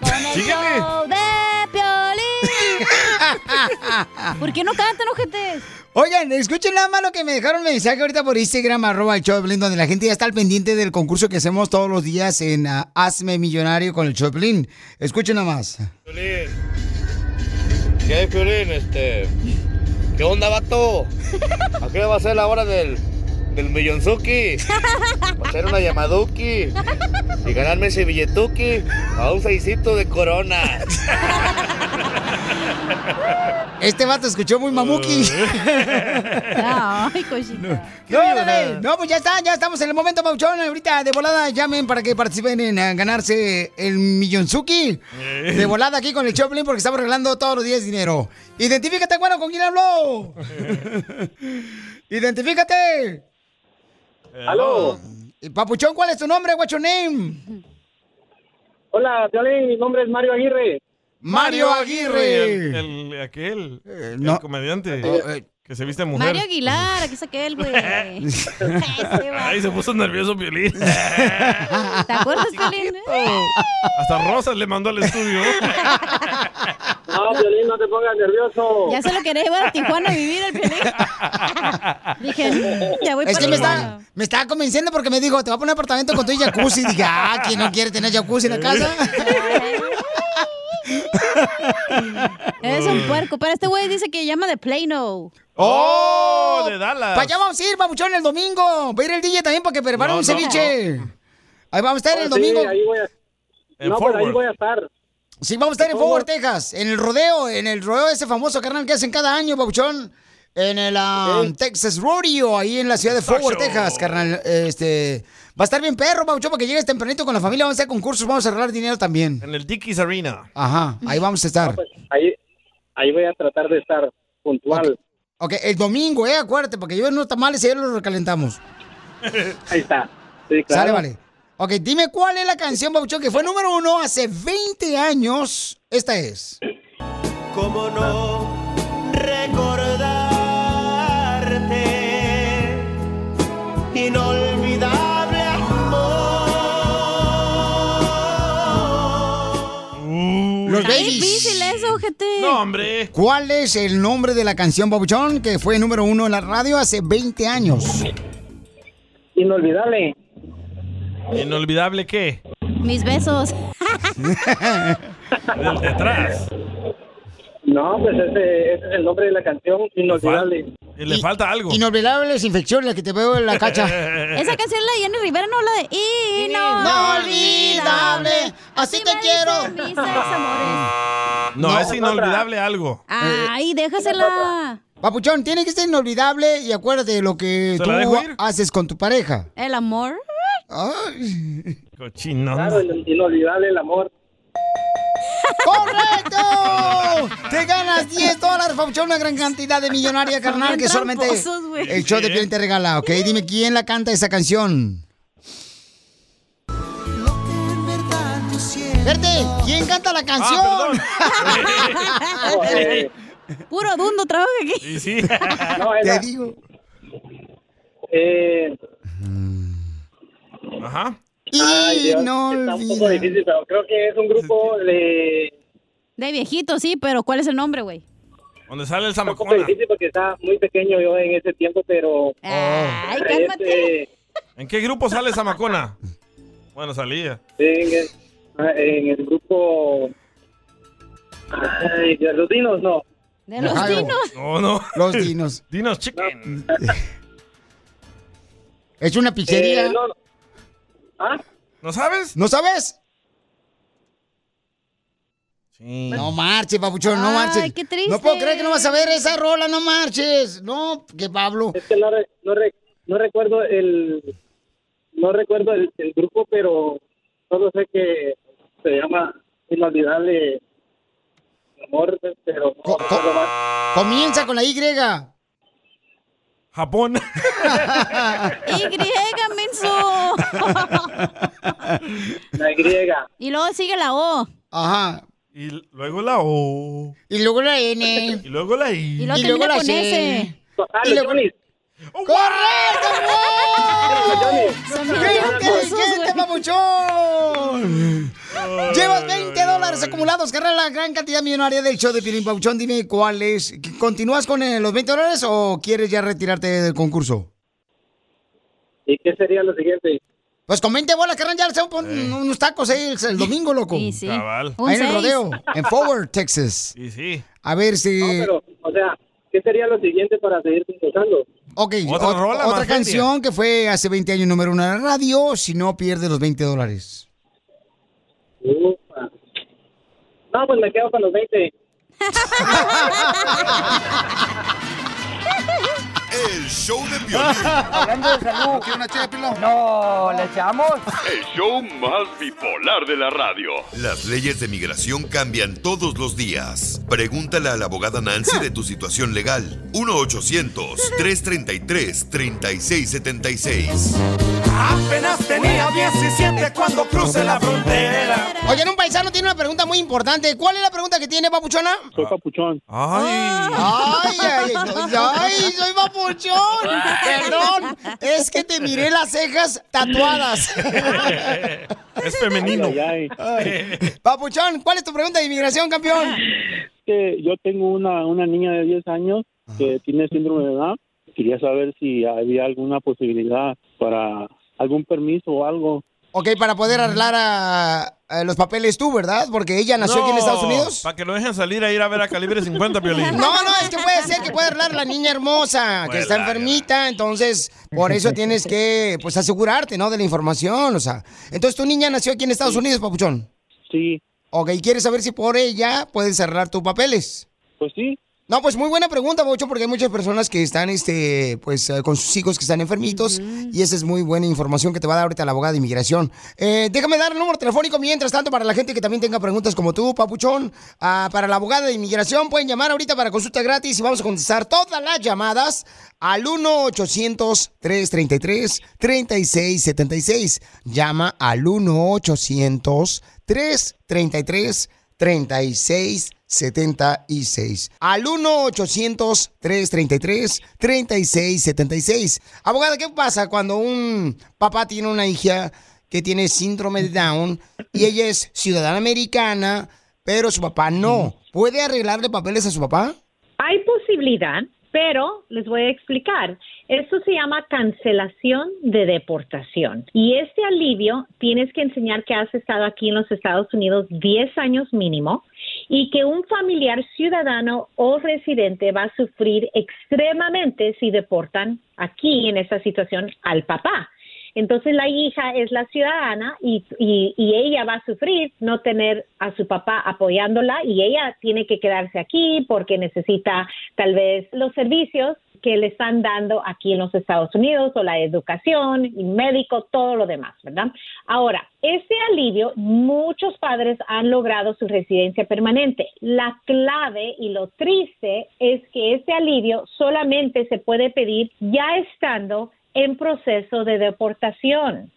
Speaker 3: Con el
Speaker 5: Síguele.
Speaker 3: show de Piolín. ¿Por qué no cantan, ojetes?
Speaker 1: Oigan, escuchen nada más lo que me dejaron mensaje ahorita por Instagram, arroba el show de Piolín, donde la gente ya está al pendiente del concurso que hacemos todos los días en ah, Hazme Millonario con el show de Piolín. Escuchen nada más.
Speaker 25: Piolín. ¿Qué hay, Piolín? Este. ¿Qué onda, vato? ¿A qué va a ser la hora del. del millonzuki? Va a ser una llamaduki. Y ganarme ese billetuki a un seisito de corona.
Speaker 1: Este vato escuchó muy mamuki.
Speaker 3: Ay, cosita.
Speaker 1: No, no, no, pues ya está, ya estamos en el momento, Pauchón. Ahorita de volada llamen para que participen en eh, ganarse el Millonzuki.
Speaker 13: Eh.
Speaker 1: De volada aquí con el Choplin porque estamos regalando todos los días dinero. Identifícate, bueno, ¿con quién habló? Identifícate.
Speaker 27: Aló.
Speaker 1: Eh, Papuchón, ¿cuál es tu nombre? What's your name?
Speaker 27: Hola, Violín, mi nombre es Mario Aguirre.
Speaker 1: Mario Aguirre.
Speaker 2: El, el- aquel.
Speaker 1: no.
Speaker 2: El comediante.
Speaker 27: Eh,
Speaker 2: que se viste mujer.
Speaker 3: Mario Aguilar, aquí saqué el güey.
Speaker 2: Ay, se puso nervioso Piolín.
Speaker 3: ¿Te acuerdas, Piolín? Eh,
Speaker 2: Hasta Rosas le mandó al estudio.
Speaker 27: No, Violín, no te pongas nervioso.
Speaker 3: Ya se lo quería llevar a Tijuana a vivir el Piolín. Dije, "Mm, ya voy
Speaker 1: Es
Speaker 3: para
Speaker 1: que me
Speaker 3: Tijuana".
Speaker 1: está, me está convenciendo porque me dijo, te voy a poner apartamento con tu jacuzzi. Dije, ah, ¿quién no quiere tener jacuzzi en la casa?
Speaker 3: Eres un puerco. Pero este güey dice que llama de Plano.
Speaker 1: ¡Oh!
Speaker 2: de Dallas.
Speaker 1: Para allá vamos a ir, babuchón, el domingo. Va a ir el DJ también para que prepare
Speaker 2: No, no.
Speaker 1: un ceviche. Ahí vamos a estar
Speaker 27: Oh,
Speaker 1: el
Speaker 27: sí,
Speaker 1: domingo.
Speaker 27: ahí voy a-
Speaker 2: En No, pues, ahí Forward. voy
Speaker 27: a estar.
Speaker 1: Sí, vamos a estar en
Speaker 27: Forward.
Speaker 1: Forward, Texas. En el rodeo, en el rodeo ese famoso carnal que hacen cada año, babuchón. En el ah, Texas Rodeo, ahí en la ciudad de Forward, Texas, carnal. Este, va a estar bien perro, babuchón, para que llegues tempranito con la familia. Vamos a hacer concursos, vamos a arreglar dinero también.
Speaker 2: En el Dickies Arena.
Speaker 1: Ajá, ahí vamos a estar.
Speaker 27: pues, Ahí, ahí voy a tratar de estar puntual.
Speaker 1: Ok, el domingo, eh, acuérdate, porque lleven unos tamales y ya los recalentamos.
Speaker 27: Ahí está. Sí, claro.
Speaker 1: Sale, vale. Ok, dime cuál es la canción, Babuchón, que fue número uno hace 20 años. Esta es.
Speaker 13: ¿Cómo no recordarte? Inolvidable amor.
Speaker 1: Los
Speaker 3: Está
Speaker 1: Babies.
Speaker 3: difícil eh. eso, gente.
Speaker 2: hombre.
Speaker 1: ¿Cuál es el nombre de la canción, Babuchón, que fue número uno en la radio hace 20 años?
Speaker 27: Inolvidable.
Speaker 2: Inolvidable qué?
Speaker 3: Mis besos.
Speaker 2: Del detrás.
Speaker 27: No, pues ese, ese es el nombre de la canción, Inolvidable.
Speaker 2: Y le falta algo.
Speaker 1: Inolvidable es infección, la que te veo en la cacha.
Speaker 3: Esa canción la de Jenny Rivera no la de inolvidable.
Speaker 1: Inolvidable, así te quiero.
Speaker 3: Mis ex amores.
Speaker 2: No,
Speaker 1: No,
Speaker 2: es inolvidable algo.
Speaker 1: Eh.
Speaker 3: Ay, déjasela.
Speaker 1: Papuchón, tiene que ser inolvidable y acuérdate de lo que
Speaker 2: ¿Se
Speaker 1: tú
Speaker 2: la dejo ir?
Speaker 1: haces con tu pareja.
Speaker 3: El amor.
Speaker 1: Ay.
Speaker 2: Cochino.
Speaker 27: Claro, inolvidable el amor.
Speaker 1: ¡Correcto! ¡Oh! Te ganas 10 dólares, Pabuchón, una gran cantidad de millonaria, carnal,
Speaker 3: bien
Speaker 1: que solamente
Speaker 3: tramposos, güey.
Speaker 1: el show de Piolín te regala, ¿ok? Dime, ¿quién la canta esa canción? Verte, ¿quién canta la canción?
Speaker 3: Puro dundo trabaja aquí.
Speaker 27: No, es la- Eh,
Speaker 2: Mm. Ajá.
Speaker 27: ay, Dios, está un poco difícil, pero creo que es un grupo de...
Speaker 3: De viejito, sí, pero ¿cuál es el nombre, güey?
Speaker 2: Donde sale el
Speaker 27: Un poco
Speaker 2: zamacona.
Speaker 27: difícil porque estaba muy pequeño yo en ese tiempo, pero... este,
Speaker 3: Ay,
Speaker 27: cálmate.
Speaker 2: ¿En qué grupo sale el zamacona? Bueno, salía.
Speaker 27: En el, ah, en el grupo... Ay, de los dinos, no.
Speaker 3: De
Speaker 27: los
Speaker 2: Claro.
Speaker 27: dinos.
Speaker 2: No, Oh, no.
Speaker 1: Los dinos.
Speaker 2: Dinos chicken.
Speaker 1: Es una pizzería.
Speaker 27: Eh, no, no. ¿Ah?
Speaker 2: ¿No sabes?
Speaker 1: ¿No sabes? No marches, papuchón, no
Speaker 27: Ay,
Speaker 1: marches.
Speaker 27: qué triste.
Speaker 1: No puedo creer que no vas a ver esa rola, no marches. No, que Pablo.
Speaker 27: Es que no, re- no, re- no recuerdo el... No recuerdo el, el grupo, pero solo sé que se llama Inolvidable Amor, pero... no recuerdo más.
Speaker 1: Comienza con la Y.
Speaker 2: Japón.
Speaker 1: Ah.
Speaker 3: Y, menso.
Speaker 27: La griega.
Speaker 3: Y luego sigue la O.
Speaker 1: Ajá.
Speaker 2: Y luego la O.
Speaker 1: Y luego la N.
Speaker 2: Y luego la I.
Speaker 3: Y luego termina con S.
Speaker 24: Ah,
Speaker 3: Y luego-
Speaker 2: ¡Oh,
Speaker 1: ¡Correcto,
Speaker 3: bien
Speaker 1: ¡Qué
Speaker 3: tramposos,
Speaker 1: inteligente, papuchón! Llevas 20 dólares acumulados, carnal, la gran cantidad millonaria del show de Piolín Papuchón. Dime cuál es. ¿Continúas con eh, los 20 dólares o quieres ya retirarte del concurso?
Speaker 27: ¿Y qué sería lo siguiente?
Speaker 1: Pues con 20 bolas, carnal, ya le hacemos pon- unos tacos ahí el, el domingo, loco. Sí, sí.
Speaker 2: Cabal.
Speaker 27: Un
Speaker 1: Ahí en el
Speaker 27: seis.
Speaker 1: rodeo, en Forward, Texas.
Speaker 2: Y sí.
Speaker 1: A ver si...
Speaker 27: Pero, o sea, ¿qué sería lo siguiente para seguir concursando?
Speaker 1: Ok,
Speaker 27: Otra
Speaker 1: ot-
Speaker 27: rola,
Speaker 1: otra
Speaker 27: más feria.
Speaker 1: canción que fue hace 20 años número uno en la radio, si no pierde los 20 dólares.
Speaker 27: Ufa. No, pues me quedo con los 20.
Speaker 5: El show de Piolín.
Speaker 24: Hablando de salud. ¿Quieres una No, ¿le echamos?
Speaker 8: El show más bipolar de la radio.
Speaker 5: Las leyes de migración cambian todos los días. Pregúntale a la abogada Nancy de tu situación legal. 1-800-333-3676.
Speaker 13: Apenas tenía 17 cuando crucé la frontera.
Speaker 1: Oigan, un paisano tiene una pregunta muy importante. ¿Cuál es la pregunta que tiene, papuchona?
Speaker 6: Soy papuchón.
Speaker 2: Ay.
Speaker 1: Ay, ay, ay, ay, soy papuchón. Perdón, es que te miré las cejas tatuadas.
Speaker 2: Es femenino. Eh,
Speaker 1: Papuchón, ¿cuál es tu pregunta de inmigración, campeón?
Speaker 6: que yo tengo una, una niña de 10 años que tiene síndrome de Down. Quería saber si había alguna posibilidad para algún permiso o algo.
Speaker 1: Ok, para poder arreglar a- a los papeles tú, ¿verdad? Porque ella nació aquí en Estados Unidos.
Speaker 2: Para que lo dejen salir a ir a ver a calibre 50 violín.
Speaker 1: No, no, es que puede ser que pueda hablar la niña hermosa,
Speaker 6: Pues
Speaker 1: que está enfermita, entonces por eso tienes que pues asegurarte, ¿no? De la información, o sea. Entonces tu niña nació aquí en Estados Unidos, papuchón.
Speaker 6: Sí.
Speaker 1: Ok, ¿quieres saber si por ella puedes cerrar tus papeles?
Speaker 6: Pues sí.
Speaker 1: No, pues muy buena pregunta, Papuchón, porque hay muchas personas que están, este, pues, eh, con sus hijos que están enfermitos y esa es muy buena información que te va a dar ahorita la abogada de inmigración. Eh, déjame dar el número telefónico mientras tanto para la gente que también tenga preguntas como tú, Papuchón, Ah, para la abogada de inmigración pueden llamar ahorita para consulta gratis y vamos a contestar todas las llamadas al 1-800-333-3676. Llama al 1-800-333-3676. 36 76 al 1-800-333-3676. Abogada, ¿qué pasa cuando un papá tiene una hija que tiene síndrome de Down y ella es ciudadana americana, pero su papá no? ¿Puede arreglarle papeles a su papá?
Speaker 15: Hay posibilidad, pero les voy a explicar. Eso se llama cancelación de deportación. Y este alivio tienes que enseñar que has estado aquí en los Estados Unidos 10 años mínimo y que un familiar ciudadano o residente va a sufrir extremadamente si deportan aquí en esta situación al papá. Entonces la hija es la ciudadana y, y- y ella va a sufrir no tener a su papá apoyándola y ella tiene que quedarse aquí porque necesita tal vez los servicios que le están dando aquí en los Estados Unidos o la educación y médico, todo lo demás, ¿verdad? Ahora, ese alivio, muchos padres han logrado su residencia permanente. La clave y lo triste es que ese alivio solamente se puede pedir ya estando en proceso de deportación.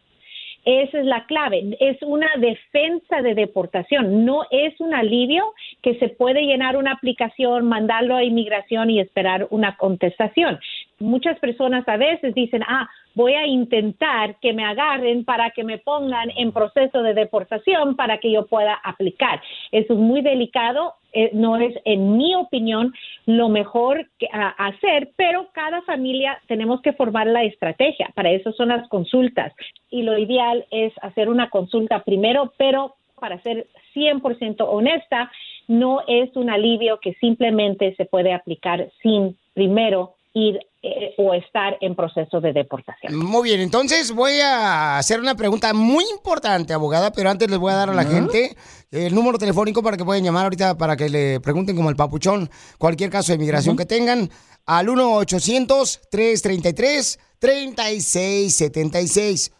Speaker 15: Esa es la clave. Es una defensa de deportación. No es un alivio que se puede llenar una aplicación, mandarlo a inmigración y esperar una contestación. Muchas personas a veces dicen, ah, voy a intentar que me agarren para que me pongan en proceso de deportación para que yo pueda aplicar. Eso es muy delicado. eh, no es, en mi opinión, lo mejor que a- hacer, pero cada familia tenemos que formar la estrategia. Para eso son las consultas. Y lo ideal es hacer una consulta primero, pero para ser 100% honesta, no es un alivio que simplemente se puede aplicar sin primero ir eh, o estar en proceso de deportación.
Speaker 1: Muy bien, entonces voy a hacer una pregunta muy importante, abogada, pero antes les voy a dar a la gente el número telefónico para que puedan llamar ahorita para que le pregunten como el papuchón cualquier caso de migración que tengan al 1-800-333-3676.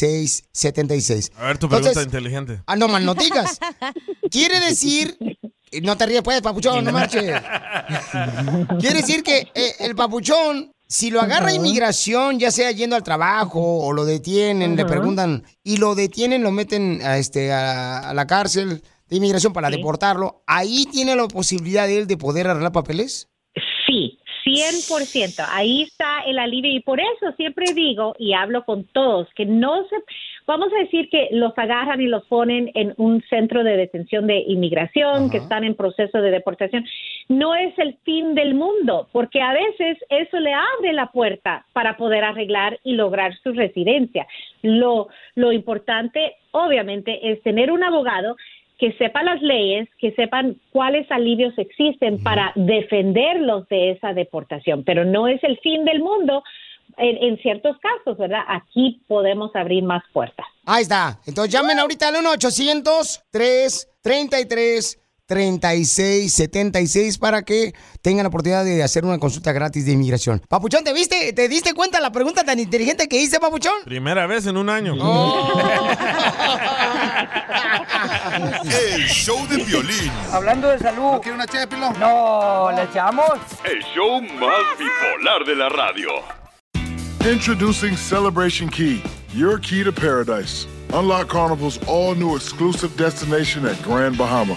Speaker 1: 1-800-333-3676.
Speaker 2: A ver tu pregunta
Speaker 1: Entonces,
Speaker 2: inteligente.
Speaker 1: Ah, no, más noticas. Quiere decir. No te rías, pues, papuchón, no marches. Quiere decir que eh, el papuchón, si lo agarra
Speaker 17: Ajá.
Speaker 1: inmigración, ya sea yendo al trabajo o lo detienen, le
Speaker 17: Ajá.
Speaker 1: preguntan y lo detienen, lo meten a, este, a, a la cárcel de inmigración para deportarlo, ahí tiene la posibilidad de él de poder arreglar papeles.
Speaker 15: Sí, 100%. Ahí está el alivio y por eso siempre digo y hablo con todos que no se vamos a decir que los agarran y los ponen en un centro de detención de inmigración que están en proceso de deportación. No es el fin del mundo, porque a veces eso le abre la puerta para poder arreglar y lograr su residencia. Lo lo importante obviamente es tener un abogado que sepan las leyes, que sepan cuáles alivios existen para defenderlos de esa deportación, pero no es el fin del mundo en, en ciertos casos, ¿verdad? Aquí podemos abrir más puertas.
Speaker 1: Ahí está. Entonces llamen ahorita al 1-800-333-3676 para que tengan la oportunidad de hacer una consulta gratis de inmigración. Papuchón, ¿te viste? ¿Te diste cuenta la pregunta tan inteligente que hice, Papuchón?
Speaker 2: Primera vez en un año.
Speaker 5: El show de violín.
Speaker 24: Hablando de salud. ¿No quiere una ché de pilón? No, ¿le echamos?
Speaker 8: El show más bipolar de la radio.
Speaker 18: Introducing Celebration Key, your key to paradise. Unlock Carnival's all new exclusive destination at Grand Bahama,